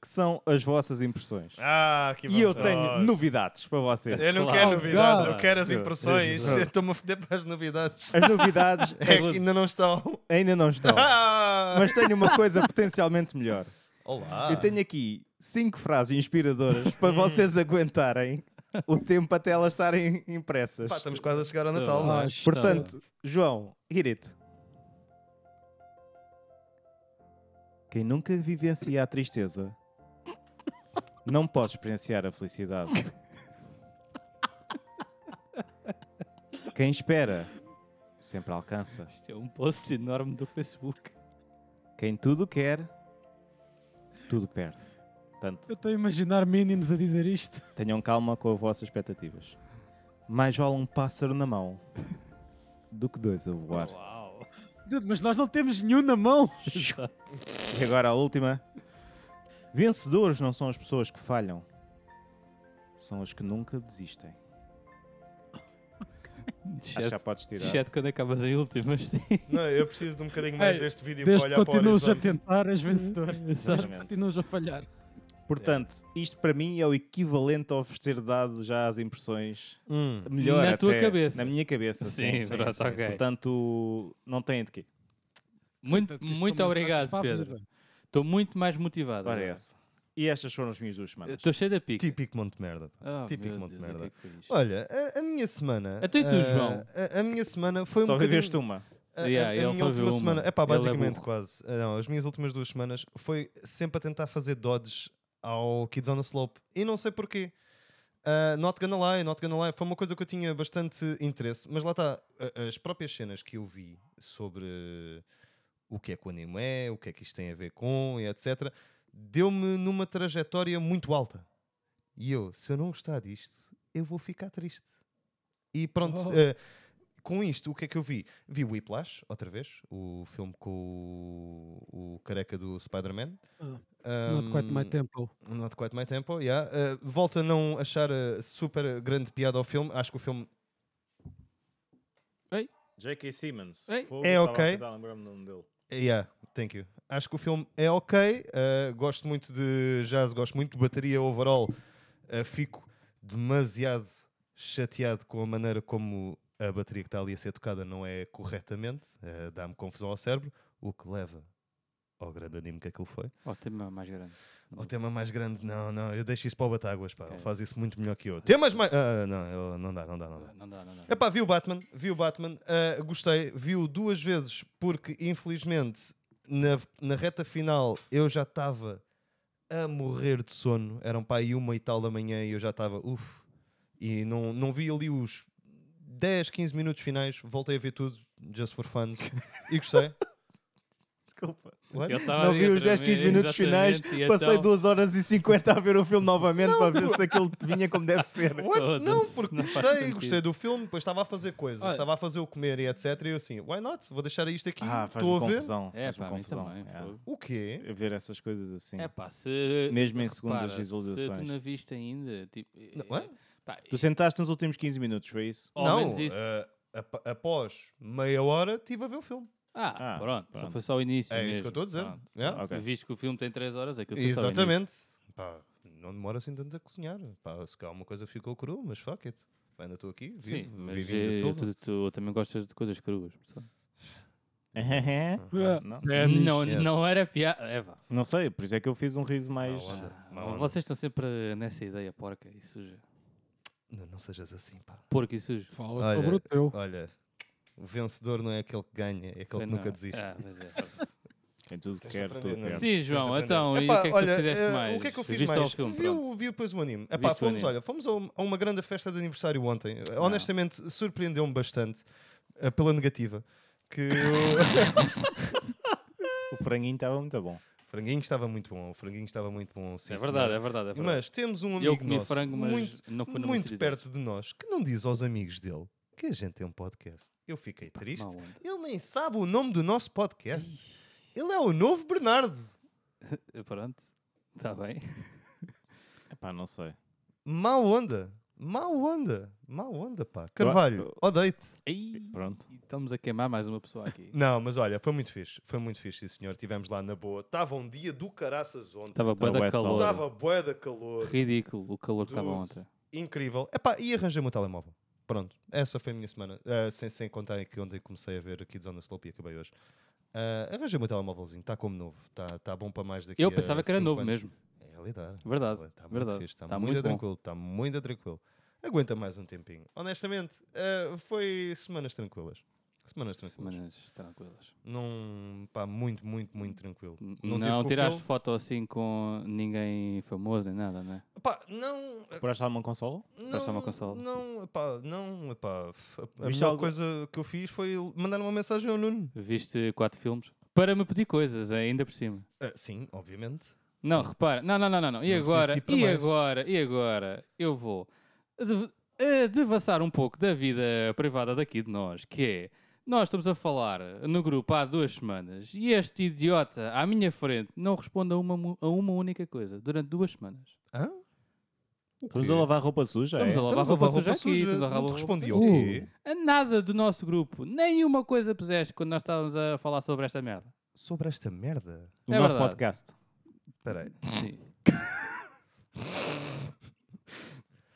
Speaker 6: que são as vossas impressões.
Speaker 2: Ah, que
Speaker 6: E eu
Speaker 2: bom.
Speaker 6: tenho novidades para vocês.
Speaker 2: Eu não
Speaker 5: Claro.
Speaker 2: quero
Speaker 5: Oh,
Speaker 2: novidades,
Speaker 5: God.
Speaker 2: eu quero as
Speaker 6: Eu-
Speaker 2: impressões.
Speaker 6: eu-
Speaker 2: Eu Estou-me a foder para as novidades.
Speaker 6: As novidades
Speaker 2: É que ainda não estão.
Speaker 6: ainda não estão.
Speaker 2: Ah!
Speaker 6: Mas tenho uma coisa potencialmente melhor.
Speaker 2: Olá!
Speaker 6: Eu tenho aqui cinco frases inspiradoras
Speaker 2: Hum.
Speaker 6: para vocês aguentarem o tempo até elas estarem impressas.
Speaker 2: Pá, estamos quase a chegar ao Natal, não é?
Speaker 1: Acho.
Speaker 6: Portanto, João, hit it. Quem nunca vivencia a tristeza não pode experienciar a felicidade. Quem espera sempre alcança.
Speaker 5: Isto é um post enorme do Facebook.
Speaker 6: Quem tudo quer, tudo perde. Portanto,
Speaker 1: Eu estou a imaginar meninos a dizer isto.
Speaker 6: tenham calma com as vossas expectativas. Mais vale um pássaro na mão do que dois a voar.
Speaker 1: Dude, mas nós não temos nenhum na mão.
Speaker 6: Tipo, E agora a última. Vencedores não são as pessoas que falham, são as que nunca desistem. Acho que já podes tirar.
Speaker 5: Exceto quando acabas em últimas, sim.
Speaker 2: Não, eu preciso de um bocadinho mais
Speaker 1: Ei,
Speaker 2: deste vídeo
Speaker 1: Desde
Speaker 2: para
Speaker 1: que
Speaker 2: olhar para o
Speaker 1: continuas a
Speaker 2: horizonte.
Speaker 1: tentar, és vencedor. Desde que
Speaker 6: Exatamente.
Speaker 1: continuas a falhar.
Speaker 6: Portanto, isto para mim é o equivalente ao ter dado já as impressões
Speaker 2: Hum.
Speaker 6: melhor
Speaker 5: Na tua
Speaker 6: até,
Speaker 5: cabeça.
Speaker 6: Na minha cabeça, sim.
Speaker 5: Sim, pronto, ok.
Speaker 6: Portanto, não tem de quê.
Speaker 5: Muito,
Speaker 1: Portanto, isto são
Speaker 5: muito
Speaker 1: mensagens
Speaker 5: obrigado,
Speaker 1: para a
Speaker 5: Pedro.
Speaker 1: vida.
Speaker 5: Estou muito mais motivado.
Speaker 6: Ora,
Speaker 5: agora.
Speaker 6: essa. Tipo, E estas foram as minhas duas
Speaker 5: Eu
Speaker 6: semanas.
Speaker 5: Estou cheio da pica.
Speaker 2: Típico monte de merda.
Speaker 5: Oh,
Speaker 2: típico
Speaker 5: meu
Speaker 2: monte de
Speaker 5: Deus, o
Speaker 2: merda.
Speaker 5: que é que foi isto?
Speaker 2: Olha, a, a minha semana.
Speaker 5: Até tu,
Speaker 2: ah,
Speaker 5: João.
Speaker 2: A, a minha semana foi
Speaker 6: Só
Speaker 2: um
Speaker 6: viveste
Speaker 2: bocadinho.
Speaker 6: uma.
Speaker 2: A, a-
Speaker 5: Yeah,
Speaker 2: a
Speaker 5: ele
Speaker 2: minha
Speaker 5: só
Speaker 2: última
Speaker 5: viu uma.
Speaker 2: semana. Epá,
Speaker 5: Ele é
Speaker 2: basicamente
Speaker 5: burro.
Speaker 2: quase. Ah, Não, as minhas últimas duas semanas foi sempre a tentar fazer dodges ao Kids on the Slope. E não sei porquê. Ah, not gonna lie, not gonna lie. Foi uma coisa que eu tinha bastante interesse. Mas lá está, a- as próprias cenas que eu vi sobre o que é que o anime é, o que é que isto tem a ver com e etc. Deu-me numa trajetória muito alta. E eu, se eu não gostar disto, eu vou ficar triste. E pronto,
Speaker 5: Oh.
Speaker 2: eh, com isto, o que é que eu vi? Vi o Whiplash, outra vez, o filme com o, o careca do Spider-Man.
Speaker 1: Ah, Not quite my
Speaker 2: Ahm,
Speaker 1: tempo.
Speaker 2: Not quite my tempo, yeah. Uh, volto a não achar uh, super grande piada ao filme. Acho que o filme
Speaker 6: J.K. Simmons.
Speaker 5: Ei.
Speaker 6: Fogo,
Speaker 2: É
Speaker 6: estava a
Speaker 2: ok.
Speaker 6: tentar lembrar-me do nome dele.
Speaker 2: Yeah, thank you. Acho que o filme é ok. uh, gosto muito de jazz, gosto muito de bateria overall. Uh, fico demasiado chateado com a maneira como a bateria que está ali a ser tocada não é corretamente. Uh, Dá-me confusão ao cérebro, o que leva ao grande anime que aquilo foi.
Speaker 5: Oh, tema mais grande.
Speaker 2: O tema mais grande, não, não, eu deixo isso para o Batáguas, pá.
Speaker 5: Ok.
Speaker 2: Ele faz isso muito melhor que eu. Temas mais. Ah, não, eu- não dá, não dá, não dá.
Speaker 5: Não dá, não dá.
Speaker 2: Epá, vi o Batman, vi o Batman, ah, gostei, vi-o duas vezes porque infelizmente na, na reta final eu já estava a morrer de sono, eram pá aí uma e tal da manhã e eu já estava uff, e não, não vi ali os 10, 15 minutos finais, voltei a ver tudo, just for fun, e gostei.
Speaker 6: Desculpa.
Speaker 2: What?
Speaker 6: Não vi os 10, 15 minutos finais, passei
Speaker 5: então-
Speaker 6: 2 horas e 50 a ver o filme novamente para ver se aquilo vinha como deve ser.
Speaker 2: What? Não,
Speaker 5: Foda-se,
Speaker 2: porque
Speaker 5: não faz
Speaker 2: gostei,
Speaker 5: sentido.
Speaker 2: gostei do filme, depois estava a fazer coisas,
Speaker 5: Olha.
Speaker 2: estava a fazer o comer e etc. E eu assim, why not? Vou deixar isto aqui,
Speaker 6: Ah, faz-me
Speaker 2: estou a ver.
Speaker 6: confusão.
Speaker 5: É,
Speaker 6: faz-me
Speaker 5: pá, a mim
Speaker 6: confusão.
Speaker 5: também.
Speaker 6: é.
Speaker 5: fogo.
Speaker 2: O quê?
Speaker 6: A Ver essas coisas assim.
Speaker 5: É pá, se.
Speaker 6: Mesmo em segundas
Speaker 5: repara,
Speaker 6: visualizações.
Speaker 5: Se tu não viste ainda. Tipo,
Speaker 2: Não é?
Speaker 5: pá, eh,
Speaker 6: Tu sentaste nos últimos 15 minutos, foi isso?
Speaker 5: ao
Speaker 2: não,
Speaker 5: menos isso.
Speaker 2: eh, ap- após meia hora estive a ver o filme.
Speaker 5: Ah,
Speaker 6: Ah,
Speaker 5: pronto, Só
Speaker 6: pronto.
Speaker 5: foi só o início.
Speaker 2: é isso
Speaker 5: mesmo,
Speaker 2: que eu estou a dizer.
Speaker 5: pronto.
Speaker 2: Yeah.
Speaker 6: Ok.
Speaker 5: Visto que o filme tem 3 horas, aquilo foi só o início.
Speaker 2: Exatamente. Pá, não demora assim tanto a cozinhar. Pá, se calhar uma coisa ficou crua, mas fuck it. ainda estou aqui, vivo,
Speaker 5: Sim, mas
Speaker 2: vivinho da
Speaker 5: eh,
Speaker 2: Silva.
Speaker 5: tu, tu também gostas de coisas cruas. portanto.
Speaker 6: Ah, não.
Speaker 5: Não,
Speaker 2: yes.
Speaker 5: não era piada. É, vá.
Speaker 6: não sei, por isso é que eu fiz um riso mais.
Speaker 2: Má onda, má onda.
Speaker 5: Vocês estão sempre nessa ideia porca e suja.
Speaker 2: Não, não sejas assim, pá.
Speaker 5: Porco e sujo.
Speaker 1: Fala
Speaker 2: Olha,
Speaker 1: sobre o teu.
Speaker 2: Olha, o vencedor não é aquele que ganha, é aquele que
Speaker 5: Não.
Speaker 2: nunca desiste.
Speaker 5: Ah, pois é.
Speaker 6: Quem tudo
Speaker 2: Tens de
Speaker 6: quer,
Speaker 2: aprender,
Speaker 6: tudo
Speaker 2: não é?
Speaker 6: quer.
Speaker 5: Sim, João,
Speaker 2: aprender.
Speaker 5: então, e
Speaker 2: Epá,
Speaker 5: o que é que
Speaker 2: olha,
Speaker 5: tu fizeste
Speaker 2: eh,
Speaker 5: mais?
Speaker 2: O que é que eu fiz
Speaker 5: Viste só
Speaker 2: mais?
Speaker 5: o filme,
Speaker 2: vi,
Speaker 5: pronto.
Speaker 2: o- vi depois o anime.
Speaker 6: Viste
Speaker 2: Epá,
Speaker 6: o
Speaker 2: fomos,
Speaker 6: anime.
Speaker 2: olha, fomos a, um- a uma grande festa de aniversário ontem.
Speaker 5: Ah.
Speaker 2: Honestamente, surpreendeu-me bastante eh, pela negativa. Que o
Speaker 6: O franguinho estava muito bom.
Speaker 2: franguinho estava muito bom, o franguinho estava muito bom. sim,
Speaker 5: É verdade,
Speaker 2: senhora.
Speaker 5: é verdade, é verdade.
Speaker 2: Mas temos um amigo
Speaker 5: eu comi
Speaker 2: nosso,
Speaker 5: frango, mas
Speaker 2: muito,
Speaker 5: não foi
Speaker 2: muito perto de nós, que não diz aos amigos dele que a gente tem um podcast. Eu fiquei triste. Ele nem sabe o nome do nosso podcast. Ele é o novo Bernardo.
Speaker 5: Pronto, está bem.
Speaker 6: Epá, não sei.
Speaker 2: Mau onda. Mau onda. Mau onda, pá. Carvalho, odeio-te.
Speaker 5: Ei,
Speaker 6: Pronto.
Speaker 5: e estamos a queimar mais uma pessoa aqui.
Speaker 2: Não, mas olha, foi muito fixe. Foi muito fixe, sim, senhor. Estivemos lá na boa. Estava um dia do caraças ontem.
Speaker 5: Estava bué
Speaker 6: Estava
Speaker 5: da
Speaker 6: bué sol.
Speaker 5: calor.
Speaker 2: Estava bué da calor.
Speaker 5: Ridículo o calor que estava
Speaker 2: Dude.
Speaker 5: ontem.
Speaker 2: Incrível. Epá, e arranjei-me o telemóvel. Pronto, essa foi a minha semana. Ah, sem, sem contar que ontem comecei a ver aqui de Zona Slope e acabei hoje. Ah, arranjei-me o telemóvelzinho. Está como novo. Está tá bom para mais daqui
Speaker 5: Eu
Speaker 2: a
Speaker 5: pensava que era
Speaker 2: cinco
Speaker 5: novo
Speaker 2: anos.
Speaker 5: mesmo.
Speaker 2: É realidade.
Speaker 5: Verdade,
Speaker 2: Está tá muito
Speaker 5: verdade.
Speaker 2: fixe, está
Speaker 5: Está
Speaker 2: muito,
Speaker 5: muito bom.
Speaker 2: tranquilo, está muito tranquilo. Aguenta mais um tempinho. Honestamente, ah, foi semanas tranquilas. Semanas tranquilas.
Speaker 5: Semanas tranquilas.
Speaker 2: Num, pá, muito, muito, muito tranquilo.
Speaker 5: Não,
Speaker 2: tive com o
Speaker 5: tiraste
Speaker 2: Phil.
Speaker 5: foto assim com ninguém famoso nem nada, né?
Speaker 2: Pá, não.
Speaker 6: Compraste alguma consola?
Speaker 2: Não,
Speaker 5: uma consola.
Speaker 2: não, pá, não, pá. f- A, a
Speaker 6: Viste
Speaker 2: melhor
Speaker 6: algo-
Speaker 2: coisa que eu fiz foi mandar uma mensagem ao Nuno.
Speaker 5: Viste quatro filmes? Para me pedir coisas, ainda por cima.
Speaker 2: Ah, sim, obviamente.
Speaker 5: Não, repara. Não, não, não, não. não. E
Speaker 2: Não preciso
Speaker 5: agora?
Speaker 2: de ir para
Speaker 5: E
Speaker 2: mais.
Speaker 5: agora? E agora? Eu vou dev- eh, devassar um pouco da vida privada daqui de nós, que é... Nós estamos a falar no grupo há duas semanas e este idiota à minha frente não responde a uma, mu- a uma única coisa durante duas semanas.
Speaker 2: Hã? O
Speaker 6: Estamos
Speaker 2: quê?
Speaker 6: a lavar roupa suja?
Speaker 5: Estamos
Speaker 6: é?
Speaker 5: a lavar
Speaker 2: Estamos a
Speaker 5: roupa
Speaker 2: lavar
Speaker 5: suja aqui, estamos a lavar
Speaker 2: Não te
Speaker 5: roupa
Speaker 2: respondi
Speaker 5: suja.
Speaker 2: o
Speaker 6: Uh.
Speaker 2: quê?
Speaker 5: A nada do nosso grupo, nenhuma coisa puseste quando nós estávamos a falar sobre esta merda.
Speaker 2: Sobre esta merda.
Speaker 6: O
Speaker 5: É
Speaker 6: nosso
Speaker 5: verdade.
Speaker 6: podcast.
Speaker 2: Espera aí.
Speaker 5: Sim.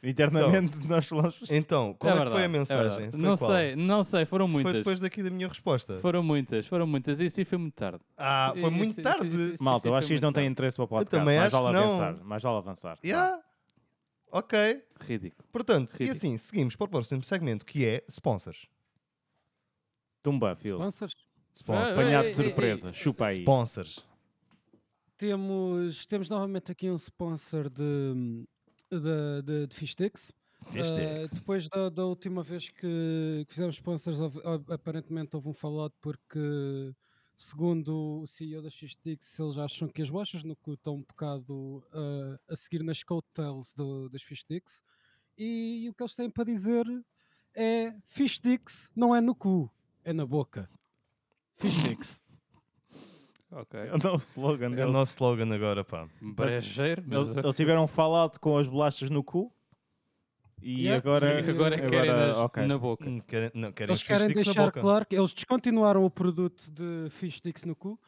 Speaker 6: Internamente nós falamos.
Speaker 2: Então, qual é, que foi
Speaker 5: verdade,
Speaker 2: a
Speaker 5: é
Speaker 2: mensagem?
Speaker 5: verdade.
Speaker 2: Foi
Speaker 5: não
Speaker 2: qual?
Speaker 5: sei, não sei, foram muitas.
Speaker 2: Foi depois daqui da minha resposta.
Speaker 5: Foram muitas, foram muitas. Isso aí foi muito tarde.
Speaker 2: Ah,
Speaker 5: Isso-
Speaker 2: foi
Speaker 5: isso-
Speaker 2: muito
Speaker 5: isso-
Speaker 2: tarde.
Speaker 5: isso- isso-
Speaker 6: Malta, eu
Speaker 5: foi
Speaker 6: acho que isto não
Speaker 5: é muito
Speaker 6: tem interesse para o podcast.
Speaker 2: também
Speaker 6: mais
Speaker 2: acho
Speaker 6: vale
Speaker 2: que não.
Speaker 6: avançar. Mais vale avançar.
Speaker 2: Yeah. Ok.
Speaker 5: tarde. Ridículo.
Speaker 2: Portanto, e
Speaker 5: Ridículo.
Speaker 2: assim, seguimos para o próximo segmento que é sponsors.
Speaker 6: Tumba, filho.
Speaker 1: Sponsors.
Speaker 6: Sponsor.
Speaker 5: Ah,
Speaker 6: Apanhado
Speaker 5: ei,
Speaker 6: de
Speaker 5: ei, ei,
Speaker 6: surpresa.
Speaker 1: Ah,
Speaker 6: Chupa
Speaker 1: é.
Speaker 6: aí.
Speaker 2: Sponsors.
Speaker 1: Temos, temos novamente aqui um sponsor de, de, de, de Fistix.
Speaker 2: Fistix.
Speaker 1: Ah, depois da, da última vez que, que fizemos sponsors, houve- houve- aparentemente houve um fallout porque, segundo o CEO da Fistix, eles acham que as bolachas no cu estão um bocado ah, a seguir nas coattails do, das Fistix. E, o que eles têm para dizer é Fistix não é no cu, é na boca. Fistix.
Speaker 5: Ok. Um
Speaker 6: É o nosso slogan.
Speaker 2: É o
Speaker 6: deles.
Speaker 2: nosso slogan agora, pá.
Speaker 5: Brejeiro, mas
Speaker 2: é.
Speaker 6: Eles, eles tiveram um fallout com as bolachas no cu e
Speaker 1: Yeah.
Speaker 6: agora.
Speaker 1: E
Speaker 5: agora querem nas,
Speaker 6: ok.
Speaker 5: na boca.
Speaker 2: Hum, Querem, não, querem
Speaker 1: Eles
Speaker 2: os fios
Speaker 1: querem
Speaker 2: sticks na
Speaker 1: deixar
Speaker 2: boca.
Speaker 1: claro que eles descontinuaram o produto de fish sticks no cu.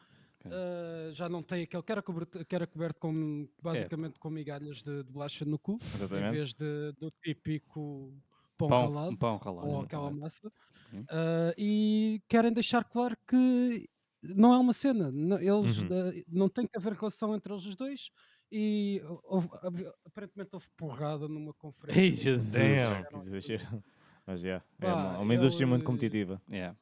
Speaker 5: Ok.
Speaker 1: Ah, já não tem aquele que era coberto, que era coberto com, basicamente
Speaker 5: É.
Speaker 1: com migalhas de, de bolacha no cu, em
Speaker 6: Exatamente.
Speaker 1: vez de- do típico pão,
Speaker 5: Pão-
Speaker 1: ralado,
Speaker 5: pão ralado,
Speaker 1: ou aquela
Speaker 5: exatamente.
Speaker 1: massa.
Speaker 5: Sim.
Speaker 1: Ah, e querem deixar claro que não é uma cena, não, eles
Speaker 2: Uhum.
Speaker 1: ah, não tem que haver relação entre eles os dois. E houve- houve- aparentemente houve porrada numa conferência.
Speaker 5: Ei, Jesus.
Speaker 2: Damn.
Speaker 6: Que exagero. Mas yeah, é
Speaker 1: Pá,
Speaker 6: uma, uma indústria muito
Speaker 1: ele-
Speaker 6: competitiva.
Speaker 5: Yeah.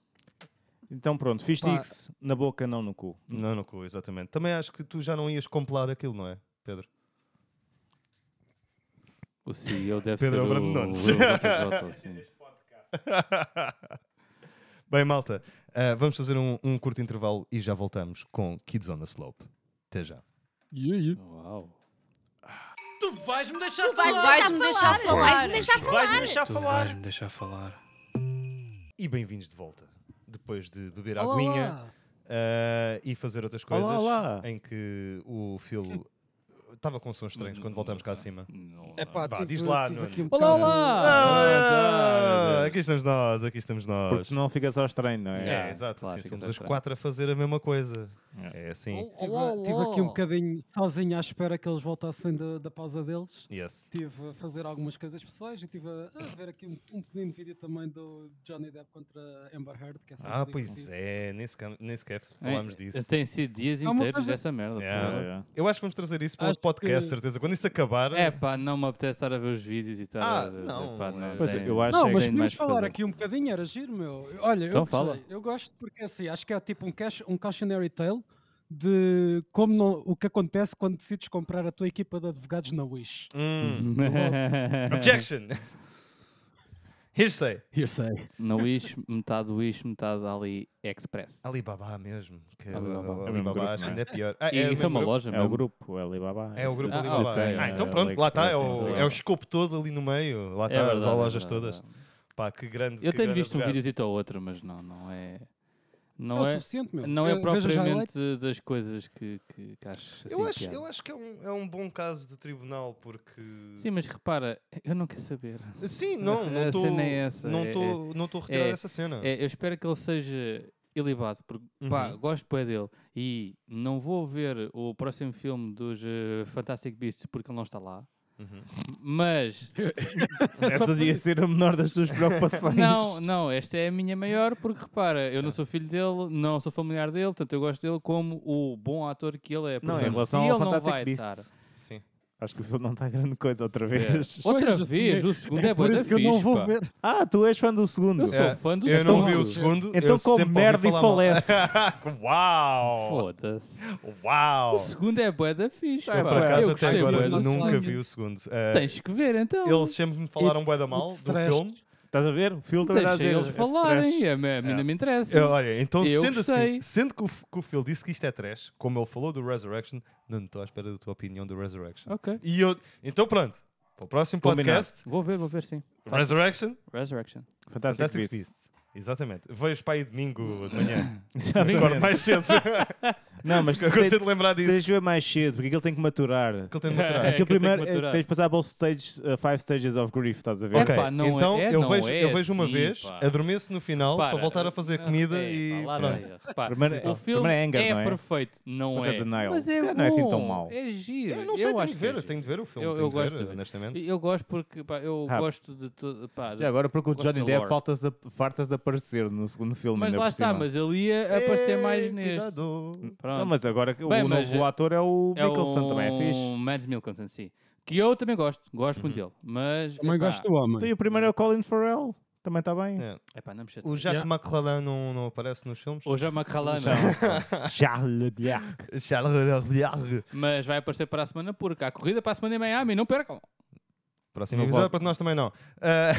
Speaker 6: Então pronto, fiz Tix na boca, não no cu.
Speaker 2: Não, no cu, exatamente. Também acho que tu já não ias compilar aquilo, não é, Pedro?
Speaker 5: O CEO deve
Speaker 2: Pedro
Speaker 5: ser
Speaker 2: Abramo
Speaker 5: o, o, o
Speaker 2: Nunes.
Speaker 5: JJ, assim.
Speaker 2: Bem, malta, ah, vamos fazer um, um curto intervalo e já voltamos com Kids on the Slope. Até já.
Speaker 5: Uau.
Speaker 3: Vais-me deixar falar. Vais-me deixar falar.
Speaker 4: Tu vais-me deixar falar.
Speaker 2: E bem-vindos de volta. Depois de beber
Speaker 1: Olá,
Speaker 2: aguinha
Speaker 1: olá.
Speaker 2: ah, e fazer outras
Speaker 6: Olá,
Speaker 2: coisas
Speaker 6: olá.
Speaker 2: em que o Phil estava com sons estranhos quando voltamos cá acima.
Speaker 5: Não-
Speaker 1: Epá,
Speaker 2: Vá,
Speaker 1: tive-
Speaker 2: diz lá,
Speaker 1: tive
Speaker 2: Nuno.
Speaker 1: aqui um
Speaker 5: Olá,
Speaker 1: bocado-
Speaker 5: olá!
Speaker 6: Ah,
Speaker 2: aqui estamos nós, aqui estamos nós.
Speaker 6: Porque senão fica só estranho, não
Speaker 2: É,
Speaker 6: é?
Speaker 2: exato,
Speaker 5: claro,
Speaker 2: assim,
Speaker 5: fica
Speaker 2: somos
Speaker 5: só
Speaker 2: os
Speaker 5: estranho.
Speaker 2: quatro a fazer a mesma coisa. É assim.
Speaker 1: Estive aqui um bocadinho sozinho à espera que eles voltassem da, da pausa deles.
Speaker 2: Yes.
Speaker 1: Estive a fazer algumas coisas pessoais e estive a, a ver aqui um, um pequenino vídeo também do Johnny Depp contra Amber Heard. Que é sempre
Speaker 2: Ah, pois
Speaker 1: divertido.
Speaker 2: é, nem sequer, nem sequer
Speaker 5: É,
Speaker 2: falámos disso.
Speaker 5: Tem sido dias
Speaker 1: Há uma
Speaker 5: inteiros
Speaker 1: coisa-
Speaker 5: dessa merda.
Speaker 2: Yeah.
Speaker 5: pô.
Speaker 6: Yeah.
Speaker 2: Eu acho que vamos trazer isso para
Speaker 1: Acho
Speaker 2: o podcast,
Speaker 1: que-
Speaker 2: certeza. Quando isso acabar.
Speaker 5: É pá, não me apetece estar a ver os vídeos e estar
Speaker 2: Ah,
Speaker 5: a- a-
Speaker 2: não,
Speaker 5: pá,
Speaker 2: é.
Speaker 6: Pois é,
Speaker 5: tenho-
Speaker 6: eu acho
Speaker 1: Não,
Speaker 6: é
Speaker 5: tenho
Speaker 1: mas
Speaker 6: que-
Speaker 5: mais
Speaker 1: podemos
Speaker 5: que
Speaker 1: falar
Speaker 5: fazer.
Speaker 1: aqui um bocadinho, era giro, meu. Olha, eu,
Speaker 5: Então
Speaker 1: gostei.
Speaker 5: fala.
Speaker 1: eu gosto porque assim, acho que é tipo um, cash, um cautionary tale de como não- o que acontece quando decides comprar a tua equipa de advogados na Wish.
Speaker 2: Hum. Objection! Hearsay.
Speaker 1: Hearsay.
Speaker 5: No Wish, metade Wish, metade Ali Express.
Speaker 2: Alibaba mesmo. Que
Speaker 5: Alibaba.
Speaker 2: Alibaba,
Speaker 5: É o
Speaker 6: mesmo grupo,
Speaker 2: acho que
Speaker 6: não é?
Speaker 2: ainda é pior. Ah,
Speaker 5: E
Speaker 2: o
Speaker 5: isso é
Speaker 2: mesmo
Speaker 5: uma
Speaker 2: grupo?
Speaker 5: loja,
Speaker 6: É o
Speaker 5: mesmo.
Speaker 6: grupo, o Alibaba.
Speaker 2: É o grupo
Speaker 5: Ah,
Speaker 2: Alibaba.
Speaker 5: ok,
Speaker 2: Ah, então
Speaker 6: é,
Speaker 2: pronto, lá está. É
Speaker 6: AliExpress, sim,
Speaker 2: o,
Speaker 6: sim.
Speaker 2: é o escopo todo ali no meio. Lá
Speaker 5: É
Speaker 2: está, as
Speaker 5: verdade, é
Speaker 2: lojas
Speaker 5: verdade, é
Speaker 2: todas.
Speaker 5: verdade.
Speaker 2: Pá, que grande.
Speaker 5: Eu
Speaker 2: que
Speaker 5: tenho
Speaker 2: grande
Speaker 5: visto um
Speaker 2: advogado.
Speaker 5: vídeo ou outro, mas não, não é.
Speaker 1: É
Speaker 5: Não
Speaker 1: o
Speaker 5: é,
Speaker 1: suficiente, meu.
Speaker 5: não é
Speaker 1: Ve- veja os highlights.
Speaker 5: propriamente das coisas que, que, que achas assim.
Speaker 2: Eu acho,
Speaker 5: piada.
Speaker 2: eu acho que é um, é um bom caso de tribunal, porque.
Speaker 5: Sim, mas repara, eu não quero saber.
Speaker 2: Sim, não, não
Speaker 5: A
Speaker 2: estou.
Speaker 5: cena é essa,
Speaker 2: Não
Speaker 5: é-
Speaker 2: estou não estou a retirar
Speaker 5: é-
Speaker 2: essa cena.
Speaker 5: É, eu espero que ele seja ilibado, porque pá,
Speaker 2: Uhum.
Speaker 5: gosto bem dele. E não vou ver o próximo filme dos eh, Fantastic Beasts porque ele não está lá.
Speaker 2: Uhum.
Speaker 5: Mas,
Speaker 6: Essa ia ser a menor das tuas preocupações.
Speaker 5: não, não, esta é a minha maior porque repara, eu não sou filho dele, não sou familiar dele, portanto eu gosto dele como o bom ator que ele é.
Speaker 6: Não,
Speaker 5: Portanto,
Speaker 6: em relação
Speaker 5: se
Speaker 6: ao
Speaker 5: ele não
Speaker 6: Fantastic
Speaker 5: vai
Speaker 6: Beasts,
Speaker 5: estar.
Speaker 2: Sim.
Speaker 6: acho que o filme não está grande coisa outra
Speaker 5: É.
Speaker 6: vez.
Speaker 5: Outra
Speaker 1: Pois,
Speaker 5: vez,
Speaker 1: é-
Speaker 5: o segundo é,
Speaker 1: por
Speaker 5: bué da
Speaker 1: isso que eu não
Speaker 5: fixe,
Speaker 1: vou
Speaker 5: pá.
Speaker 1: ver.
Speaker 6: Ah, tu és fã do segundo.
Speaker 5: Eu sou
Speaker 2: É,
Speaker 5: fã do
Speaker 2: Eu não vi o
Speaker 5: segundo.
Speaker 2: segundo.
Speaker 6: Então
Speaker 2: eu
Speaker 6: come
Speaker 2: sempre ouvi
Speaker 6: merda e
Speaker 2: falar mal.
Speaker 6: falece.
Speaker 2: Uau!
Speaker 5: Foda-se.
Speaker 2: Uau!
Speaker 5: O segundo é bué da fixe.
Speaker 2: Ah,
Speaker 5: pá.
Speaker 2: por
Speaker 5: eu
Speaker 2: acaso até
Speaker 5: gostei
Speaker 2: agora
Speaker 5: bué do
Speaker 1: Não
Speaker 5: segundo.
Speaker 2: nunca
Speaker 1: sei.
Speaker 2: vi o segundo. Eh,
Speaker 5: Tens que ver então.
Speaker 2: eles sempre me falaram bué da mal do
Speaker 1: stress.
Speaker 2: filme.
Speaker 6: Estás a ver? O filtro está a
Speaker 5: Deixem
Speaker 6: dizer.
Speaker 5: eles
Speaker 6: é de
Speaker 5: falarem.
Speaker 6: stress.
Speaker 5: A mim a mim não me interessa.
Speaker 2: Eu, olha, então
Speaker 5: Eu
Speaker 2: sendo
Speaker 5: gostei.
Speaker 2: assim, sendo que o, F- que o Phil disse que isto é trash, como ele falou do Resurrection, não estou à espera da tua opinião do Resurrection.
Speaker 5: Ok.
Speaker 2: E eu, então pronto, para o próximo
Speaker 6: Combinado.
Speaker 2: podcast,
Speaker 5: Vou ver, vou ver sim.
Speaker 2: Resurrection,
Speaker 5: Resurrection.
Speaker 6: Fantastic,
Speaker 2: Fantastic
Speaker 6: Beasts.
Speaker 2: Beasts. Exatamente. Vejo para aí domingo de manhã.
Speaker 6: Exatamente.
Speaker 2: Acordo mais cedo.
Speaker 6: Não, mas
Speaker 2: Eu tento
Speaker 6: tens
Speaker 2: de lembrar
Speaker 6: tens de
Speaker 2: disso.
Speaker 6: ver mais cedo, porque aquilo tem que maturar.
Speaker 2: Que ele tem de maturar.
Speaker 5: É,
Speaker 6: Aquilo
Speaker 5: que eu tenho que
Speaker 6: primeiro, eh,
Speaker 5: maturar.
Speaker 6: tens de passar pelos stages, eh, five stages of grief, estás a ver?
Speaker 2: Ok,
Speaker 5: Epá, não é-
Speaker 2: então
Speaker 5: é,
Speaker 2: eu,
Speaker 5: não
Speaker 2: vejo,
Speaker 5: é
Speaker 2: eu vejo uma
Speaker 5: assim,
Speaker 2: vez,
Speaker 5: pá.
Speaker 2: adormeço no final
Speaker 5: Repara,
Speaker 2: para voltar a fazer
Speaker 5: ah,
Speaker 2: comida
Speaker 5: é,
Speaker 2: e
Speaker 5: pá, lá
Speaker 2: pronto.
Speaker 5: vai, repara.
Speaker 6: Primeiro,
Speaker 5: O filme
Speaker 6: primeiro é anger,
Speaker 5: é,
Speaker 6: não é?
Speaker 5: perfeito, não
Speaker 6: Contra
Speaker 5: é.
Speaker 6: the Nail.
Speaker 5: Mas
Speaker 6: Se
Speaker 5: é,
Speaker 6: calhar
Speaker 5: bom,
Speaker 6: não é assim tão mau.
Speaker 5: É giro.
Speaker 2: Eu não sei, tenho
Speaker 5: acho
Speaker 2: de ver,
Speaker 5: que é
Speaker 2: eu
Speaker 5: giro.
Speaker 2: tenho de ver o filme,
Speaker 5: Eu-
Speaker 2: tenho
Speaker 5: eu
Speaker 2: de ver,
Speaker 5: gosto de ver.
Speaker 2: honestamente.
Speaker 5: Eu gosto porque pá, eu
Speaker 6: Ah.
Speaker 5: gosto de tudo. pá,
Speaker 6: Já agora, porque o
Speaker 5: Gosto
Speaker 6: Johnny
Speaker 5: da
Speaker 6: Depp
Speaker 5: lore.
Speaker 6: faltas de, fartas de aparecer no segundo filme.
Speaker 5: Mas
Speaker 6: ainda
Speaker 5: lá
Speaker 6: por
Speaker 5: está,
Speaker 6: cima.
Speaker 5: mas ele ia aparecer é mais neste.
Speaker 2: Cuidado.
Speaker 5: Pronto.
Speaker 6: Não, mas agora que
Speaker 5: Bem,
Speaker 6: o
Speaker 5: mas
Speaker 6: novo
Speaker 5: é-
Speaker 6: ator é o
Speaker 5: é
Speaker 6: Nicholson, também é fixe.
Speaker 5: o Mads Mikkelsen, sim. Que eu também gosto, gosto muito dele. Mas.
Speaker 1: Também
Speaker 5: epá,
Speaker 1: gosto do homem.
Speaker 6: Então, e o primeiro é o Colin Farrell, também está bem.
Speaker 2: É.
Speaker 5: Epá, não me chateia.
Speaker 2: O Jacques McLellan não, não aparece nos filmes?
Speaker 5: Hoje é Macralana.
Speaker 6: Charles Diac.
Speaker 2: Charles
Speaker 5: Mas vai aparecer para a semana porque há corrida para a semana em Miami, não percam.
Speaker 2: Próximo
Speaker 6: Não
Speaker 2: episódio
Speaker 6: posso.
Speaker 2: para nós também não. Ah,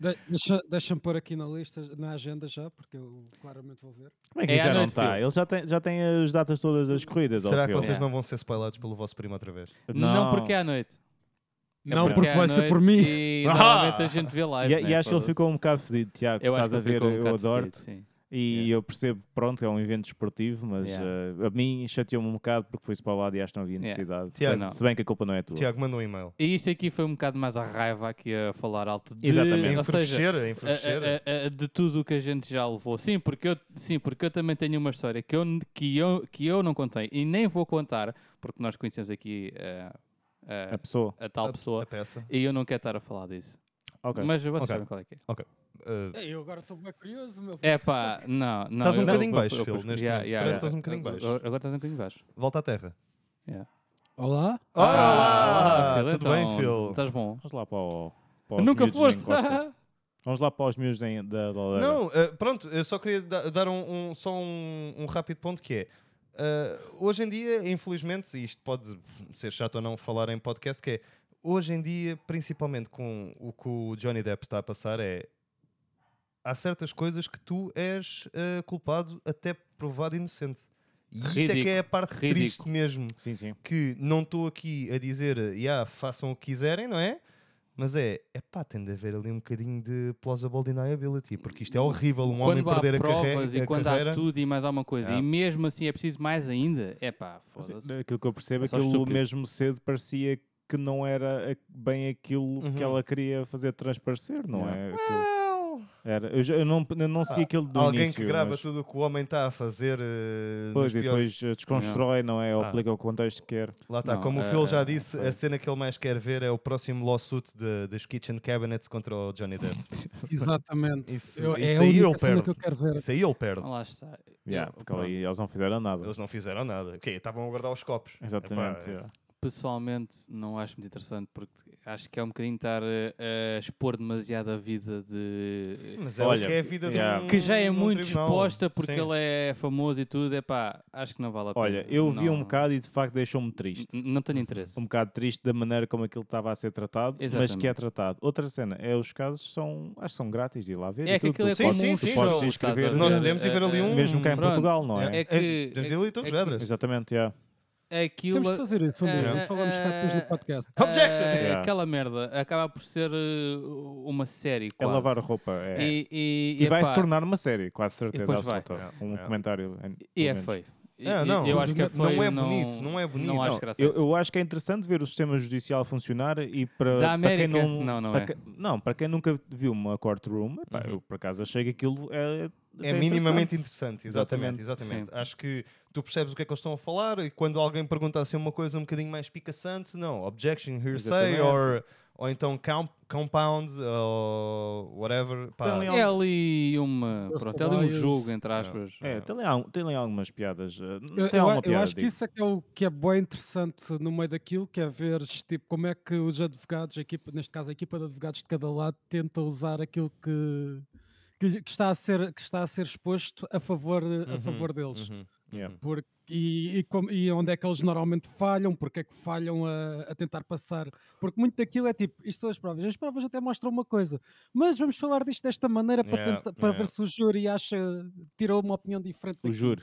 Speaker 1: De- deixa- Deixa-me pôr aqui na lista, na agenda já, porque eu claramente vou ver.
Speaker 6: Como é que
Speaker 5: É
Speaker 6: isso
Speaker 5: à
Speaker 6: já não
Speaker 5: noite,
Speaker 6: está?
Speaker 5: Phil.
Speaker 6: Ele já tem, já tem as datas todas das corridas. ó,
Speaker 2: será que
Speaker 6: Phil.
Speaker 2: vocês não vão ser spoilados pelo vosso primo outra vez?
Speaker 5: Não, porque é à noite. É
Speaker 1: Não, porque
Speaker 5: é à
Speaker 1: vai ser por
Speaker 5: noite
Speaker 1: mim.
Speaker 5: E normalmente a gente vê live.
Speaker 6: E,
Speaker 5: né?
Speaker 6: e acho que ele
Speaker 5: Foda-se.
Speaker 6: ficou um bocado fedido, Tiago.
Speaker 5: Eu acho
Speaker 6: estás
Speaker 5: que
Speaker 6: a ver,
Speaker 5: ficou um
Speaker 6: eu
Speaker 5: bocado
Speaker 6: adoro.
Speaker 5: fedido, sim.
Speaker 6: E
Speaker 5: Yeah.
Speaker 6: eu percebo, pronto, é um evento desportivo, mas
Speaker 5: Yeah.
Speaker 6: eh, a mim chateou-me um bocado porque fui para lá e acho que não havia
Speaker 5: Yeah.
Speaker 6: necessidade.
Speaker 2: Tiago,
Speaker 6: Portanto, Se bem que a culpa não é tua.
Speaker 2: Tiago, manda um e-mail.
Speaker 5: E isto aqui foi um bocado mais a raiva aqui a falar alto de,
Speaker 6: Exatamente.
Speaker 5: ou seja, é,
Speaker 2: Enfurecer,
Speaker 5: a- a- a- a- de tudo o que a gente já levou. Sim, porque eu, sim, porque eu também tenho uma história que eu, que, eu, que eu não contei e nem vou contar, porque nós conhecemos aqui eh, eh,
Speaker 6: A pessoa.
Speaker 5: a, tal
Speaker 2: A
Speaker 5: pessoa
Speaker 2: peça.
Speaker 5: e eu não quero estar a falar disso.
Speaker 6: Ok.
Speaker 5: Mas vocês
Speaker 2: Ok.
Speaker 5: sabem qual é que é.
Speaker 2: Ah,
Speaker 1: Eu agora estou bem curioso, meu.
Speaker 5: É pá, não, não.
Speaker 2: Estás um
Speaker 5: eu-
Speaker 2: bocadinho
Speaker 5: eu-
Speaker 2: baixo,
Speaker 5: eu- eu-
Speaker 2: Phil,
Speaker 5: eu-
Speaker 2: neste
Speaker 5: yeah,
Speaker 2: momento.
Speaker 5: yeah,
Speaker 2: Parece que
Speaker 5: yeah.
Speaker 2: estás um bocadinho baixo.
Speaker 5: Agora agora estás um bocadinho baixo.
Speaker 2: volta à Terra.
Speaker 5: yeah.
Speaker 1: Olá?
Speaker 2: Olá,
Speaker 5: Phil,
Speaker 2: tudo
Speaker 5: então,
Speaker 2: bem, Phil?
Speaker 5: Estás bom?
Speaker 6: Vamos lá para o. Para os
Speaker 5: Nunca
Speaker 6: miúdos da
Speaker 5: foste!
Speaker 6: encosta. Vamos lá para os miúdos da. da, da-
Speaker 2: Não, ah, pronto, eu só queria da- dar um, um- só um, um rápido ponto que é. ah, hoje em dia, infelizmente, e isto pode ser chato ou não falar em podcast, que é hoje em dia, principalmente com o que o Johnny Depp está a passar, é há certas coisas que tu és ah, culpado até provado inocente. E isto é que é a parte
Speaker 5: Ridículo.
Speaker 2: triste mesmo.
Speaker 6: Sim, sim.
Speaker 2: que não estou aqui a dizer "Ya, façam o que quiserem, não é? Mas é, é pá, tem de haver ali um bocadinho de plausible deniability, porque isto é horrível, um homem
Speaker 5: quando há
Speaker 2: perder a, carre-
Speaker 5: provas
Speaker 2: a
Speaker 5: e quando
Speaker 2: carreira.
Speaker 5: há tudo e mais alguma coisa,
Speaker 6: Yeah.
Speaker 5: e mesmo assim é preciso mais ainda, é pá, foda-se.
Speaker 6: Aquilo que eu percebo
Speaker 5: É
Speaker 6: é
Speaker 5: só
Speaker 6: que ele
Speaker 5: estúpido.
Speaker 6: mesmo cedo parecia que não era a- bem aquilo que
Speaker 2: Uhum.
Speaker 6: ela queria fazer transparecer, não é? Aquilo-
Speaker 2: Well,
Speaker 6: Era. Eu, já- eu não, eu não segui
Speaker 2: Ah,
Speaker 6: aquele do
Speaker 2: Alguém
Speaker 6: início,
Speaker 2: que grava
Speaker 6: mas
Speaker 2: tudo o que o homem está a fazer. eh,
Speaker 6: Depois,
Speaker 2: nos
Speaker 6: e
Speaker 2: piores-
Speaker 6: depois eh, desconstrói, não é? Ou
Speaker 2: Ah.
Speaker 6: aplica o contexto que quer.
Speaker 2: Lá está,
Speaker 5: Não,
Speaker 2: como o
Speaker 5: eh,
Speaker 2: Phil já disse,
Speaker 6: foi.
Speaker 2: a cena que ele mais quer ver é o próximo lawsuit de- das Kitchen Cabinets contra o Johnny Depp.
Speaker 1: Exatamente.
Speaker 2: Isso-
Speaker 1: Eu- é
Speaker 2: isso
Speaker 1: a
Speaker 2: aí eu
Speaker 1: única cena
Speaker 2: perco.
Speaker 1: que eu quero ver.
Speaker 2: Isso aí ele perde.
Speaker 5: Lá está.
Speaker 6: Yeah,
Speaker 5: Eu-
Speaker 6: porque ali
Speaker 5: pronto.
Speaker 6: eles não fizeram
Speaker 5: Oh.
Speaker 6: nada.
Speaker 2: Eles não fizeram nada. Ok, estavam a guardar os copos.
Speaker 6: Exatamente. é
Speaker 2: Epá, é-
Speaker 6: yeah.
Speaker 5: Pessoalmente, não acho muito interessante porque acho que é um bocadinho estar a, a expor demasiado a vida de.
Speaker 2: Mas é
Speaker 6: Olha,
Speaker 2: o que é a vida
Speaker 6: yeah.
Speaker 2: de um,
Speaker 5: que já é
Speaker 2: de um
Speaker 5: muito
Speaker 2: tribunal.
Speaker 5: exposta porque
Speaker 2: Sim.
Speaker 5: ele é famoso e tudo. É pá, acho que não vale a pena.
Speaker 6: Olha, eu vi
Speaker 5: Não-
Speaker 6: um bocado e de facto deixou-me triste.
Speaker 5: n- Não tenho interesse.
Speaker 6: um bocado triste da maneira como aquilo estava a ser tratado, mas que é
Speaker 5: Exatamente.
Speaker 6: tratado. Outra cena é os casos são, acho que são grátis de ir lá ver.
Speaker 5: É
Speaker 6: e
Speaker 5: que
Speaker 6: tudo.
Speaker 5: aquilo é
Speaker 6: Tu
Speaker 5: como
Speaker 6: podes-
Speaker 2: sim,
Speaker 5: um
Speaker 6: tu
Speaker 2: sim.
Speaker 5: show,
Speaker 6: podes te
Speaker 5: estás a
Speaker 6: inscrever,
Speaker 5: ver?
Speaker 2: Nós podemos ir ver ali
Speaker 5: É-
Speaker 2: um-
Speaker 6: mesmo cá em
Speaker 5: Pronto.
Speaker 6: Portugal, não é?
Speaker 5: É que
Speaker 2: Temos de ir ali todas
Speaker 5: é
Speaker 2: as
Speaker 5: que-
Speaker 2: pedras.
Speaker 6: Exatamente, yeah.
Speaker 5: é- aquilo.
Speaker 1: Temos de fazer isso um dia.
Speaker 5: Ah,
Speaker 1: Vamos falar
Speaker 5: ah,
Speaker 1: cá depois do podcast.
Speaker 5: ah,
Speaker 2: Objection!
Speaker 6: Yeah.
Speaker 5: Aquela merda acaba por ser eh, uma série.
Speaker 6: é
Speaker 5: quase.
Speaker 6: lavar a roupa. é. E,
Speaker 5: E, e, e,
Speaker 6: vai
Speaker 5: epá,
Speaker 6: se tornar uma série, quase certeza
Speaker 5: depois vai.
Speaker 6: absoluta.
Speaker 2: Yeah,
Speaker 6: Um
Speaker 2: yeah.
Speaker 6: comentário. em-
Speaker 5: E
Speaker 6: pelo
Speaker 5: é
Speaker 6: menos.
Speaker 5: feio. E-
Speaker 2: Ah,
Speaker 5: e-
Speaker 2: não,
Speaker 5: eu acho que é
Speaker 2: não
Speaker 5: feio,
Speaker 2: é bonito, não é bonito.
Speaker 5: Não acho
Speaker 6: Não,
Speaker 5: graça. a
Speaker 6: eu,
Speaker 5: isso.
Speaker 6: eu acho que é interessante ver os sistemas judicial funcionar e para,
Speaker 5: Da
Speaker 6: para quem
Speaker 5: América,
Speaker 6: não,
Speaker 5: não, não é.
Speaker 6: para
Speaker 5: Uhum.
Speaker 6: que- não, para quem nunca viu uma courtroom, epá, eu por acaso achei que aquilo é,
Speaker 2: É
Speaker 6: até
Speaker 2: minimamente interessante, exatamente.
Speaker 5: Exatamente,
Speaker 2: exatamente. Acho que tu percebes o que é que eles estão a falar e quando alguém pergunta assim uma coisa um bocadinho mais picaçante, não, objection, hearsay,
Speaker 6: Exatamente.
Speaker 2: or, ou então com- compound, ou whatever. pá.
Speaker 6: Tem ali
Speaker 5: É ali uma.
Speaker 1: Just
Speaker 5: Pronto, é ali um
Speaker 1: bias.
Speaker 5: jogo, entre aspas. Ah,
Speaker 6: É, tem ali, al- tem ali algumas piadas. eh,
Speaker 1: Eu,
Speaker 6: tem
Speaker 1: eu a-
Speaker 6: alguma
Speaker 1: eu
Speaker 6: piada,
Speaker 1: acho que
Speaker 6: digo.
Speaker 1: isso é que é o que é bem interessante no meio daquilo, que é ver tipo, como é que os advogados, a equipa, neste caso a equipa de advogados de cada lado, tenta usar aquilo que, que, lhe- que está, a ser, que está a ser exposto a favor, a
Speaker 2: Uhum,
Speaker 1: favor deles.
Speaker 2: uhum.
Speaker 6: Yeah.
Speaker 1: Porque, e, e como- e onde é que eles normalmente falham, porque é que falham a, a tentar passar. Porque muito daquilo é tipo, isto são as provas. As provas até mostram uma coisa, mas vamos falar disto desta maneira para,
Speaker 2: Yeah,
Speaker 1: tentar- para
Speaker 2: yeah.
Speaker 1: ver se o júri acha, tirou uma opinião diferente
Speaker 6: O
Speaker 1: daquilo.
Speaker 6: juro.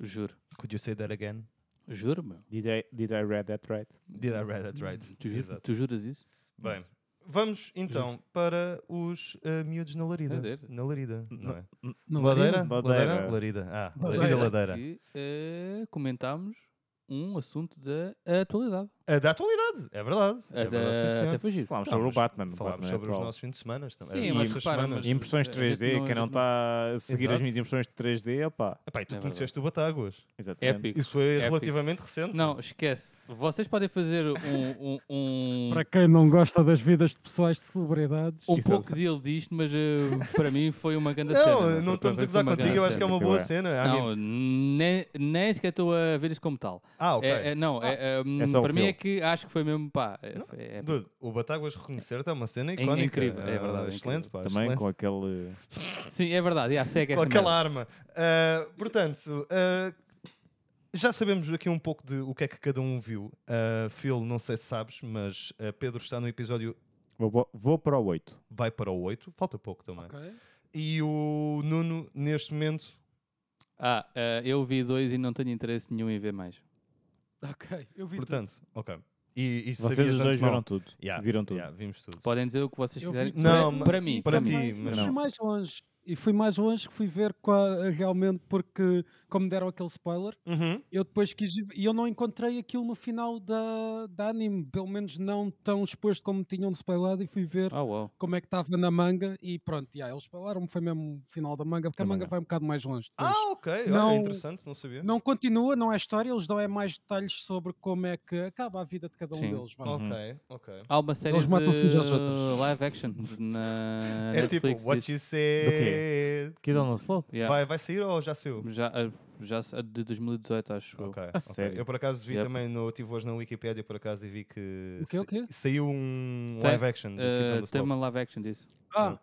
Speaker 5: Juro.
Speaker 2: Could you say that again?
Speaker 5: Juro, meu.
Speaker 6: Did I, did I read that right?
Speaker 2: Did I read that right?
Speaker 5: Tu, ju-
Speaker 2: Exato.
Speaker 5: tu juras isso?
Speaker 2: Bem, vamos então para os eh, miúdos na larida.
Speaker 5: Ladeira.
Speaker 2: Na larida, não
Speaker 6: Na-
Speaker 2: é?
Speaker 1: Não é?
Speaker 2: Ladeira?
Speaker 6: Ladeira.
Speaker 2: Ladeira? Larida. Ah,
Speaker 1: Ladeira.
Speaker 2: larida, ladeira.
Speaker 5: Que, eh, comentámos um assunto da atualidade.
Speaker 2: É da atualidade, é verdade. é
Speaker 5: Até,
Speaker 2: verdade, sim, senhor.
Speaker 5: até fugir.
Speaker 6: Falámos sobre o Batman. o
Speaker 2: Falámos
Speaker 6: Batman é
Speaker 2: sobre os
Speaker 6: atual.
Speaker 2: nossos fins de semana. também.
Speaker 5: Sim,
Speaker 2: As
Speaker 6: mas
Speaker 2: nossas
Speaker 5: repara,
Speaker 2: semanas.
Speaker 5: mas-
Speaker 6: Impressões
Speaker 5: A gente
Speaker 6: 3D,
Speaker 5: não-
Speaker 6: quem não está a seguir as
Speaker 2: Exato.
Speaker 6: minhas impressões de 3D, opá.
Speaker 2: Epá, e tu
Speaker 5: É
Speaker 2: que me
Speaker 5: verdade.
Speaker 2: disseste o Batáguas.
Speaker 6: Exatamente.
Speaker 5: Épico.
Speaker 2: É. Isso foi
Speaker 5: Épico.
Speaker 2: relativamente recente.
Speaker 5: Não, é esquece. Vocês podem fazer um, um, um,
Speaker 1: Para quem não gosta das vidas de pessoais de celebridades,
Speaker 5: um
Speaker 6: Isso é-
Speaker 5: pouco de ele disto, mas eh, para mim foi uma grande cena.
Speaker 2: Não, não
Speaker 5: Para
Speaker 2: estamos a
Speaker 5: mim foi
Speaker 2: gozar
Speaker 5: uma
Speaker 2: contigo,
Speaker 5: grande
Speaker 2: eu acho que é
Speaker 5: cena.
Speaker 2: uma
Speaker 6: que
Speaker 2: boa
Speaker 6: é.
Speaker 2: cena. I mean-
Speaker 5: Não, nem, nem sequer estou a ver isso como tal.
Speaker 2: Ah, ok.
Speaker 5: É- é- não, é, hum,
Speaker 6: é só o
Speaker 5: para mim é
Speaker 6: filme.
Speaker 5: que acho que foi mesmo pá. É,
Speaker 2: Não,
Speaker 5: foi- é-
Speaker 2: Dude, o Batáguas reconhecer-te é uma cena
Speaker 5: É
Speaker 2: icónica.
Speaker 5: incrível, é
Speaker 2: Ah,
Speaker 5: verdade, é
Speaker 2: Excelente, pá.
Speaker 6: Também
Speaker 2: excelente.
Speaker 6: com aquele.
Speaker 5: sim, é verdade. Yeah, segue
Speaker 2: com
Speaker 5: essa
Speaker 2: aquela
Speaker 5: merda.
Speaker 2: arma. Ah, portanto, ah, já sabemos aqui um pouco de o que é que cada um viu. Ah, Phil, não sei se sabes, mas ah, Pedro está no episódio
Speaker 6: Vou- Vou, vou para o 8.
Speaker 2: vai para o 8, falta pouco também. E o Nuno, neste momento,
Speaker 5: Ah, eh, eu vi dois e não tenho interesse nenhum em ver mais.
Speaker 1: ok, eu vi
Speaker 2: portanto, ok. E, e
Speaker 6: Vocês
Speaker 2: sabias
Speaker 6: os
Speaker 2: de
Speaker 6: dois
Speaker 2: antemão?
Speaker 6: viram tudo.
Speaker 2: Yeah,
Speaker 6: Viram tudo.
Speaker 2: yeah, vimos tudo.
Speaker 5: Podem dizer o que vocês
Speaker 1: Eu vi
Speaker 5: quiserem.
Speaker 1: dois.
Speaker 5: Para-
Speaker 2: Não,
Speaker 5: para mim,
Speaker 2: para
Speaker 5: para mim.
Speaker 2: ti, mas
Speaker 1: fui
Speaker 2: não.
Speaker 1: mais longe. E fui mais longe, que fui ver com a- realmente porque, como deram aquele spoiler,
Speaker 2: Uhum.
Speaker 1: eu depois quis ir- e eu não encontrei aquilo no final da, da anime, pelo menos não tão exposto como tinham spoilado, e fui ver
Speaker 5: Oh, wow.
Speaker 1: como é que estava na manga e pronto, yeah, eles spoilaram-me, foi mesmo o final da manga, porque a
Speaker 6: Da
Speaker 1: manga
Speaker 6: manga.
Speaker 1: vai um bocado mais longe. depois.
Speaker 2: Ah, ok. olha,
Speaker 1: Não-
Speaker 2: interessante, não sabia.
Speaker 1: Não continua, não é história, eles dão é mais detalhes sobre como é que acaba a vida de cada um
Speaker 5: Sim.
Speaker 1: deles. vá.
Speaker 2: Ok, ok.
Speaker 5: Há uma série
Speaker 1: Eles matam-se uns aos
Speaker 5: de
Speaker 1: outros.
Speaker 5: live action na
Speaker 2: É tipo,
Speaker 5: Netflix.
Speaker 2: what
Speaker 5: disso.
Speaker 2: you said.
Speaker 6: Kids on the Slope.
Speaker 5: Yeah.
Speaker 2: Vai, vai sair ou já saiu?
Speaker 5: Já, eh, já se- de 2018, acho eu.
Speaker 2: Ok,
Speaker 6: A
Speaker 2: ok.
Speaker 6: sério?
Speaker 2: Eu por acaso vi
Speaker 5: Yep.
Speaker 2: também, no, tive hoje na Wikipédia por acaso e vi que
Speaker 1: O quê, o quê?
Speaker 2: sa- saiu um
Speaker 5: Tem,
Speaker 2: live action do Kids
Speaker 5: Eh,
Speaker 2: on the
Speaker 5: tem
Speaker 2: Slope.
Speaker 5: uma live action disso.
Speaker 1: Ah,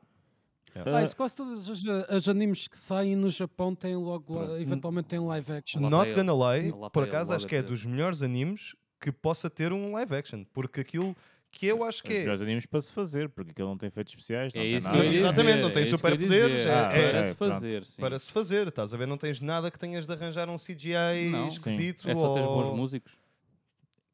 Speaker 6: Ah,
Speaker 1: Ah, isso quase todas as, as animes que saem no Japão têm logo, eh,
Speaker 2: Pronto.
Speaker 1: eventualmente têm live action.
Speaker 5: Lá
Speaker 2: Not
Speaker 5: está ele.
Speaker 2: Gonna Lie,
Speaker 5: Lá está
Speaker 2: por
Speaker 5: ele,
Speaker 2: acaso
Speaker 5: logo
Speaker 2: acho
Speaker 5: a
Speaker 2: que é
Speaker 5: dizer.
Speaker 2: dos melhores animes que possa ter um live action, porque aquilo que eu acho que
Speaker 6: Os
Speaker 2: é.
Speaker 6: melhores animes para se fazer, porque aquilo não tem feitos especiais. Não
Speaker 5: É
Speaker 6: tem
Speaker 5: isso que eu
Speaker 6: nada.
Speaker 5: ia dizer.
Speaker 2: Exatamente, não tem
Speaker 5: é isso que eu ia
Speaker 2: superpoderes,
Speaker 5: dizer.
Speaker 2: é-
Speaker 5: Ah,
Speaker 2: é-
Speaker 5: Para se
Speaker 6: é, pronto.
Speaker 5: fazer, sim.
Speaker 2: Para se fazer, estás a ver? Não tens nada que tenhas de arranjar um CGI
Speaker 5: Não. Sim.
Speaker 2: esquisito.
Speaker 5: É só teres bons
Speaker 2: ou-
Speaker 5: músicos.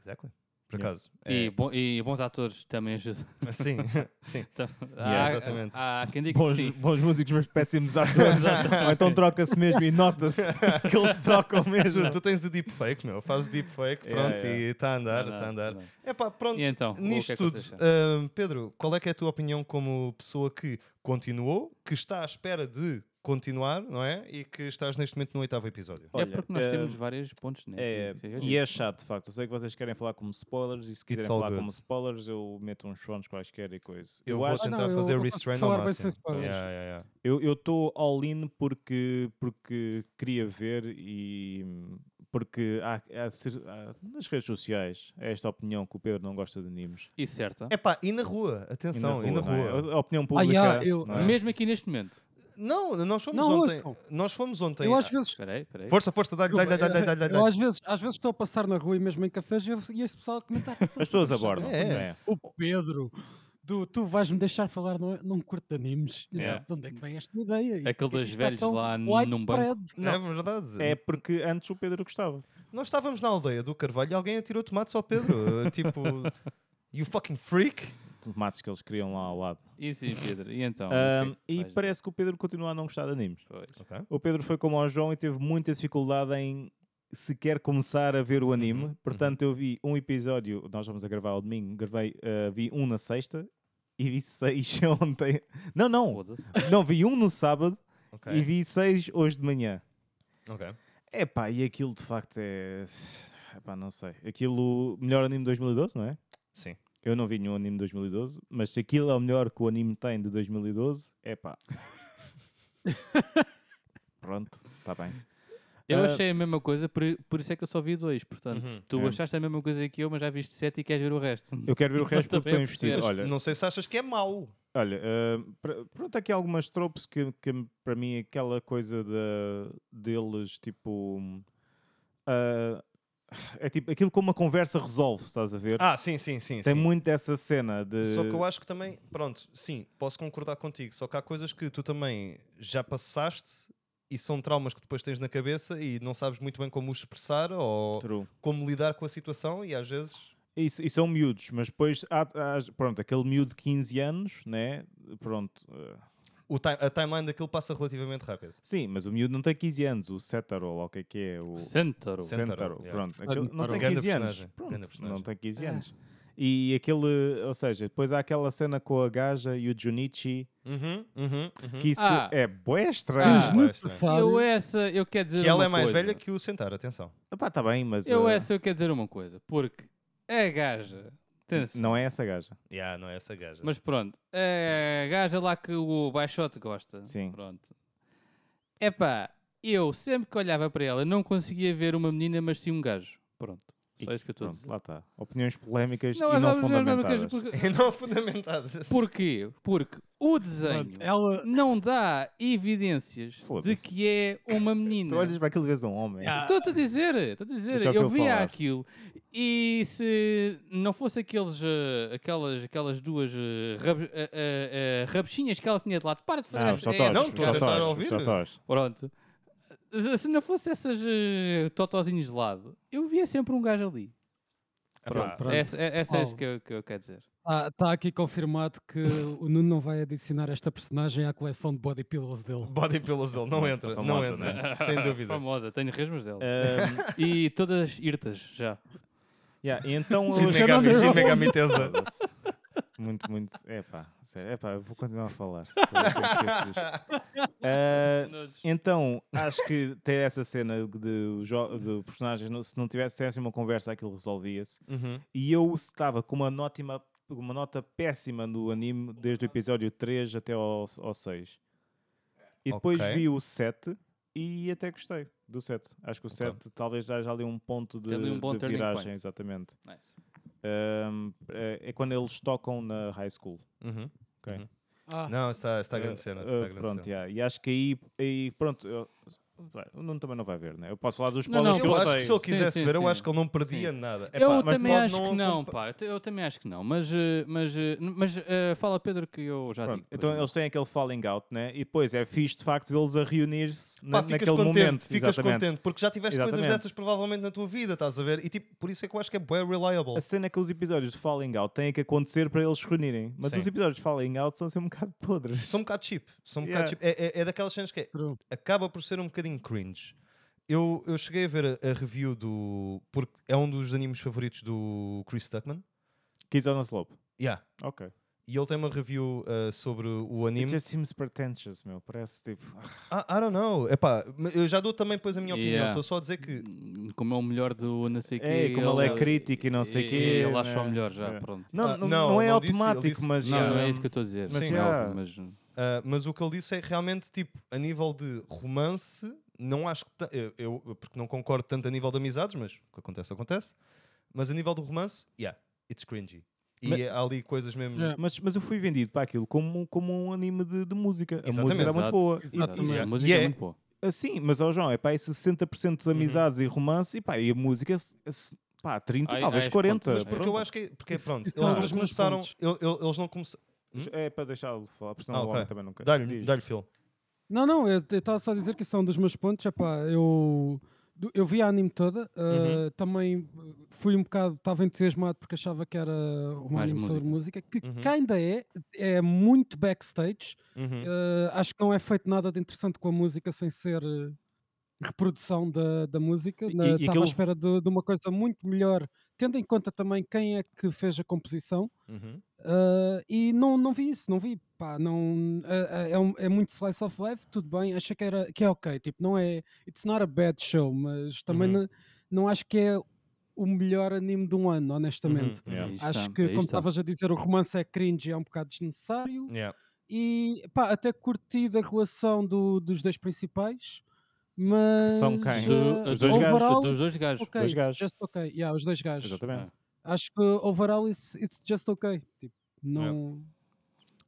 Speaker 2: Exactly. por acaso.
Speaker 5: E, bo- e bons atores também ajudam.
Speaker 2: É, sim, sim.
Speaker 5: Tam-
Speaker 2: Yeah,
Speaker 5: há-
Speaker 2: exatamente.
Speaker 5: Há, quem diga que
Speaker 6: Bons,
Speaker 5: sim.
Speaker 6: bons músicos, mas péssimos atores. Ou então troca-se mesmo e nota-se que eles trocam
Speaker 2: Tu,
Speaker 6: mesmo.
Speaker 2: tu tens o deepfake, meu. Fazes o deepfake, pronto,
Speaker 6: Yeah, yeah.
Speaker 2: e está a andar,
Speaker 5: Não,
Speaker 2: está a
Speaker 5: não,
Speaker 2: andar.
Speaker 5: não.
Speaker 2: É pá, pronto.
Speaker 5: E então, o que
Speaker 2: Nisto
Speaker 5: é que
Speaker 2: tudo,
Speaker 5: vocês acham?
Speaker 2: ahm, Pedro, qual é que é a tua opinião como pessoa que continuou, que está à espera de continuar, não é? E que estás neste momento no oitavo episódio.
Speaker 5: É
Speaker 6: Olha,
Speaker 5: porque nós
Speaker 6: eh,
Speaker 5: temos vários pontos
Speaker 6: É,
Speaker 5: netos.
Speaker 6: e é chato, de facto. Eu sei que vocês querem falar como spoilers e se quiserem
Speaker 2: all
Speaker 6: falar
Speaker 2: good.
Speaker 6: como spoilers, eu meto uns sons quaisquer e coisa.
Speaker 2: Eu,
Speaker 6: Eu,
Speaker 2: vou
Speaker 6: acho,
Speaker 1: Ah, não,
Speaker 2: tentar
Speaker 1: eu-
Speaker 2: fazer
Speaker 1: eu consigo
Speaker 2: restrain ao
Speaker 1: falar bem sem
Speaker 2: máximo.
Speaker 1: spoilers.
Speaker 2: Yeah, yeah, yeah.
Speaker 6: eu eu estou all in porque porque queria ver e porque há, há cer- há- nas redes sociais é esta opinião que o Pedro não gosta de animes.
Speaker 5: E certa.
Speaker 2: É pá, e na rua?
Speaker 6: E na
Speaker 2: Atenção,
Speaker 6: rua,
Speaker 2: e na
Speaker 6: não é?
Speaker 2: rua?
Speaker 6: A- A opinião
Speaker 1: Ah,
Speaker 6: pública.
Speaker 1: yeah, eu-
Speaker 6: não é?
Speaker 5: Mesmo aqui neste momento.
Speaker 2: Não, nós fomos
Speaker 1: Não,
Speaker 2: ontem.
Speaker 1: ouçam.
Speaker 2: Nós fomos ontem.
Speaker 1: Eu às vezes.
Speaker 5: Espera aí, espera aí.
Speaker 2: Força, força, dá-lhe, dá-lhe, dá-lhe, dá-lhe, dá-lhe.
Speaker 1: Eu às vezes, às vezes estou a passar na rua e mesmo em cafés e, eu- e esse pessoal a comentar.
Speaker 6: As pessoas abordam.
Speaker 2: É.
Speaker 6: não é?
Speaker 1: O Pedro, do tu vais-me deixar falar num, num curto de animes. Eu,
Speaker 5: É.
Speaker 1: "Sabe De onde é que vem esta ideia? E
Speaker 5: Aquele
Speaker 1: porquê que
Speaker 5: dos
Speaker 1: isto é
Speaker 5: velhos
Speaker 1: tão
Speaker 5: lá num
Speaker 1: widespread?"
Speaker 5: banco.
Speaker 2: Não, é verdade.
Speaker 6: É porque antes o Pedro gostava.
Speaker 2: Nós estávamos na aldeia do Carvalho e alguém atirou tomates ao Pedro. eh, tipo, you fucking freak.
Speaker 6: Tomates que eles criam lá ao lado.
Speaker 5: E sim, Pedro. E então? o que é
Speaker 6: Ahm,
Speaker 5: que
Speaker 6: e
Speaker 5: vais
Speaker 6: parece que o Pedro continua a não gostar de animes.
Speaker 5: dizer? Pois.
Speaker 2: Ok.
Speaker 6: O Pedro foi como ao João e teve muita dificuldade em sequer começar a ver o anime.
Speaker 2: Uhum,
Speaker 6: Portanto, eu vi um episódio, nós vamos a gravar ao domingo, gravei, ah, vi um na sexta e vi seis ontem. Não, não,
Speaker 5: Foda-se.
Speaker 6: não, vi um no sábado
Speaker 2: Ok.
Speaker 6: e vi seis hoje de manhã.
Speaker 2: ok.
Speaker 6: Epá, e aquilo de facto é. Epá, não sei. Aquilo, melhor anime de 2012, não é?
Speaker 2: Sim.
Speaker 6: Eu não vi nenhum anime de 2012, mas se aquilo é o melhor que o anime tem de 2012, epá. Pronto, está bem.
Speaker 5: Eu
Speaker 6: Ah.
Speaker 5: achei a mesma coisa, por, por isso é que eu só vi dois. Portanto,
Speaker 2: Uhum.
Speaker 5: tu
Speaker 6: É.
Speaker 5: achaste a mesma coisa que eu, mas já viste sete e queres ver o resto.
Speaker 6: Eu quero ver o resto
Speaker 5: Não
Speaker 6: porque
Speaker 5: estou
Speaker 6: estou
Speaker 5: bem a
Speaker 6: investido.
Speaker 5: perceber.
Speaker 6: Olha,
Speaker 2: Não sei se achas que é mau.
Speaker 6: olha ah, pr- pronto, aqui há algumas tropes que, que para mim é aquela coisa da deles, tipo. ah, é tipo aquilo como uma conversa resolve, estás a ver?
Speaker 2: Ah, sim, sim, sim.
Speaker 6: Tem
Speaker 2: sim.
Speaker 6: muito essa cena de.
Speaker 2: Só que eu acho que também, pronto, sim, posso concordar contigo. Só que há coisas que tu também já passaste e são traumas que depois tens na cabeça e não sabes muito bem como os expressar ou
Speaker 6: True.
Speaker 2: como lidar com a situação e às vezes.
Speaker 6: E, s- e são miúdos, mas depois há, há- pronto, aquele miúdo de 15 anos, né? Pronto. eh,
Speaker 2: o ti- a timeline daquilo passa relativamente rápido.
Speaker 6: Sim, mas o miúdo não tem 15 anos, o Setaro, ou o que é que é? O
Speaker 5: Sentaro.
Speaker 2: Sen- Setaro,
Speaker 6: Setaro,
Speaker 2: yeah.
Speaker 6: pronto.
Speaker 1: Setaro.
Speaker 6: aquele- não tem
Speaker 2: Grande
Speaker 6: 15 anos.
Speaker 2: personagem,
Speaker 6: Pronto,
Speaker 2: grande personagem.
Speaker 6: não tem 15
Speaker 5: É.
Speaker 6: anos. E aquele, ou seja, depois há aquela cena com a gaja e o Junichi,
Speaker 2: Uhum, uhum, uhum.
Speaker 6: que isso
Speaker 5: Ah.
Speaker 6: é bué estranho.
Speaker 2: Ah.
Speaker 5: Eu eh, essa, eu quero dizer
Speaker 2: Que ela
Speaker 5: uma
Speaker 2: é mais
Speaker 5: coisa.
Speaker 2: velha que o sentar, atenção.
Speaker 6: Pá, tá bem, mas
Speaker 5: Eu é
Speaker 6: eh,
Speaker 5: essa, eu quero dizer uma coisa. Porque a gaja... Atenção.
Speaker 6: não é essa gaja.
Speaker 2: Yeah, não é essa gaja.
Speaker 5: Mas pronto, a gaja lá que o Baixote gosta.
Speaker 6: Sim.
Speaker 5: Pronto. Epá, eu sempre que olhava para ela não conseguia ver uma menina, mas sim um gajo. Pronto. Só isso que eu estou a
Speaker 6: Pronto,
Speaker 5: dizer.
Speaker 6: lá está. Opiniões polémicas
Speaker 5: Não,
Speaker 6: e
Speaker 5: não,
Speaker 6: não
Speaker 5: não, é não, não, não,
Speaker 6: fundamentadas.
Speaker 5: porque-
Speaker 2: E não é fundamentadas.
Speaker 5: Porquê? Porque o desenho
Speaker 1: Pronto, Ela,
Speaker 5: não dá evidências de
Speaker 6: Foda-se.
Speaker 5: que é uma menina.
Speaker 6: Tu olhas para aquilo e vês um homem.
Speaker 5: Estou-te a dizer, estou a dizer,
Speaker 6: Já
Speaker 5: eu,
Speaker 6: ouviu
Speaker 5: via
Speaker 6: falar.
Speaker 5: aquilo e se não fosse aqueles, eh, aquelas, aquelas duas eh, rab, eh, eh, eh, rabechinhas que ela tinha de lado, para de fazer
Speaker 6: Ah, os
Speaker 5: essas-
Speaker 6: totós.
Speaker 2: Não,
Speaker 6: os
Speaker 2: estou a tentar
Speaker 6: totós, os
Speaker 2: ouvir.
Speaker 6: totós.
Speaker 5: Pronto. Se se não fosse essas eh, totozinhas de lado, eu via sempre um gajo ali.
Speaker 2: Ah,
Speaker 1: pronto,
Speaker 2: pá.
Speaker 1: pronto.
Speaker 5: Essa, é- essa é isso
Speaker 1: Pessoal.
Speaker 5: que eu, que eu quero dizer.
Speaker 1: Está tá, aqui confirmado que o Nuno não vai adicionar esta personagem à coleção de body pillows dele.
Speaker 2: Body Pillows ele não entra, não
Speaker 6: famosa,
Speaker 2: entra, sem dúvida.
Speaker 5: né? Famosa, tenho resmas dela.
Speaker 6: Ahm,
Speaker 5: E todas irtas já.
Speaker 6: Yeah, e então
Speaker 2: Shin
Speaker 6: eu
Speaker 1: Megami- Xanandra.
Speaker 2: Megami- Shin Megami Tensei.
Speaker 6: Foda-se. Muito, muito. Epá, sério, epá, eu vou continuar a falar. Eu sempre esqueço isto. Ah, então, acho que ter essa cena de, jo- de personagens, no- se não tivesse tivesse uma conversa, aquilo resolvia-se.
Speaker 2: Uhum.
Speaker 6: E eu estava com uma nota, uma nota péssima no anime, desde o episódio 3 até ao, ao 6. E depois
Speaker 2: Ok.
Speaker 6: vi o 7 e até gostei do 7. Acho que o
Speaker 2: Ok.
Speaker 6: 7 talvez haja ali um ponto de,
Speaker 5: Tem ali um bom
Speaker 6: de
Speaker 5: turning
Speaker 6: viragem,
Speaker 5: point.
Speaker 6: exatamente.
Speaker 5: Nice.
Speaker 6: Um, é é quando eles tocam na high school.
Speaker 2: Uhum. Eh,
Speaker 6: Ok.
Speaker 2: Não, está, está a grande
Speaker 6: Uh,
Speaker 2: cena.
Speaker 6: uh,
Speaker 2: Está a grande
Speaker 6: pronto,
Speaker 2: cena.
Speaker 6: yeah. E acho que aí, aí pronto, eu- Vai, O Nuno também não vai ver, né? Eu posso falar dos
Speaker 5: Não, não,
Speaker 6: spoilers que
Speaker 2: eu
Speaker 6: eu
Speaker 2: acho
Speaker 6: sei.
Speaker 2: que se ele quisesse
Speaker 5: sim,
Speaker 2: ver, eu
Speaker 5: sim.
Speaker 2: acho que ele não perdia nada. É
Speaker 5: eu
Speaker 2: pá, mas
Speaker 5: também
Speaker 2: pode
Speaker 5: acho que não,
Speaker 2: compa-
Speaker 5: pá. Eu também acho que não. Mas, eh, mas, eh, mas eh, fala Pedro que eu já
Speaker 6: Pronto,
Speaker 5: digo. depois,
Speaker 6: então
Speaker 5: não é?
Speaker 6: eles têm aquele falling out, né? E depois é fixe de facto vê-los a reunir-se na,
Speaker 2: Pá, ficas
Speaker 6: naquele
Speaker 2: contente,
Speaker 6: momento.
Speaker 2: ficas
Speaker 6: exatamente.
Speaker 2: contente, porque já tiveste coisas
Speaker 6: Exatamente.
Speaker 2: dessas provavelmente na tua vida, estás a ver? E tipo, por isso é que eu acho que é bem reliable.
Speaker 6: A cena é que os episódios de Falling Out têm que acontecer para eles se reunirem. Mas
Speaker 2: Sim.
Speaker 6: os episódios de Falling Out são sempre um bocado podres.
Speaker 2: São um bocado cheap. São um bocado
Speaker 6: Yeah.
Speaker 2: cheap. É, é, é daquelas cenas que é,
Speaker 1: True.
Speaker 2: acaba por ser um bocadinho cringe. Eu, eu cheguei a ver a, a review do. Porque é um dos animes favoritos do Chris Tuckman.
Speaker 6: Kids on a Slope.
Speaker 2: Yeah.
Speaker 6: Ok.
Speaker 2: E ele tem uma review uh, sobre o
Speaker 6: It
Speaker 2: anime.
Speaker 6: just seems pretentious, meu. Parece tipo.
Speaker 2: Ah, I, I don't know. Epá, mas eu já dou também depois a minha opinião.
Speaker 5: Yeah.
Speaker 2: Estou só a dizer que
Speaker 5: Hum, Como é o melhor do não sei quê.
Speaker 6: É, como ele é crítico e não sei
Speaker 5: eh,
Speaker 6: quê,
Speaker 5: Ele acha o
Speaker 6: né?
Speaker 5: melhor já,
Speaker 6: É.
Speaker 5: pronto.
Speaker 6: Não,
Speaker 2: Ah,
Speaker 6: não,
Speaker 2: não,
Speaker 6: não é
Speaker 2: ele não disse- ele
Speaker 6: automático,
Speaker 2: disse-
Speaker 6: mas.
Speaker 5: Não, não é
Speaker 6: um,
Speaker 5: isso que eu estou a dizer.
Speaker 2: Sim.
Speaker 5: Sim, é
Speaker 6: Yeah.
Speaker 5: óbvio, mas
Speaker 2: Ah, mas o que ele disse é realmente tipo, a nível de romance, não acho que. ta- Eu, eu- porque não concordo tanto a nível de amizades, mas o que acontece, acontece. Mas a nível do romance, yeah, it's cringy. E
Speaker 6: Mas-
Speaker 2: há ali coisas mesmo.
Speaker 1: Yeah.
Speaker 6: Mas, mas eu fui vendido para aquilo como, como um anime de, de música. A
Speaker 2: Exatamente.
Speaker 6: música era muito
Speaker 5: Exato,
Speaker 6: boa. E-
Speaker 5: exato.
Speaker 6: e-
Speaker 5: A
Speaker 2: Yeah.
Speaker 5: música
Speaker 2: Yeah.
Speaker 5: é muito boa.
Speaker 6: Ah, Sim, mas ó João, é pá, aí 60%
Speaker 2: Uhum.
Speaker 6: de amizades e romance e pá, e a música, s- s- pá, 30,
Speaker 5: Ai,
Speaker 6: talvez
Speaker 5: ai,
Speaker 6: 40.
Speaker 5: ponto.
Speaker 2: Mas porque eu acho que. é, Porque
Speaker 1: Isso-
Speaker 2: pronto,
Speaker 1: isso são
Speaker 2: eles não
Speaker 1: os meus
Speaker 2: começaram.
Speaker 1: pontos.
Speaker 2: eu- eu- Eles não começaram.
Speaker 6: É para deixá-lo falar, porque senão
Speaker 2: Ah,
Speaker 6: o homem
Speaker 2: ok.
Speaker 6: também nunca.
Speaker 2: Dá-lhe,
Speaker 6: Diz.
Speaker 2: dá-lhe, Phil.
Speaker 1: Não, não, eu estava só a dizer que são dos meus pontos. Epá, eu, do- eu vi a anime toda, uh, também uh, fui um bocado, estava entusiasmado porque achava que era um
Speaker 5: Mais
Speaker 1: anime sobre música, que
Speaker 2: Uhum.
Speaker 1: que ainda é, é muito backstage.
Speaker 2: Uhum.
Speaker 1: Uh, acho que não é feito nada de interessante com a música sem ser uh, reprodução da, da música.
Speaker 6: Sim,
Speaker 1: Na-
Speaker 6: e- e
Speaker 1: Estava à
Speaker 6: aquilo-
Speaker 1: espera de, de uma coisa muito melhor, tendo em conta também quem é que fez a composição.
Speaker 2: Uhum.
Speaker 1: Uh, e não, não vi isso, não vi. Pá, não, é, é- é um- é muito slice of life, tudo bem. Achei que, era, que é ok. Tipo, não é. It's not a bad show, mas também
Speaker 2: Uhum.
Speaker 1: na- não, acho que é o melhor anime de um ano, honestamente.
Speaker 2: Uhum. Yeah.
Speaker 5: Aí está,
Speaker 1: Acho que,
Speaker 5: aí
Speaker 1: como
Speaker 5: está.
Speaker 1: estavas a dizer, o romance é cringe e é um bocado desnecessário.
Speaker 2: uhum. Yeah.
Speaker 1: E pá, até curti da relação do- dos dois principais, mas.
Speaker 6: Que são quem?
Speaker 1: eh,
Speaker 5: Do- Os dois
Speaker 1: overall,
Speaker 5: gajos. Dos dois gajos.
Speaker 1: ok,
Speaker 6: Dois
Speaker 1: it's
Speaker 6: gajos.
Speaker 1: just ok. Yeah, os dois gajos.
Speaker 2: Ah.
Speaker 6: Exatamente.
Speaker 1: Acho que overall it's, it's just ok. Tipo, não.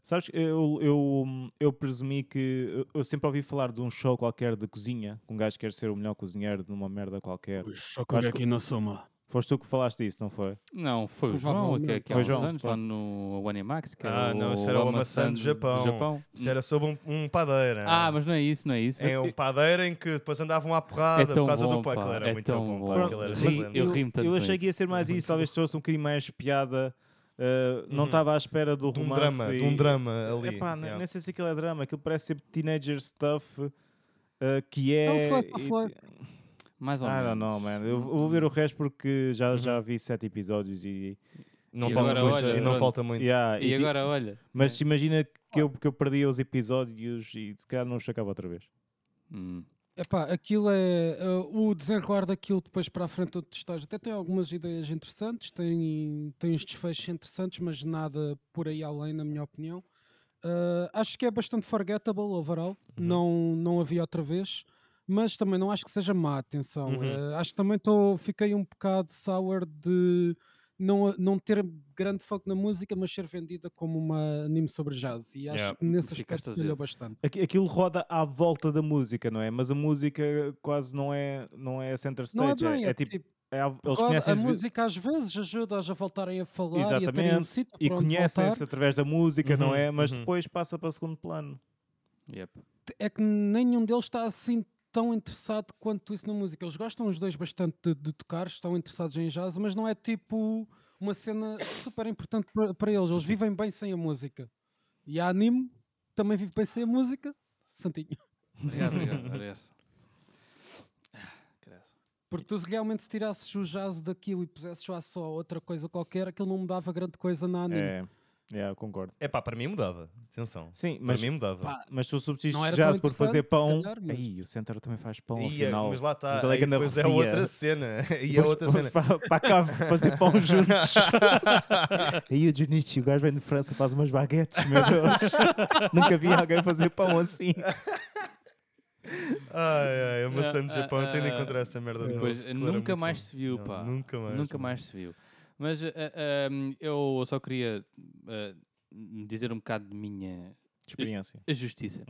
Speaker 6: Sabes, que eu, eu, eu presumi que. eu- Eu sempre ouvi falar de um show qualquer de cozinha, que um gajo quer ser o melhor cozinheiro de uma merda qualquer.
Speaker 1: Só
Speaker 6: quando é que
Speaker 1: na soma.
Speaker 6: Foste tu que falaste disso, não foi?
Speaker 5: Não, foi o João, que, é
Speaker 1: Provavelmente.
Speaker 5: que há
Speaker 6: Foi
Speaker 5: uns
Speaker 6: João,
Speaker 5: anos,
Speaker 6: foi.
Speaker 5: lá no Animax, que
Speaker 2: Ah,
Speaker 5: era
Speaker 2: não,
Speaker 5: o
Speaker 2: isso era o
Speaker 5: Amaçã
Speaker 2: Amaçã do Japão. Isso era sobre um, um padeiro.
Speaker 5: Ah, mas não é isso, não é isso.
Speaker 2: É um padeiro em que depois andavam à porrada
Speaker 5: É
Speaker 2: por
Speaker 5: tão
Speaker 2: causa
Speaker 5: bom,
Speaker 2: do pão.
Speaker 5: pá,
Speaker 2: Aquilo era
Speaker 5: é
Speaker 2: muito
Speaker 5: tão
Speaker 2: bom.
Speaker 5: bom.
Speaker 2: pá, aquilo era
Speaker 5: Mas-
Speaker 2: excelente.
Speaker 5: eu ri-me tanto
Speaker 6: Eu
Speaker 5: com
Speaker 6: achei
Speaker 5: isso.
Speaker 6: que ia ser mais isso, talvez trouxe um bocadinho mais piada. ah,
Speaker 5: Hum.
Speaker 6: Não
Speaker 2: Uhum.
Speaker 6: estava à espera do
Speaker 2: de um
Speaker 6: romance.
Speaker 2: drama, de um
Speaker 6: e-
Speaker 2: drama ali.
Speaker 6: Epá,
Speaker 2: yeah.
Speaker 6: nem, nem sei se aquilo é drama, aquilo parece ser teenager stuff eh, que é.
Speaker 1: É um slice of
Speaker 6: e-
Speaker 1: life.
Speaker 5: Mais ou
Speaker 6: I don't
Speaker 5: menos. Uhum.
Speaker 6: know, man. Eu, eu vou ver o resto porque já, já vi sete episódios e.
Speaker 2: Não
Speaker 5: E
Speaker 2: falta
Speaker 5: agora,
Speaker 2: muito.
Speaker 5: olha,
Speaker 2: e não
Speaker 5: pronto.
Speaker 2: falta muito.
Speaker 6: Yeah,
Speaker 5: E
Speaker 6: e ti-
Speaker 5: agora, olha.
Speaker 6: Mas se imagina que eu, que eu perdia os episódios e se calhar não os sacava outra vez.
Speaker 5: Hum.
Speaker 1: Epá, aquilo é. eh, o desenrolar daquilo depois para a frente onde tu estás até tem algumas ideias interessantes, tem, tem uns desfechos interessantes, mas nada por aí além, na minha opinião. Eh, acho que é bastante forgettable overall, não, não a vi outra vez, mas também não acho que seja má, atenção.
Speaker 2: Uhum.
Speaker 1: Eh, acho que também tô, fiquei um bocado sour de não, a- não ter grande foco na música, mas ser vendida como uma anime sobre jazz, e acho
Speaker 2: Yeah.
Speaker 1: que nesse
Speaker 5: Ficaste
Speaker 1: aspecto falhou
Speaker 5: azedo.
Speaker 1: bastante.
Speaker 6: Aqui- Aquilo roda à volta da música, não é? Mas a música quase não é, não é center
Speaker 1: Não é
Speaker 6: stage.
Speaker 1: bem,
Speaker 6: é, tipo.
Speaker 1: tipo
Speaker 6: é à- eles
Speaker 1: Agora,
Speaker 6: conhecem
Speaker 1: a
Speaker 6: as vi-
Speaker 1: música às vezes ajuda-as a voltarem a falar e a terem um
Speaker 6: Exatamente,
Speaker 1: sítio
Speaker 6: e,
Speaker 1: para onde
Speaker 6: conhecem-se
Speaker 1: voltar.
Speaker 6: através da música, não
Speaker 2: Uhum,
Speaker 6: é? Mas
Speaker 2: uhum.
Speaker 6: depois passa para segundo plano.
Speaker 5: Yep.
Speaker 1: É que nenhum deles está assim tão interessado quanto isso na música. Eles gostam os dois bastante de, de tocar, estão interessados em jazz, mas não é tipo uma cena super importante para, para eles. Eles vivem bem sem a música. E a anime também vive bem sem a música. Santinho.
Speaker 5: Obrigado, obrigado. Era essa.
Speaker 1: Porque tu realmente se tirasses o jazz daquilo e pusesses lá só outra coisa qualquer, aquilo não mudava grande coisa na anime.
Speaker 6: É, é, eu concordo.
Speaker 2: É pá, para mim mudava. Atenção.
Speaker 6: Sim,
Speaker 2: Para
Speaker 6: mas,
Speaker 2: mim mudava.
Speaker 1: Pá,
Speaker 6: mas tu
Speaker 1: não
Speaker 6: subsistes
Speaker 1: era
Speaker 6: já
Speaker 1: tão
Speaker 6: por fazer
Speaker 1: interessante, se
Speaker 6: pão.
Speaker 1: calhar, mas-
Speaker 6: Aí, o Center também faz pão ao
Speaker 2: Ia,
Speaker 6: final.
Speaker 2: mas lá está.
Speaker 6: Mas ela é
Speaker 2: aí
Speaker 6: ganda
Speaker 2: depois é
Speaker 6: refia.
Speaker 2: outra cena. E é
Speaker 6: Depois
Speaker 2: outra cena.
Speaker 6: vamos Para, para cá fazer pão juntos. Aí o Junichi, o gajo vem de França, faz umas baguetes, meu Deus. Nunca vi alguém fazer pão assim.
Speaker 2: Ai, ai, a maçã do
Speaker 5: Ah,
Speaker 2: Japão. Eu tenho de
Speaker 5: ah,
Speaker 2: encontrar essa merda de
Speaker 5: Depois,
Speaker 2: novo. Aquilo era
Speaker 5: nunca
Speaker 2: muito
Speaker 5: mais
Speaker 2: bom.
Speaker 5: se viu,
Speaker 2: Não,
Speaker 5: pá.
Speaker 2: Nunca mais.
Speaker 5: Nunca
Speaker 2: mano.
Speaker 5: mais se viu. Mas ah, ah, hum, eu só eh, queria ah, dizer um bocado de minha
Speaker 6: Experiência. Uhum.
Speaker 5: justiça.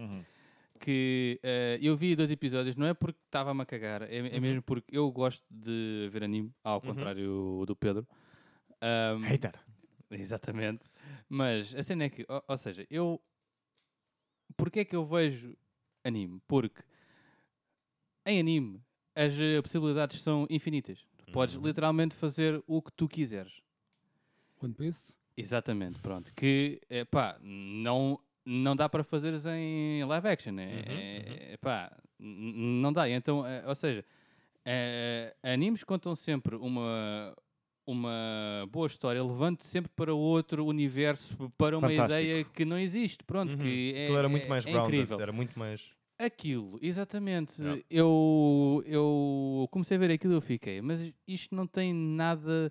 Speaker 5: que eh, eu vi dois episódios, não é porque estava-me a cagar, é,
Speaker 2: Uhum.
Speaker 5: é mesmo porque eu gosto de ver anime, ao contrário do Pedro. Hum, Ahm,
Speaker 2: Hater.
Speaker 5: Exatamente. Mas a cena é que, ou, ou seja, eu. Porquê é que eu vejo anime? Porque em anime as eh, possibilidades são infinitas. Tu Podes literalmente fazer o que tu quiseres.
Speaker 1: One Piece?
Speaker 5: Exatamente, pronto. Que, eh, pá, não, não dá para fazeres em live action.
Speaker 2: Uhum,
Speaker 5: É, é- pá, n- n- não dá. Então, eh, ou seja, eh, animes contam sempre uma, uma boa história, levando sempre para outro universo, para uma
Speaker 6: Fantástico.
Speaker 5: ideia que não existe. Pronto, que é,
Speaker 2: Uhum. Aquilo era muito
Speaker 5: é-
Speaker 2: mais
Speaker 5: é
Speaker 2: grounded,
Speaker 5: incrível.
Speaker 2: era muito mais.
Speaker 5: Aquilo, exatamente.
Speaker 2: Yeah.
Speaker 5: Eu, eu comecei a ver aquilo e eu fiquei, mas isto não tem nada.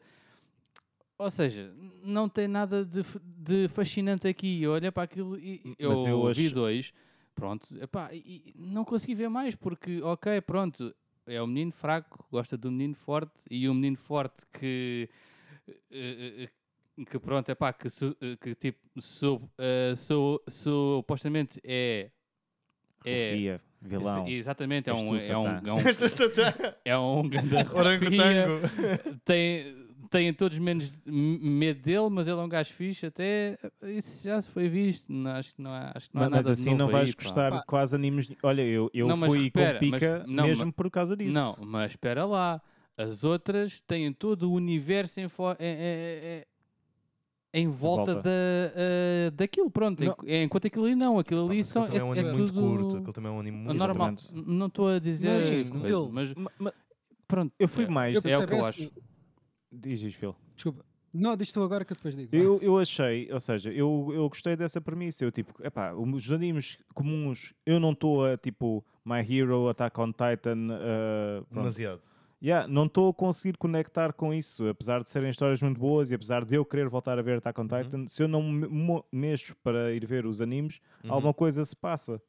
Speaker 5: Ou seja, não tem nada de, f- de fascinante aqui. Eu olhei para aquilo e eu,
Speaker 6: Hum, Mas eu
Speaker 5: vi
Speaker 6: acho-
Speaker 5: dois, pronto, epá, e e não consegui ver mais porque, ok, pronto, é um menino fraco, gosta de um menino forte e um menino forte que. eh, eh, que pronto, é pá, que, su- eh, que tipo, su- eh, su- supostamente é. É,
Speaker 6: Fia, vilão.
Speaker 5: Sim, exatamente, é
Speaker 6: És
Speaker 5: um,
Speaker 6: tu,
Speaker 5: é um,
Speaker 6: Satã.
Speaker 5: é um, é um grande arrofia.
Speaker 2: Orangotango.
Speaker 5: Tem, têm todos menos m- medo dele, mas ele é um gajo fixe até. Isso já se foi visto, não, acho que não há, acho que não há
Speaker 6: Mas,
Speaker 5: nada de
Speaker 6: assim
Speaker 5: novo
Speaker 6: não vais
Speaker 5: aí, pá.
Speaker 6: gostar de quase animes. Olha, eu, eu
Speaker 5: Não, mas
Speaker 6: fui
Speaker 5: espera,
Speaker 6: com pica
Speaker 5: mas- não,
Speaker 6: mesmo
Speaker 5: mas-
Speaker 6: por causa disso.
Speaker 5: Não, mas espera lá. As outras têm todo o universo em, fo- é, em- em- é, em- em volta,
Speaker 6: Volta.
Speaker 5: Da, eh, daquilo, pronto.
Speaker 6: Não.
Speaker 5: Enqu- Enquanto aquilo ali não, aquilo ali só
Speaker 2: também é um
Speaker 5: é,
Speaker 2: anime
Speaker 5: é
Speaker 2: muito
Speaker 5: tudo
Speaker 2: curto, aquele também é um anime muito
Speaker 5: normal.
Speaker 2: grande.
Speaker 5: N- Não estou a dizer
Speaker 2: Sim,
Speaker 5: isso, coisa,
Speaker 1: Bill.
Speaker 5: mas
Speaker 6: Ma- ma-
Speaker 5: pronto.
Speaker 6: eu fui
Speaker 5: é-
Speaker 6: mais.
Speaker 5: é o que eu
Speaker 1: parece-
Speaker 5: acho.
Speaker 6: Diz isso, Phil.
Speaker 1: Desculpa. Não, diz tu agora que eu depois digo.
Speaker 6: Eu, eu achei, ou seja, eu, eu gostei dessa premissa. Eu, tipo, epá, os animes comuns, eu não estou a, tipo, My Hero, Attack on Titan, eh, pronto.
Speaker 2: Demasiado.
Speaker 6: Yeah, não estou a conseguir conectar com isso, apesar de serem histórias muito boas e apesar de eu querer voltar a ver Attack on Titan, se eu não me mo- mexo para ir ver os animes, alguma coisa se passa.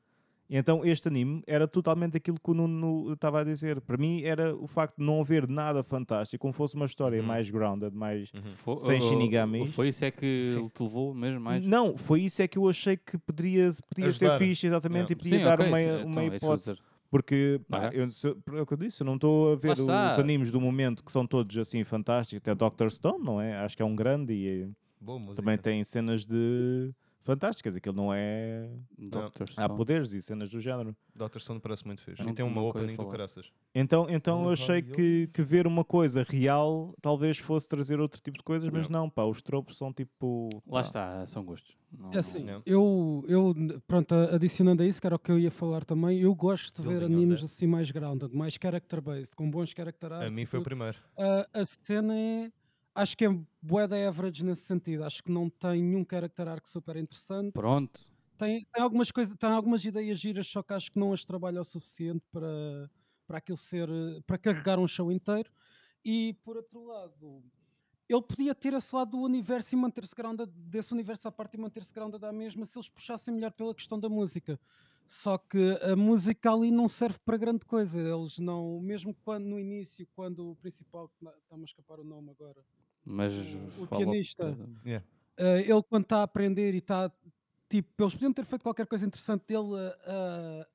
Speaker 6: E Então este anime era totalmente aquilo que o Nuno estava a dizer. Para mim era o facto de não haver nada fantástico, como fosse uma história mais grounded, mais...
Speaker 5: Fo-
Speaker 6: Sem
Speaker 5: o-
Speaker 6: shinigamis.
Speaker 5: Foi isso é que te levou mesmo mais.
Speaker 6: Não, foi isso é que eu achei que poderia, podia ser
Speaker 2: Ajudar.
Speaker 6: fixe,
Speaker 2: Yeah.
Speaker 6: exatamente, e podia
Speaker 5: É. Sim,
Speaker 6: dar
Speaker 5: ok,
Speaker 6: uma,
Speaker 5: sim,
Speaker 6: uma
Speaker 5: então, é isso que eu ia
Speaker 6: hipótese.
Speaker 5: dizer.
Speaker 6: Porque, pá,
Speaker 5: Ok.
Speaker 6: eu, se, é o que eu disse, eu não estou a ver
Speaker 5: Lá
Speaker 6: os
Speaker 5: está.
Speaker 6: animes do momento que são todos assim fantásticos. Até Doctor Stone, não é? Acho que é um grande e
Speaker 2: Boa música.
Speaker 6: também tem cenas de fantásticas. Aquilo não é.
Speaker 5: Dr.
Speaker 6: Há
Speaker 5: Stone.
Speaker 6: poderes e cenas do género.
Speaker 2: Dr. Stone parece muito fixe.
Speaker 5: Não-
Speaker 2: e tem uma
Speaker 5: nunca ouvi
Speaker 2: opening do
Speaker 5: falar.
Speaker 2: caraças.
Speaker 6: Então, então eu
Speaker 2: Nunca
Speaker 6: achei
Speaker 2: vi
Speaker 6: que, que ver uma coisa real talvez fosse trazer outro tipo de coisas, mas não, pá, os tropos são tipo.
Speaker 5: Lá
Speaker 6: pá,
Speaker 5: está, são gostos. Não-
Speaker 1: É assim,
Speaker 2: não.
Speaker 1: eu, eu, pronto, a- adicionando a isso, que era o que eu ia falar também, eu gosto de ver
Speaker 2: Building on
Speaker 1: animes
Speaker 2: that.
Speaker 1: assim mais grounded, mais character-based, com bons character
Speaker 2: é. A
Speaker 6: Ah,
Speaker 1: arcs
Speaker 6: tipo
Speaker 2: mim
Speaker 1: e
Speaker 2: foi o
Speaker 1: tudo.
Speaker 2: primeiro.
Speaker 1: a, a cena é, acho que é bué da average nesse sentido, acho que não tem nenhum character arc super interessante.
Speaker 5: Pronto.
Speaker 1: Tem, tem algumas coisas, tem algumas ideias giras, só que acho que não as trabalha o suficiente para, para aquilo ser, eh, para carregar um show inteiro. E por outro lado, ele podia ter esse lado do universo e manter-se grounded desse universo à parte e manter-se grounded à mesma se eles puxassem melhor pela questão da música. Só que a música ali não serve para grande coisa. Eles não, mesmo quando no início, quando o principal, que na- está-me a escapar o nome agora,
Speaker 5: Mas
Speaker 1: O- o
Speaker 5: fala-
Speaker 1: pianista. eh, ele quando está a aprender e está tipo, eles podiam ter feito qualquer coisa interessante dele a-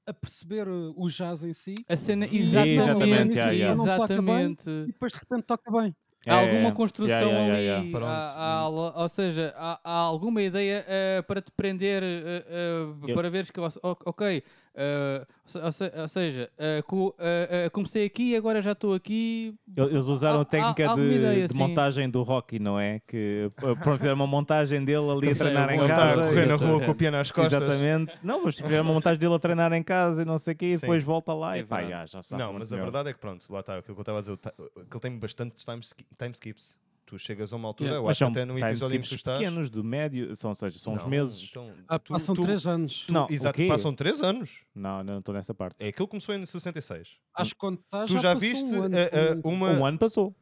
Speaker 1: a, a perceber eh, o jazz em si
Speaker 5: A cena,
Speaker 6: É, exatamente,
Speaker 5: exatamente,
Speaker 6: yeah, yeah.
Speaker 1: Não toca bem.
Speaker 5: exatamente.
Speaker 1: e depois de repente toca bem.
Speaker 5: Há
Speaker 6: é,
Speaker 5: alguma
Speaker 6: é.
Speaker 5: construção
Speaker 6: Yeah, yeah, yeah,
Speaker 5: ali,
Speaker 6: yeah.
Speaker 2: Pronto.
Speaker 5: há- há lo- ou seja, há, há alguma ideia eh, para te prender, eh, eh,
Speaker 6: Eu-
Speaker 5: para veres que, o- o- ok, eh, ou se- ou, se- ou seja, eh, co- eh, eh, comecei aqui e agora já estou aqui,
Speaker 6: El- Eles usaram
Speaker 5: Há-
Speaker 6: a técnica
Speaker 5: há- há
Speaker 6: de,
Speaker 5: alguma ideia, assim?
Speaker 6: de
Speaker 5: sim.
Speaker 6: montagem do Rocky, não é? Que eh, pronto, fizeram uma montagem dele ali a
Speaker 5: Sim,
Speaker 6: treinar em
Speaker 5: o
Speaker 2: Ele está Tá a
Speaker 6: casa.
Speaker 2: correr na rua
Speaker 5: exatamente.
Speaker 2: com o piano às costas.
Speaker 6: Exatamente. Não, mas tiveram uma montagem dele a treinar em casa e não sei o quê, e
Speaker 2: Sim.
Speaker 6: depois volta lá
Speaker 5: É
Speaker 6: e pá,
Speaker 5: verdade.
Speaker 6: já, já sabe.
Speaker 2: Não, mas a verdade é que pronto, lá está aquilo que eu estava a dizer, o ta- que ele tem bastantes time, ski- time skips. Tu chegas a uma altura,
Speaker 1: Yeah.
Speaker 2: eu
Speaker 6: mas
Speaker 2: acho que
Speaker 6: são
Speaker 2: até no episódio em que tu
Speaker 6: timeskips
Speaker 2: estás.
Speaker 6: pequenos, do médio, são, ou seja, são uns
Speaker 2: Não,
Speaker 6: meses.
Speaker 2: então,
Speaker 1: Ah,
Speaker 2: tu-
Speaker 1: passam
Speaker 2: tu-
Speaker 1: 3 anos.
Speaker 2: tu-
Speaker 6: Não, o
Speaker 2: exato,
Speaker 6: quê?
Speaker 2: passam 3 anos.
Speaker 6: Não, não estou nessa parte.
Speaker 2: É aquilo que começou em 66.
Speaker 1: Acho que quando
Speaker 6: Ah,
Speaker 1: estás.
Speaker 2: tu já
Speaker 1: passou um
Speaker 2: viste
Speaker 1: ano,
Speaker 2: eh, eh,
Speaker 1: foi-
Speaker 2: uma.
Speaker 6: Um ano passou.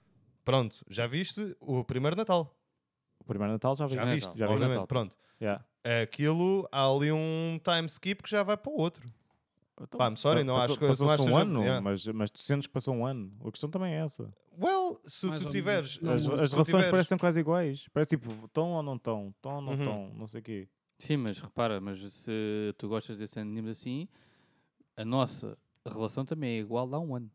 Speaker 2: Pronto, já viste o primeiro Natal.
Speaker 6: O primeiro Natal já vi.
Speaker 2: Já
Speaker 5: Natal,
Speaker 2: viste,
Speaker 5: já vi
Speaker 2: obviamente.
Speaker 5: Natal.
Speaker 2: Pronto.
Speaker 6: Yeah.
Speaker 2: Aquilo, há ali um time skip que já vai para o outro.
Speaker 6: Então,
Speaker 2: Pá, I'm sorry, não
Speaker 6: passou,
Speaker 2: acho que- não
Speaker 6: passou-se
Speaker 2: acho que
Speaker 6: um
Speaker 2: seja-
Speaker 6: ano,
Speaker 2: yeah.
Speaker 6: mas, mas tu sentes que passou um ano. A questão também é essa.
Speaker 2: Well, se
Speaker 1: Mais
Speaker 2: tu
Speaker 1: ou
Speaker 2: tiveres. um,
Speaker 1: menos.
Speaker 6: As,
Speaker 1: Não,
Speaker 6: as
Speaker 2: se tu
Speaker 6: relações
Speaker 2: tiveres-
Speaker 6: parecem quase iguais. Parece tipo, tão ou não tão, tão ou não
Speaker 2: Uhum.
Speaker 6: tão, não sei o quê.
Speaker 5: Sim, mas repara, mas se tu gostas desse anime assim, a nossa relação também é igual há um ano.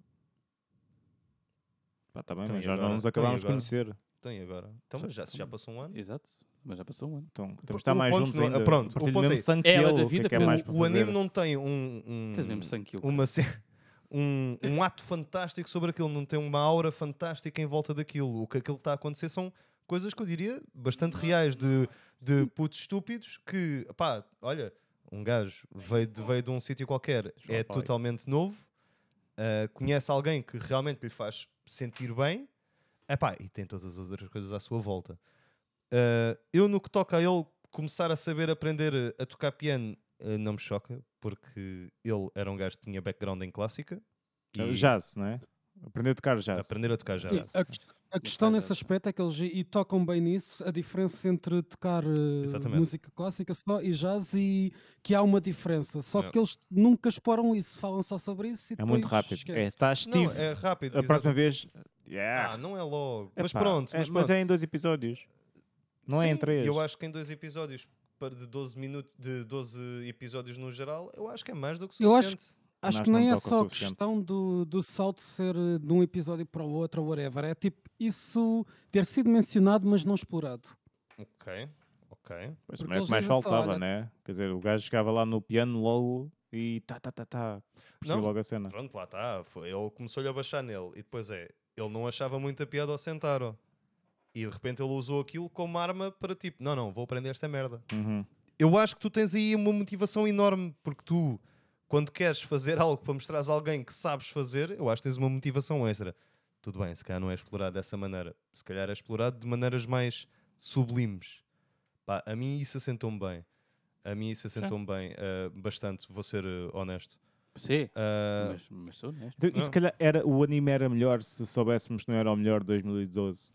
Speaker 6: Pá, tá bem,
Speaker 2: Então,
Speaker 6: mas
Speaker 2: e
Speaker 6: já
Speaker 2: agora?
Speaker 6: não nos
Speaker 2: Então, e
Speaker 6: acabámos de
Speaker 2: agora?
Speaker 6: conhecer.
Speaker 2: Então e agora? Então, mas já, se já passou um ano.
Speaker 5: Exato. Mas já passou um ano.
Speaker 6: Então, temos de
Speaker 2: ponto-
Speaker 6: estar
Speaker 2: o
Speaker 6: mais
Speaker 2: ponto
Speaker 6: juntos
Speaker 2: não-
Speaker 6: ainda.
Speaker 2: pronto, o
Speaker 6: Partilho
Speaker 2: ponto
Speaker 6: mesmo
Speaker 2: é-
Speaker 6: sangue
Speaker 5: Ela
Speaker 6: que
Speaker 5: da
Speaker 6: eu, o que é
Speaker 5: vida
Speaker 6: que é
Speaker 5: pelo-
Speaker 6: mais para
Speaker 2: O
Speaker 6: fazer?
Speaker 2: anime não tem um. um
Speaker 5: Tens mesmo sangue que eu.
Speaker 2: uma ce- um, um ato fantástico sobre aquilo, não tem uma aura fantástica em volta daquilo. O que aquilo que está a acontecer são coisas que eu diria bastante reais de, de putos estúpidos que, pá, olha, um gajo veio de, veio de um sítio qualquer, é totalmente novo, ah, conhece alguém que realmente lhe faz sentir bem, epá, e tem todas as outras coisas à sua volta. Ah, eu, no que toca a ele começar a saber aprender a tocar piano, ah, não me choca, porque ele era um gajo que tinha background em clássica.
Speaker 6: É
Speaker 2: e
Speaker 6: o Jazz, não é? Aprender a tocar jazz.
Speaker 2: Aprender a tocar jazz.
Speaker 1: A, quest- a questão nesse aspecto é que eles e tocam bem nisso a diferença entre tocar eh,
Speaker 2: Exatamente.
Speaker 1: música clássica só e jazz e que há uma diferença. Só
Speaker 2: Yeah.
Speaker 1: que eles nunca exploram isso, falam só sobre isso e
Speaker 6: É
Speaker 1: depois
Speaker 6: muito rápido. É,
Speaker 1: esquece.
Speaker 6: está
Speaker 2: Não,
Speaker 6: Steve.
Speaker 2: é rápido.
Speaker 6: a
Speaker 2: exato.
Speaker 6: próxima vez.
Speaker 2: Ah,
Speaker 6: Yeah.
Speaker 2: não é logo. mas
Speaker 6: Epá,
Speaker 2: pronto,
Speaker 6: é-
Speaker 2: mas,
Speaker 6: mas
Speaker 2: pronto.
Speaker 6: é em dois episódios. Não é em
Speaker 2: Sim,
Speaker 6: três.
Speaker 2: Eu acho que em dois episódios, para de 12, minutos, de 12 episódios no geral, eu acho que é mais do que
Speaker 1: Eu acho-
Speaker 2: suficiente.
Speaker 1: Acho
Speaker 6: Nós
Speaker 1: que
Speaker 6: não
Speaker 1: nem é
Speaker 6: toca o
Speaker 1: só a
Speaker 6: suficiente.
Speaker 1: questão do, do salto ser eh, de um episódio para o outro ou whatever. É tipo isso ter sido mencionado, mas não explorado.
Speaker 2: Ok, ok.
Speaker 6: Pois,
Speaker 1: Porque
Speaker 6: não é o
Speaker 1: eles
Speaker 6: que
Speaker 1: dizem
Speaker 6: mais
Speaker 1: só,
Speaker 6: faltava,
Speaker 1: olha-
Speaker 6: né? Quer dizer, o gajo chegava lá no piano logo e tá, tá, tá, tá. Percebi
Speaker 2: Não.
Speaker 6: logo a cena.
Speaker 2: Pronto, lá está. foi- Ele começou-lhe a baixar nele. E depois é, ele não achava muita piada ao Sentaro. E de repente ele usou aquilo como arma para tipo, não, não, vou aprender esta merda.
Speaker 6: Uhum.
Speaker 2: Eu acho que tu tens aí uma motivação enorme, porque tu, quando queres fazer algo para mostrares a alguém que sabes fazer, eu acho que tens uma motivação extra. Tudo bem, se calhar não é explorado dessa maneira. Se calhar é explorado de maneiras mais sublimes. Pá, a mim isso assentou-me bem. A mim isso assentou-me bem, eh, bastante, vou ser eh, honesto.
Speaker 5: Sim,
Speaker 2: Ah,
Speaker 5: mas, mas sou honesto.
Speaker 6: Então, e se
Speaker 2: Ah.
Speaker 6: calhar era, o anime era melhor se soubéssemos que não era o melhor de 2012.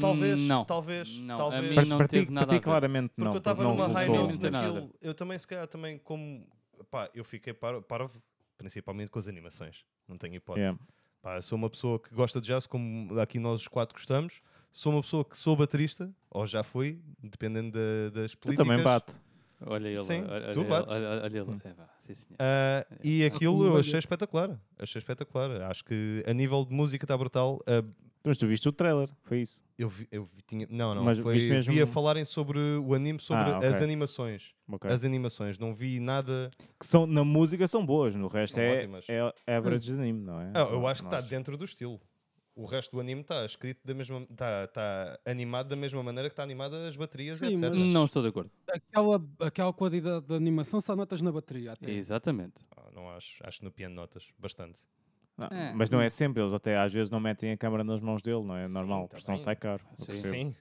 Speaker 2: Talvez,
Speaker 5: Hum, não.
Speaker 2: talvez,
Speaker 5: Não, a
Speaker 2: talvez.
Speaker 5: mim E não
Speaker 6: para
Speaker 5: teve
Speaker 6: ti,
Speaker 5: nada
Speaker 6: para
Speaker 5: a
Speaker 6: ti
Speaker 5: ver.
Speaker 6: claramente
Speaker 2: Porque
Speaker 6: não.
Speaker 2: eu estava
Speaker 6: não
Speaker 2: numa high
Speaker 6: resultou.
Speaker 2: note
Speaker 5: Não tem nada.
Speaker 2: daquilo. Eu também, se calhar, também como. Pá, eu fiquei par- parvo, principalmente com as animações. Não tenho hipótese.
Speaker 6: Yeah.
Speaker 2: Pá, eu sou uma pessoa que gosta de jazz, como aqui nós os quatro gostamos. Sou uma pessoa que sou baterista, ou já fui, dependendo da- das
Speaker 6: Eu
Speaker 2: políticas.
Speaker 6: também bato.
Speaker 5: Olha ele.
Speaker 2: Sim,
Speaker 5: olha,
Speaker 2: tu
Speaker 5: olha,
Speaker 2: bates.
Speaker 5: Olha, olha, olha ele. É, vá, sim, senhor.
Speaker 2: Ah, e
Speaker 1: Só
Speaker 2: aquilo
Speaker 1: como
Speaker 2: eu
Speaker 1: olha-
Speaker 2: achei espetacular. Achei espetacular. Acho que a nível de música está brutal. Ah,
Speaker 6: Mas tu viste o trailer, foi isso.
Speaker 2: eu vi, eu vi- tinha, não, não.
Speaker 6: Mas
Speaker 2: foi,
Speaker 6: viste mesmo-
Speaker 2: Vi a falarem sobre o anime, sobre
Speaker 6: Ah, ok.
Speaker 2: as animações.
Speaker 6: Ok.
Speaker 2: As animações. Não vi nada.
Speaker 6: Que são, na música são boas, no resto
Speaker 2: São
Speaker 6: é,
Speaker 2: ótimas.
Speaker 6: é average de anime, não é?
Speaker 2: Ah,
Speaker 5: Então,
Speaker 2: eu acho que está
Speaker 6: Nós-
Speaker 2: dentro do estilo. O resto do anime está escrito da mesma está tá animado da mesma maneira que está animada as baterias,
Speaker 1: Sim,
Speaker 2: etc.
Speaker 1: mas-
Speaker 5: Não estou de acordo.
Speaker 1: Aquela, aquela qualidade de animação só notas na bateria.
Speaker 5: É.
Speaker 1: Até.
Speaker 5: Exatamente.
Speaker 2: Ah, não acho, acho que no piano notas bastante.
Speaker 6: Não,
Speaker 5: É.
Speaker 6: Mas não é sempre, eles até às vezes não metem a câmera nas mãos dele, não é
Speaker 2: Sim,
Speaker 6: normal,
Speaker 2: tá
Speaker 6: porque senão
Speaker 2: bem.
Speaker 6: sai caro. eu
Speaker 5: Sim.
Speaker 6: percebo.
Speaker 2: Sim.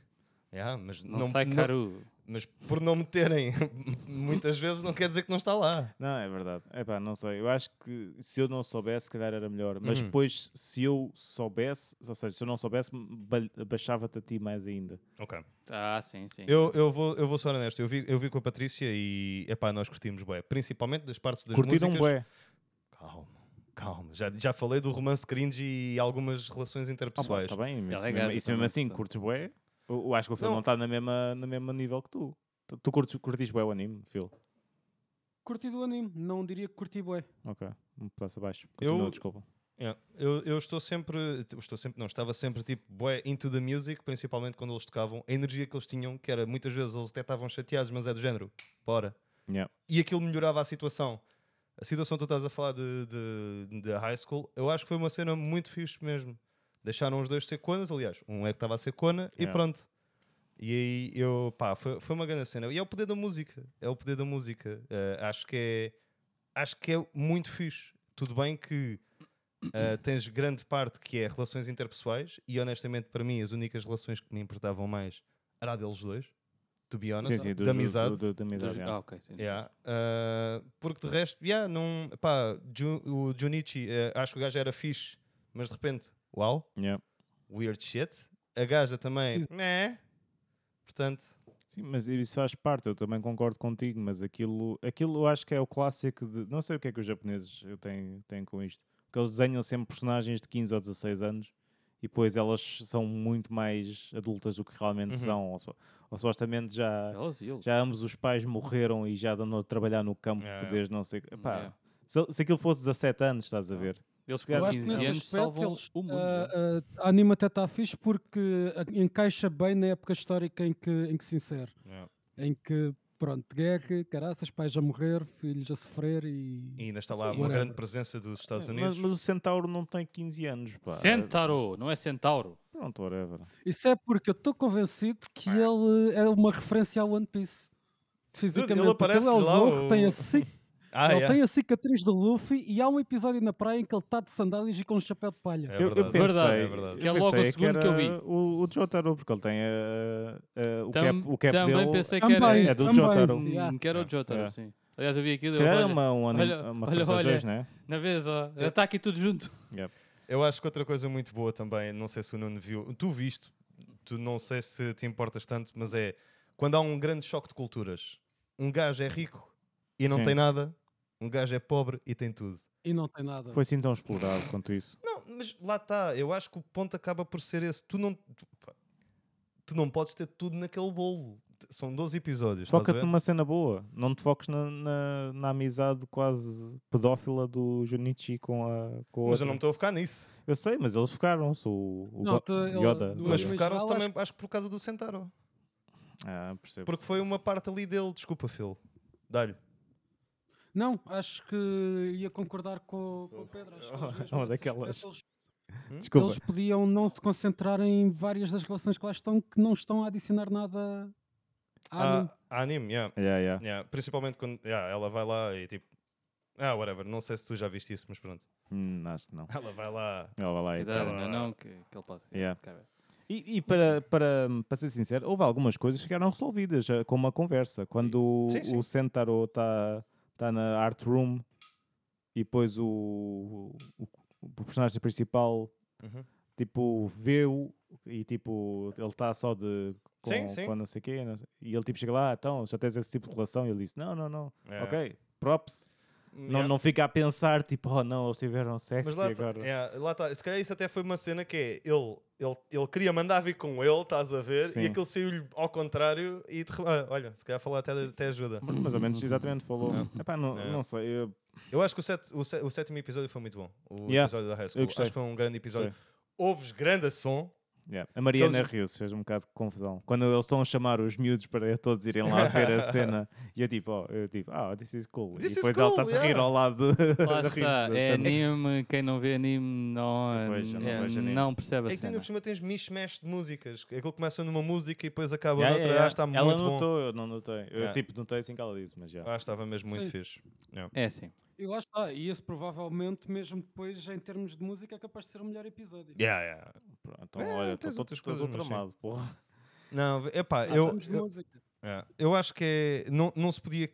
Speaker 2: Yeah, mas,
Speaker 5: Não,
Speaker 2: não,
Speaker 5: sai
Speaker 2: não-
Speaker 5: caro.
Speaker 2: mas por não meterem muitas vezes não quer dizer que não está lá.
Speaker 6: Não, é verdade. Epá, não sei. Eu acho que se eu não soubesse, se calhar era melhor. Mas
Speaker 2: Uhum.
Speaker 6: depois, se eu soubesse, ou seja, se eu não soubesse, ba- baixava-te a ti mais ainda.
Speaker 2: Ok.
Speaker 5: Ah, sim, sim.
Speaker 2: Eu, eu, vou, eu vou ser honesto, eu vi, eu vi com a Patrícia e epá, nós curtimos bué, principalmente das partes das
Speaker 6: Curtiram um
Speaker 2: músicas.
Speaker 6: bué.
Speaker 2: Calma, calma. Já, já falei do romance cringe e algumas relações
Speaker 6: Ah, pá,
Speaker 2: interpessoais.
Speaker 6: tá bem,
Speaker 5: Ela
Speaker 6: mas
Speaker 5: é
Speaker 6: isso mesmo-
Speaker 5: gaja
Speaker 6: isso mesmo
Speaker 5: também,
Speaker 6: assim,
Speaker 5: portanto.
Speaker 6: curtes bué? Eu, eu acho que o filme
Speaker 2: Não.
Speaker 6: não tá está no mesmo, no mesmo nível que tu. Tu, tu curtes, curtis bué o anime, Phil?
Speaker 1: Curti do anime, não diria que curti bué.
Speaker 6: Ok, um pedaço abaixo. Continua,
Speaker 2: Eu-
Speaker 6: desculpa.
Speaker 2: É, Eu, eu estou sempre, eu estou sempre, não, estava sempre tipo bué into the music, principalmente quando eles tocavam, a energia que eles tinham, que era muitas vezes eles até estavam chateados, mas é do género, bora.
Speaker 6: Yeah.
Speaker 2: E aquilo melhorava a situação. A situação que tu estás a falar de, de, de high school, eu acho que foi uma cena muito fixe mesmo. Deixaram os dois ser conas, aliás, um é que estava a ser cona e
Speaker 6: Yeah.
Speaker 2: pronto. E aí eu, pá, foi, foi uma grande cena. E é o poder da música, é o poder da música. Eh, acho que é acho que é muito fixe. Tudo bem que ah, tens grande parte que é relações interpessoais e honestamente para mim as únicas relações que me importavam mais era a deles dois, to be honest,
Speaker 6: Sim, sim, do,
Speaker 2: da
Speaker 6: do-
Speaker 2: amizade.
Speaker 6: do- do- da
Speaker 5: Dos-
Speaker 6: amizade, yeah.
Speaker 5: Ah, ok. Sim.
Speaker 2: Yeah. Ah, porque de resto, yeah, não, pá, Ju- o Junichi, eh, acho que o gajo era fixe, mas de repente, uau,
Speaker 6: Yeah.
Speaker 2: weird shit. A gaja também, meh. Portanto,
Speaker 6: Sim, mas isso faz parte, eu também concordo contigo, mas aquilo, aquilo eu acho que é o clássico de. Não sei o que é que os japoneses eu têm, têm com isto. Porque eles desenham sempre personagens de 15 ou 16 anos e depois elas são muito mais adultas do que realmente
Speaker 2: Uhum.
Speaker 6: são. Ou, supo- ou supostamente já,
Speaker 5: Elas e eles.
Speaker 6: já ambos os pais morreram e já andam a trabalhar no campo
Speaker 2: Yeah, yeah.
Speaker 6: desde não sei. Epá,
Speaker 5: Yeah. Ah,
Speaker 6: Se, ele- se aquilo fosse 17 anos, estás a ver?
Speaker 5: Eles
Speaker 6: Eu
Speaker 5: com
Speaker 6: acho que
Speaker 5: 15
Speaker 6: nesse
Speaker 5: anos salvam um
Speaker 1: eles-
Speaker 5: o mundo.
Speaker 1: ah,
Speaker 5: já.
Speaker 1: ah, a anime até está fixe porque a- encaixa bem na época histórica em que, em que se insere.
Speaker 2: Yeah.
Speaker 1: Em que, pronto, guerra, caraças, pais a morrer, filhos a sofrer e...
Speaker 2: E ainda está lá
Speaker 1: Sim,
Speaker 2: uma
Speaker 1: whatever.
Speaker 2: grande presença dos Estados
Speaker 6: É, Mas,
Speaker 2: Unidos.
Speaker 6: mas o Centauro não tem 15 anos, pá.
Speaker 5: Centauro, não é Centauro.
Speaker 6: Pronto, whatever.
Speaker 1: Isso é porque eu estou convencido que ele é uma referência ao One Piece. Fisicamente,
Speaker 2: ele
Speaker 1: porque
Speaker 2: aparece
Speaker 1: é o
Speaker 2: lá,
Speaker 1: Zorro,
Speaker 2: o-
Speaker 1: tem a cic-
Speaker 2: Ah,
Speaker 1: ele
Speaker 2: é.
Speaker 1: tem a cicatriz do Luffy e há um episódio na praia em que ele está de sandálias e com um chapéu de palha.
Speaker 2: É
Speaker 6: Eu- eu
Speaker 2: verdade,
Speaker 6: pensei-
Speaker 2: é verdade.
Speaker 5: Que é
Speaker 6: Eu
Speaker 5: logo o
Speaker 6: pensei
Speaker 5: segundo que eu vi.
Speaker 6: era O, o Jotaro, porque ele tem ah, ah, o,
Speaker 5: Tam-
Speaker 6: cap, o cap
Speaker 5: também
Speaker 6: dele.
Speaker 5: pensei que
Speaker 1: Também,
Speaker 5: era.
Speaker 6: É do
Speaker 1: também,
Speaker 6: Jotaro.
Speaker 5: Hum,
Speaker 1: yeah.
Speaker 5: que era o
Speaker 6: É,
Speaker 5: Jotaro,
Speaker 6: é.
Speaker 5: sim. Aliás, eu vi aquilo.
Speaker 6: Se
Speaker 5: Eu,
Speaker 6: calhar é
Speaker 5: olha,
Speaker 6: uma, um anime-
Speaker 5: olha,
Speaker 6: uma
Speaker 5: olha,
Speaker 6: versão
Speaker 5: olha.
Speaker 6: dois, né?
Speaker 5: na vez, ó, está aqui tudo junto.
Speaker 2: Eu acho que outra coisa muito boa também, não sei se o Nuno viu, tu viste, tu não sei se te importas tanto, mas é quando há um grande choque de culturas. Um gajo é rico e não
Speaker 6: Sim.
Speaker 2: tem nada, um gajo é pobre e tem tudo.
Speaker 1: E não tem nada.
Speaker 6: Foi assim tão explorado quanto isso.
Speaker 2: Não, mas lá está, eu acho que o ponto acaba por ser esse. Tu não, tu, pá, tu não podes ter tudo naquele bolo. T- São 12 episódios, estás a
Speaker 6: Foca-te
Speaker 2: ver?
Speaker 6: numa cena boa. Não te foques na, na, na amizade quase pedófila do Junichi com a, com a
Speaker 2: Mas eu
Speaker 6: outra.
Speaker 2: não me estou a focar nisso.
Speaker 6: Eu sei, mas eles focaram-se. O, o
Speaker 1: Não,
Speaker 6: Go-
Speaker 1: tu- ele-
Speaker 6: Yoda.
Speaker 1: do-
Speaker 2: Mas
Speaker 1: original,
Speaker 2: focaram-se
Speaker 1: acho
Speaker 2: também, acho... que por causa do Centauro.
Speaker 6: Ah, percebo.
Speaker 2: Porque foi uma parte ali dele. Desculpa, Phil. Dá-lhe.
Speaker 1: Não, acho que ia concordar com, com o Pedro. Acho que
Speaker 2: Oh,
Speaker 1: eles mesmo,
Speaker 6: Uma
Speaker 1: nesse
Speaker 6: daquelas.
Speaker 1: aspecto, eles-
Speaker 6: Desculpa.
Speaker 1: Eles podiam não se concentrar em várias das relações que lá estão que não estão a adicionar nada à anime.
Speaker 2: Ah, a anime, yeah.
Speaker 6: Yeah, yeah.
Speaker 2: Yeah, Principalmente quando yeah, ela vai lá e tipo. Ah, whatever. Não sei se tu já viste isso, mas pronto.
Speaker 6: Hum, acho que não.
Speaker 2: Ela vai lá.
Speaker 6: Ela vai lá e
Speaker 5: Cuidado,
Speaker 2: tá.
Speaker 5: não, é não, que, que ele pode.
Speaker 6: Yeah.
Speaker 5: Cara,
Speaker 6: E, e para, para, para ser sincero, houve algumas coisas que ficaram resolvidas eh, com uma conversa. Quando
Speaker 2: Sim,
Speaker 6: o-
Speaker 2: sim.
Speaker 6: o Sentaro está tá na art room e depois o, o, o personagem principal
Speaker 2: Uhum.
Speaker 6: tipo vê-o e tipo ele está só de com,
Speaker 2: Sim, sim.
Speaker 6: com não sei quê não sei- e ele tipo chega lá, "Ah, então já tens esse tipo de relação e ele disse, não, não, não,
Speaker 2: Yeah.
Speaker 6: ok, props. Não,
Speaker 2: É. Yeah.
Speaker 6: não fica a pensar tipo, oh não, eles tiveram
Speaker 2: Mas
Speaker 6: sexo
Speaker 2: lá
Speaker 6: e
Speaker 2: está.
Speaker 6: agora...
Speaker 2: lá tá. Se calhar isso até foi uma cena que é. Ele, ele, ele queria mandar vir com ele, estás a ver?
Speaker 6: Sim.
Speaker 2: E aquilo saiu-lhe ao contrário. E de re- ah, olha, se calhar falar até, até ajuda.
Speaker 6: Pronto, Mais ou
Speaker 5: Uhum.
Speaker 6: menos, exatamente, falou.
Speaker 5: Não.
Speaker 6: Epá, não,
Speaker 2: Yeah.
Speaker 6: não sei, eu-
Speaker 2: Eu acho que o, set, o, sé- o sétimo episódio foi muito bom. O
Speaker 6: Yeah,
Speaker 2: episódio da High School. Acho
Speaker 6: gostei.
Speaker 2: que foi um grande episódio. Ouves grande som.
Speaker 6: Yeah. A Mariana
Speaker 2: eles-
Speaker 6: riu-se, fez um bocado de confusão. Quando eles estão a chamar os miúdos para todos irem lá ver a cena, e eu tipo, oh, eu tipo, ah, this is cool.
Speaker 2: This
Speaker 6: e
Speaker 2: is
Speaker 6: depois
Speaker 2: cool,
Speaker 6: ela está-se a rir
Speaker 2: yeah.
Speaker 6: ao lado de,
Speaker 5: Lá está,
Speaker 6: de rir-se da
Speaker 5: é
Speaker 6: cena.
Speaker 5: anime, quem não vê anime não, é-
Speaker 6: Não vejo, não
Speaker 5: não,
Speaker 2: vejo
Speaker 6: anime.
Speaker 5: percebe a
Speaker 2: É que tu ainda
Speaker 5: cena.
Speaker 2: por cima tens mishmash de músicas. Aquilo começa numa música e depois acaba
Speaker 6: Yeah,
Speaker 2: noutra.
Speaker 6: yeah,
Speaker 2: Ah, está
Speaker 6: yeah. Ela
Speaker 2: muito bom.
Speaker 6: notou, eu não notei. Eu
Speaker 2: Yeah.
Speaker 6: tipo, notei assim que ela disse, mas já.
Speaker 2: Ah, estava mesmo muito
Speaker 1: Sim.
Speaker 2: fixe.
Speaker 5: É assim.
Speaker 1: E lá está. E esse provavelmente, mesmo depois, em termos de música, é capaz de ser o melhor episódio.
Speaker 2: Yeah, yeah.
Speaker 6: Pronto, Então,
Speaker 2: É,
Speaker 6: olha,
Speaker 2: tens
Speaker 6: estou
Speaker 2: outras
Speaker 6: todo
Speaker 2: coisas, mas sim.
Speaker 6: tramado, porra.
Speaker 2: Não, epá,
Speaker 1: Ah,
Speaker 2: eu,
Speaker 1: vamos de música.
Speaker 2: É, Eu acho que é, não, não se podia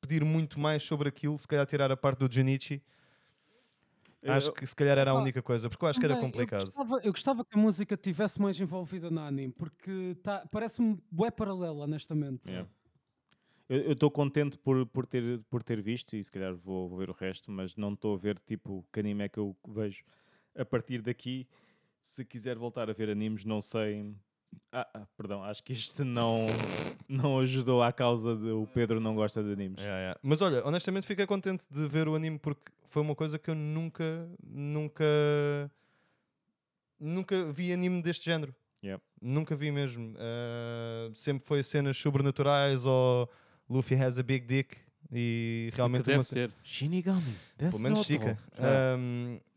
Speaker 2: pedir muito mais sobre aquilo, se calhar tirar a parte do Junichi. Acho
Speaker 6: Eu-
Speaker 2: que se calhar era a
Speaker 1: Pá,
Speaker 2: única coisa, porque eu acho que era
Speaker 1: Também, Eu
Speaker 2: complicado.
Speaker 1: gostava, eu gostava que a música estivesse mais envolvida na anime, porque tá, parece-me bué paralela, honestamente.
Speaker 6: Yeah. Eu estou contente por, por, ter, por ter visto e se calhar vou, vou ver o resto, mas não estou a ver tipo que anime é que eu vejo a partir daqui. Se quiser voltar a ver animes, não sei. Ah, ah, perdão, acho que isto não, não ajudou à causa de o Pedro não gosta de animes.
Speaker 2: É, é. Mas olha, honestamente fiquei contente de ver o anime porque foi uma coisa que eu nunca, nunca, nunca vi anime deste género.
Speaker 6: Yep.
Speaker 2: Nunca vi mesmo. Ah, sempre foi cenas sobrenaturais ou Luffy has a big dick e realmente
Speaker 5: que deve
Speaker 2: uma ce-
Speaker 5: ser.
Speaker 6: Shinigami, Death
Speaker 2: pelo menos
Speaker 6: Note.
Speaker 2: fica.
Speaker 6: Ah,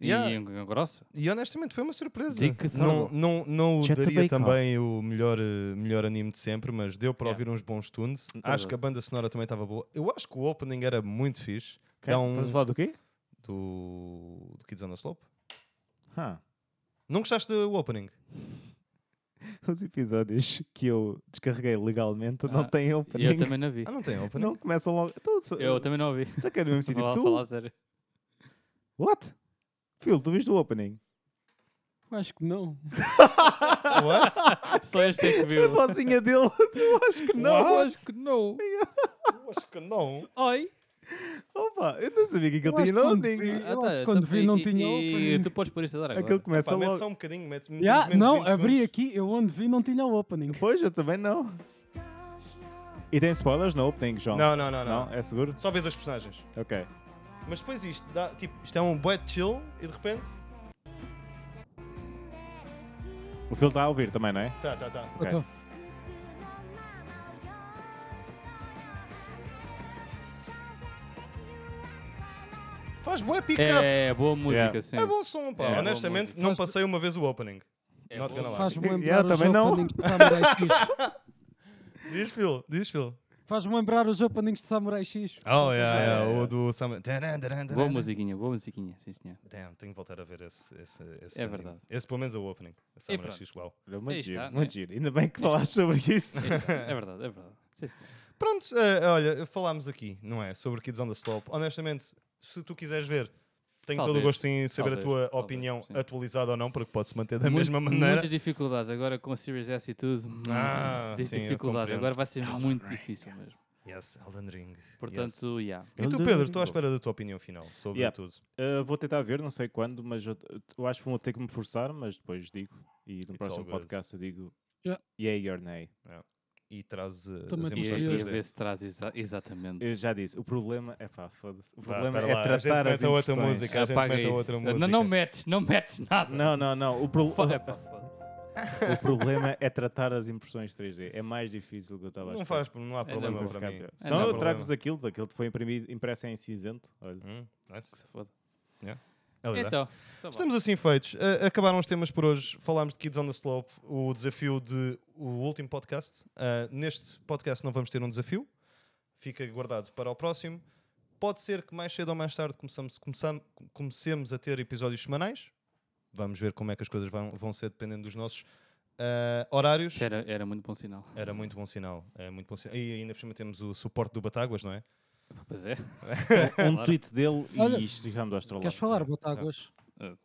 Speaker 2: yeah.
Speaker 5: E em grossa.
Speaker 2: E honestamente foi uma surpresa.
Speaker 5: Dick
Speaker 2: Não,
Speaker 5: Thorne.
Speaker 2: não, não o
Speaker 6: Chet
Speaker 2: daria
Speaker 6: Baker.
Speaker 2: também o melhor, eh, melhor anime de sempre, mas deu para
Speaker 6: Yeah.
Speaker 2: ouvir uns bons tunes. Acho
Speaker 6: verdade.
Speaker 2: que a banda sonora também estava boa. Eu acho que o opening era muito fixe.
Speaker 6: quem?
Speaker 2: Dá um-
Speaker 6: Estás a falar do quê?
Speaker 2: Do, do Kids on the Slope.
Speaker 6: Ah,
Speaker 2: Não gostaste do opening?
Speaker 6: os episódios que eu descarreguei legalmente não
Speaker 5: Ah,
Speaker 6: têm
Speaker 5: E eu
Speaker 6: opening.
Speaker 5: também não vi.
Speaker 2: Ah, não tem opening?
Speaker 6: Não começam logo. Então, se-
Speaker 5: Eu também não vi.
Speaker 6: Isso é que é do mesmo sítio
Speaker 5: Vou
Speaker 6: que
Speaker 5: lá
Speaker 6: tu.
Speaker 5: falar sério.
Speaker 6: What? Phil, tu viste o opening?
Speaker 1: Eu Acho que não.
Speaker 2: What?
Speaker 5: Só este é que
Speaker 6: A
Speaker 5: viu.
Speaker 6: vozinha dele, eu acho que
Speaker 5: Eu
Speaker 6: não.
Speaker 5: acho que não.
Speaker 2: Eu acho que não.
Speaker 5: Oi.
Speaker 6: Opa, eu não sabia que
Speaker 1: Eu
Speaker 6: aquilo
Speaker 1: acho
Speaker 6: tinha
Speaker 1: que quando
Speaker 6: opening.
Speaker 1: vi- Eu acho que quando vi não tinha
Speaker 5: Ah, tá, então, E,
Speaker 1: opening.
Speaker 5: tu podes pôr isso a dar agora.
Speaker 6: Aquilo começa
Speaker 2: Pá, mete
Speaker 6: logo.
Speaker 2: só um bocadinho. Mete, mete
Speaker 1: Yeah,
Speaker 2: menos
Speaker 1: não,
Speaker 2: 20
Speaker 1: abri
Speaker 2: segundos.
Speaker 1: aqui, eu onde vi não tinha o opening.
Speaker 2: um
Speaker 6: Pois, eu também não. E tem spoilers no opening, João?
Speaker 2: Não, não, não. não.
Speaker 6: Não? É seguro?
Speaker 2: Só vês as personagens.
Speaker 6: Ok.
Speaker 2: Mas depois isto dá, tipo, isto é um bué de chill e de repente.
Speaker 6: O Phil está a ouvir também, não é?
Speaker 2: Tá, tá, tá.
Speaker 6: Ok.
Speaker 1: Eu tô-
Speaker 2: Faz bué pick-up. É...
Speaker 5: É, boa música,
Speaker 6: Yeah.
Speaker 5: sim.
Speaker 2: bom som, pá.
Speaker 6: É, é bom
Speaker 2: Honestamente,
Speaker 5: música.
Speaker 2: não
Speaker 1: Faz-
Speaker 2: passei uma vez o opening.
Speaker 5: É
Speaker 2: Not gonna lie.
Speaker 1: Faz-me lembrar
Speaker 6: Yeah,
Speaker 1: os
Speaker 6: também não.
Speaker 1: openings de Samurai X.
Speaker 2: Diz, Phil, diz, Phil.
Speaker 1: Faz-me lembrar os openings de Samurai X.
Speaker 2: Oh, yeah,
Speaker 6: É,
Speaker 2: yeah.
Speaker 6: é,
Speaker 2: O
Speaker 6: é.
Speaker 2: do Summer.
Speaker 5: Boa musiquinha, boa musiquinha, sim senhor.
Speaker 2: Damn, tenho que voltar a ver esse. esse, esse
Speaker 5: É
Speaker 2: ending.
Speaker 5: verdade.
Speaker 2: Esse, pelo menos, é o opening. Samurai
Speaker 5: pronto.
Speaker 2: X, uau.
Speaker 6: Era Muito
Speaker 5: Aí
Speaker 6: giro,
Speaker 5: está, né?
Speaker 6: muito giro. Ainda bem que falaste sobre isso.
Speaker 5: Isso, é verdade, é verdade. Sim, senhor.
Speaker 2: Pronto, eh, olha, falámos aqui, não é? Sobre Kids on the Slope. Honestamente, se tu quiseres ver, tenho todo o
Speaker 5: Talvez.
Speaker 2: gosto em saber a
Speaker 5: Talvez,
Speaker 2: tua
Speaker 5: talvez,
Speaker 2: opinião
Speaker 5: sim.
Speaker 2: atualizada ou não, porque pode-se manter da
Speaker 5: Mu-
Speaker 2: mesma maneira.
Speaker 5: Muitas dificuldades, agora com o Series S e tudo.
Speaker 2: Ah,
Speaker 5: de
Speaker 2: sim, eu
Speaker 5: dificuldades,
Speaker 2: compreendo.
Speaker 5: agora vai ser muito difícil mesmo.
Speaker 2: Yes, Elden Ring. yes.
Speaker 5: Portanto, yeah.
Speaker 2: E tu, Pedro, estou à espera da tua opinião final sobre
Speaker 6: Yeah.
Speaker 2: tudo.
Speaker 6: Uh, vou tentar ver, não sei quando, mas eu, eu acho que vou ter que me forçar, mas depois digo. E no
Speaker 2: all
Speaker 6: próximo
Speaker 2: good.
Speaker 6: podcast eu digo
Speaker 1: Yeah.
Speaker 6: yay or nay.
Speaker 2: E traz eh,
Speaker 1: Também
Speaker 2: as
Speaker 5: E
Speaker 1: Emoções
Speaker 2: emoções
Speaker 5: e a
Speaker 2: 3D.
Speaker 5: ver se traz exa- exatamente.
Speaker 6: Eu já disse, o problema é pá, foda-se. O
Speaker 2: Vá,
Speaker 6: problema
Speaker 2: pera
Speaker 6: é
Speaker 2: lá, a gente
Speaker 6: tratar as
Speaker 2: mete a outra
Speaker 6: emoções.
Speaker 2: música. a gente
Speaker 5: Apaga
Speaker 2: mete a
Speaker 5: isso.
Speaker 2: outra música.
Speaker 5: não, não metes, não metes nada.
Speaker 6: Não, não, não. O, pro-
Speaker 5: Fo- é pá, foda-se.
Speaker 6: o problema é tratar as impressões 3D. É mais difícil do que eu estava a
Speaker 2: Não
Speaker 6: esperar.
Speaker 2: faz, não há
Speaker 5: não
Speaker 2: problema
Speaker 6: Vai
Speaker 2: para
Speaker 6: ficar
Speaker 2: mim.
Speaker 5: É
Speaker 6: pior.
Speaker 2: Não
Speaker 6: Senão
Speaker 2: há
Speaker 6: eu
Speaker 2: problema.
Speaker 6: trago-vos aquaquilo, daquilo que foi imprimido, impresso em cinzento. Olha.
Speaker 2: Hum, nice.
Speaker 5: Que
Speaker 6: É
Speaker 5: se foda.
Speaker 2: É verdade.
Speaker 5: Então, tá bom.
Speaker 2: Estamos assim feitos. A- acabaram os temas por hoje. Falámos de Kids on the Slope, o desafio de o último podcast. Ah, neste podcast não vamos ter um desafio. Fica guardado para o próximo. Pode ser que mais cedo ou mais tarde começamos, começam- comecemos a ter episódios semanais. Vamos ver como é que as coisas vão, vão ser dependendo dos nossos ah, horários.
Speaker 5: Era, era muito bom sinal.
Speaker 2: Era muito bom sinal. É muito bom sinal. E ainda por cima temos o suporte do Batáguas, não é?
Speaker 5: Pois é.
Speaker 6: Um
Speaker 5: Claro.
Speaker 6: tweet dele e
Speaker 1: Olha,
Speaker 6: isto já me dá astrolado.
Speaker 1: Queres falar, Botáguas?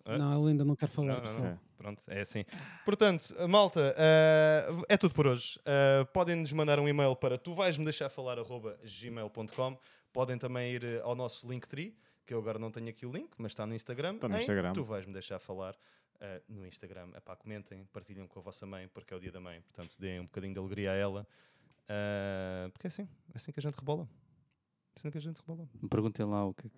Speaker 2: Ah.
Speaker 1: Não, ele ainda não quer falar,
Speaker 2: Não, não, não.
Speaker 1: pessoal.
Speaker 6: Ok.
Speaker 2: Pronto, é assim. Portanto, malta, eh, é tudo por hoje. Eh, Podem-nos mandar um e-mail para tu vais-me deixar falar arroba gmail.com. Podem também ir eh, ao nosso Linktree, que eu agora não tenho aqui o link, mas está no Instagram.
Speaker 6: Está no
Speaker 2: em
Speaker 6: Instagram.
Speaker 2: Tu vais-me deixar falar eh, no Instagram. Epá, comentem, partilhem com a vossa mãe, porque é o dia da mãe. Portanto, deem um bocadinho de alegria a ela. Eh, porque é assim, é assim que a gente rebola. É assim que a gente rebola.
Speaker 5: Perguntem lá o que,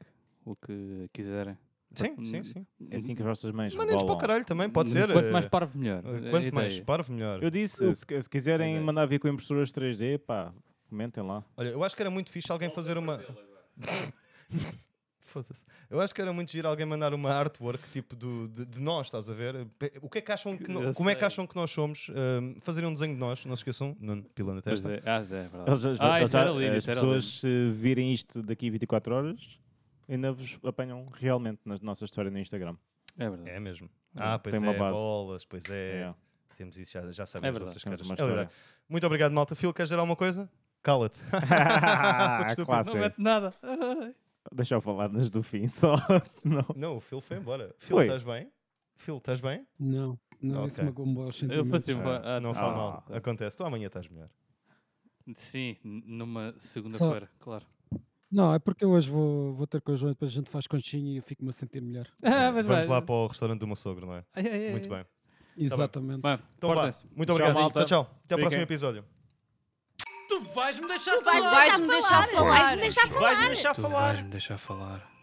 Speaker 5: o que quiserem.
Speaker 2: Sim, sim, sim.
Speaker 6: É assim que as vossas mães
Speaker 2: Mandem-nos para o
Speaker 6: rebolam.
Speaker 2: caralho também,
Speaker 6: Hum,
Speaker 2: pode ser.
Speaker 5: Quanto mais
Speaker 2: eh,
Speaker 5: parvo, melhor.
Speaker 2: eh,
Speaker 5: A
Speaker 2: Quanto mais
Speaker 5: ideia.
Speaker 2: parvo, melhor.
Speaker 6: Eu disse, se, se quiserem
Speaker 5: Ideia.
Speaker 6: mandar vir com impressoras 3D, pá, comentem lá.
Speaker 2: Olha, eu acho que era muito fixe alguém fazer uma. Foda-se. Eu acho que era muito giro alguém mandar uma artwork tipo do, de, de nós, estás a ver? Pe- O que é que acham que no-
Speaker 5: Eu
Speaker 2: como é que
Speaker 5: sei.
Speaker 2: acham que nós somos? Ahm, fazerem um desenho de nós, não se esqueçam, Nuno, pila na
Speaker 5: Pois
Speaker 2: testa.
Speaker 5: é, ah, é verdade.
Speaker 6: Eles- eles-
Speaker 5: ah,
Speaker 6: eles-
Speaker 5: isso era lindo,
Speaker 6: as
Speaker 5: isso era
Speaker 6: pessoas
Speaker 5: lindo.
Speaker 6: se virem isto daqui a 24 horas, ainda vos apanham realmente na nossa história no Instagram.
Speaker 5: É verdade.
Speaker 2: É mesmo. Ah, pois
Speaker 6: Tem uma
Speaker 2: é,
Speaker 6: base.
Speaker 2: bolas, pois é.
Speaker 6: Yeah,
Speaker 2: Temos isso, já, já
Speaker 5: É
Speaker 2: sabemos
Speaker 5: verdade,
Speaker 2: essas
Speaker 6: temos
Speaker 2: caras.
Speaker 6: uma
Speaker 2: É
Speaker 6: história.
Speaker 2: verdade. muito obrigado, malta. Phil, queres dizer alguma coisa? Cala-te. estúpido.
Speaker 6: Clássico.
Speaker 5: Não mete nada.
Speaker 6: Deixa eu falar nas do fim só, senão...
Speaker 2: não, o Phil foi embora. Phil,
Speaker 6: Foi.
Speaker 2: estás bem? Phil, estás bem?
Speaker 1: Não, não, isso
Speaker 2: Ok.
Speaker 1: magoou-me bué os
Speaker 5: Eu
Speaker 1: sentimentos.
Speaker 5: faço embora. Ah,
Speaker 2: Não
Speaker 5: tá.
Speaker 2: faz
Speaker 6: Ah.
Speaker 2: mal. Acontece. Tu amanhã estás melhor.
Speaker 5: Sim, n- numa segunda-feira, claro.
Speaker 1: Não, é porque eu hoje vou, vou ter com o João, depois a gente faz conchinha e eu fico-me a sentir melhor.
Speaker 5: Ah,
Speaker 2: Vamos
Speaker 5: mas vai.
Speaker 2: lá para o restaurante do meu sogro, não é?
Speaker 5: Ai, ai, ai,
Speaker 2: Muito
Speaker 5: ai.
Speaker 2: bem.
Speaker 1: Exatamente.
Speaker 5: Vai,
Speaker 2: Então vá.
Speaker 5: portem-se.
Speaker 2: Muito
Speaker 6: Tchau,
Speaker 2: obrigado.
Speaker 6: malta.
Speaker 2: Tchau, tchau. Até ao
Speaker 6: Fiquem.
Speaker 2: próximo episódio.
Speaker 7: Tu vais-me deixar
Speaker 3: Tu vais-me deixar falar.
Speaker 4: Tu vais me deixar falar.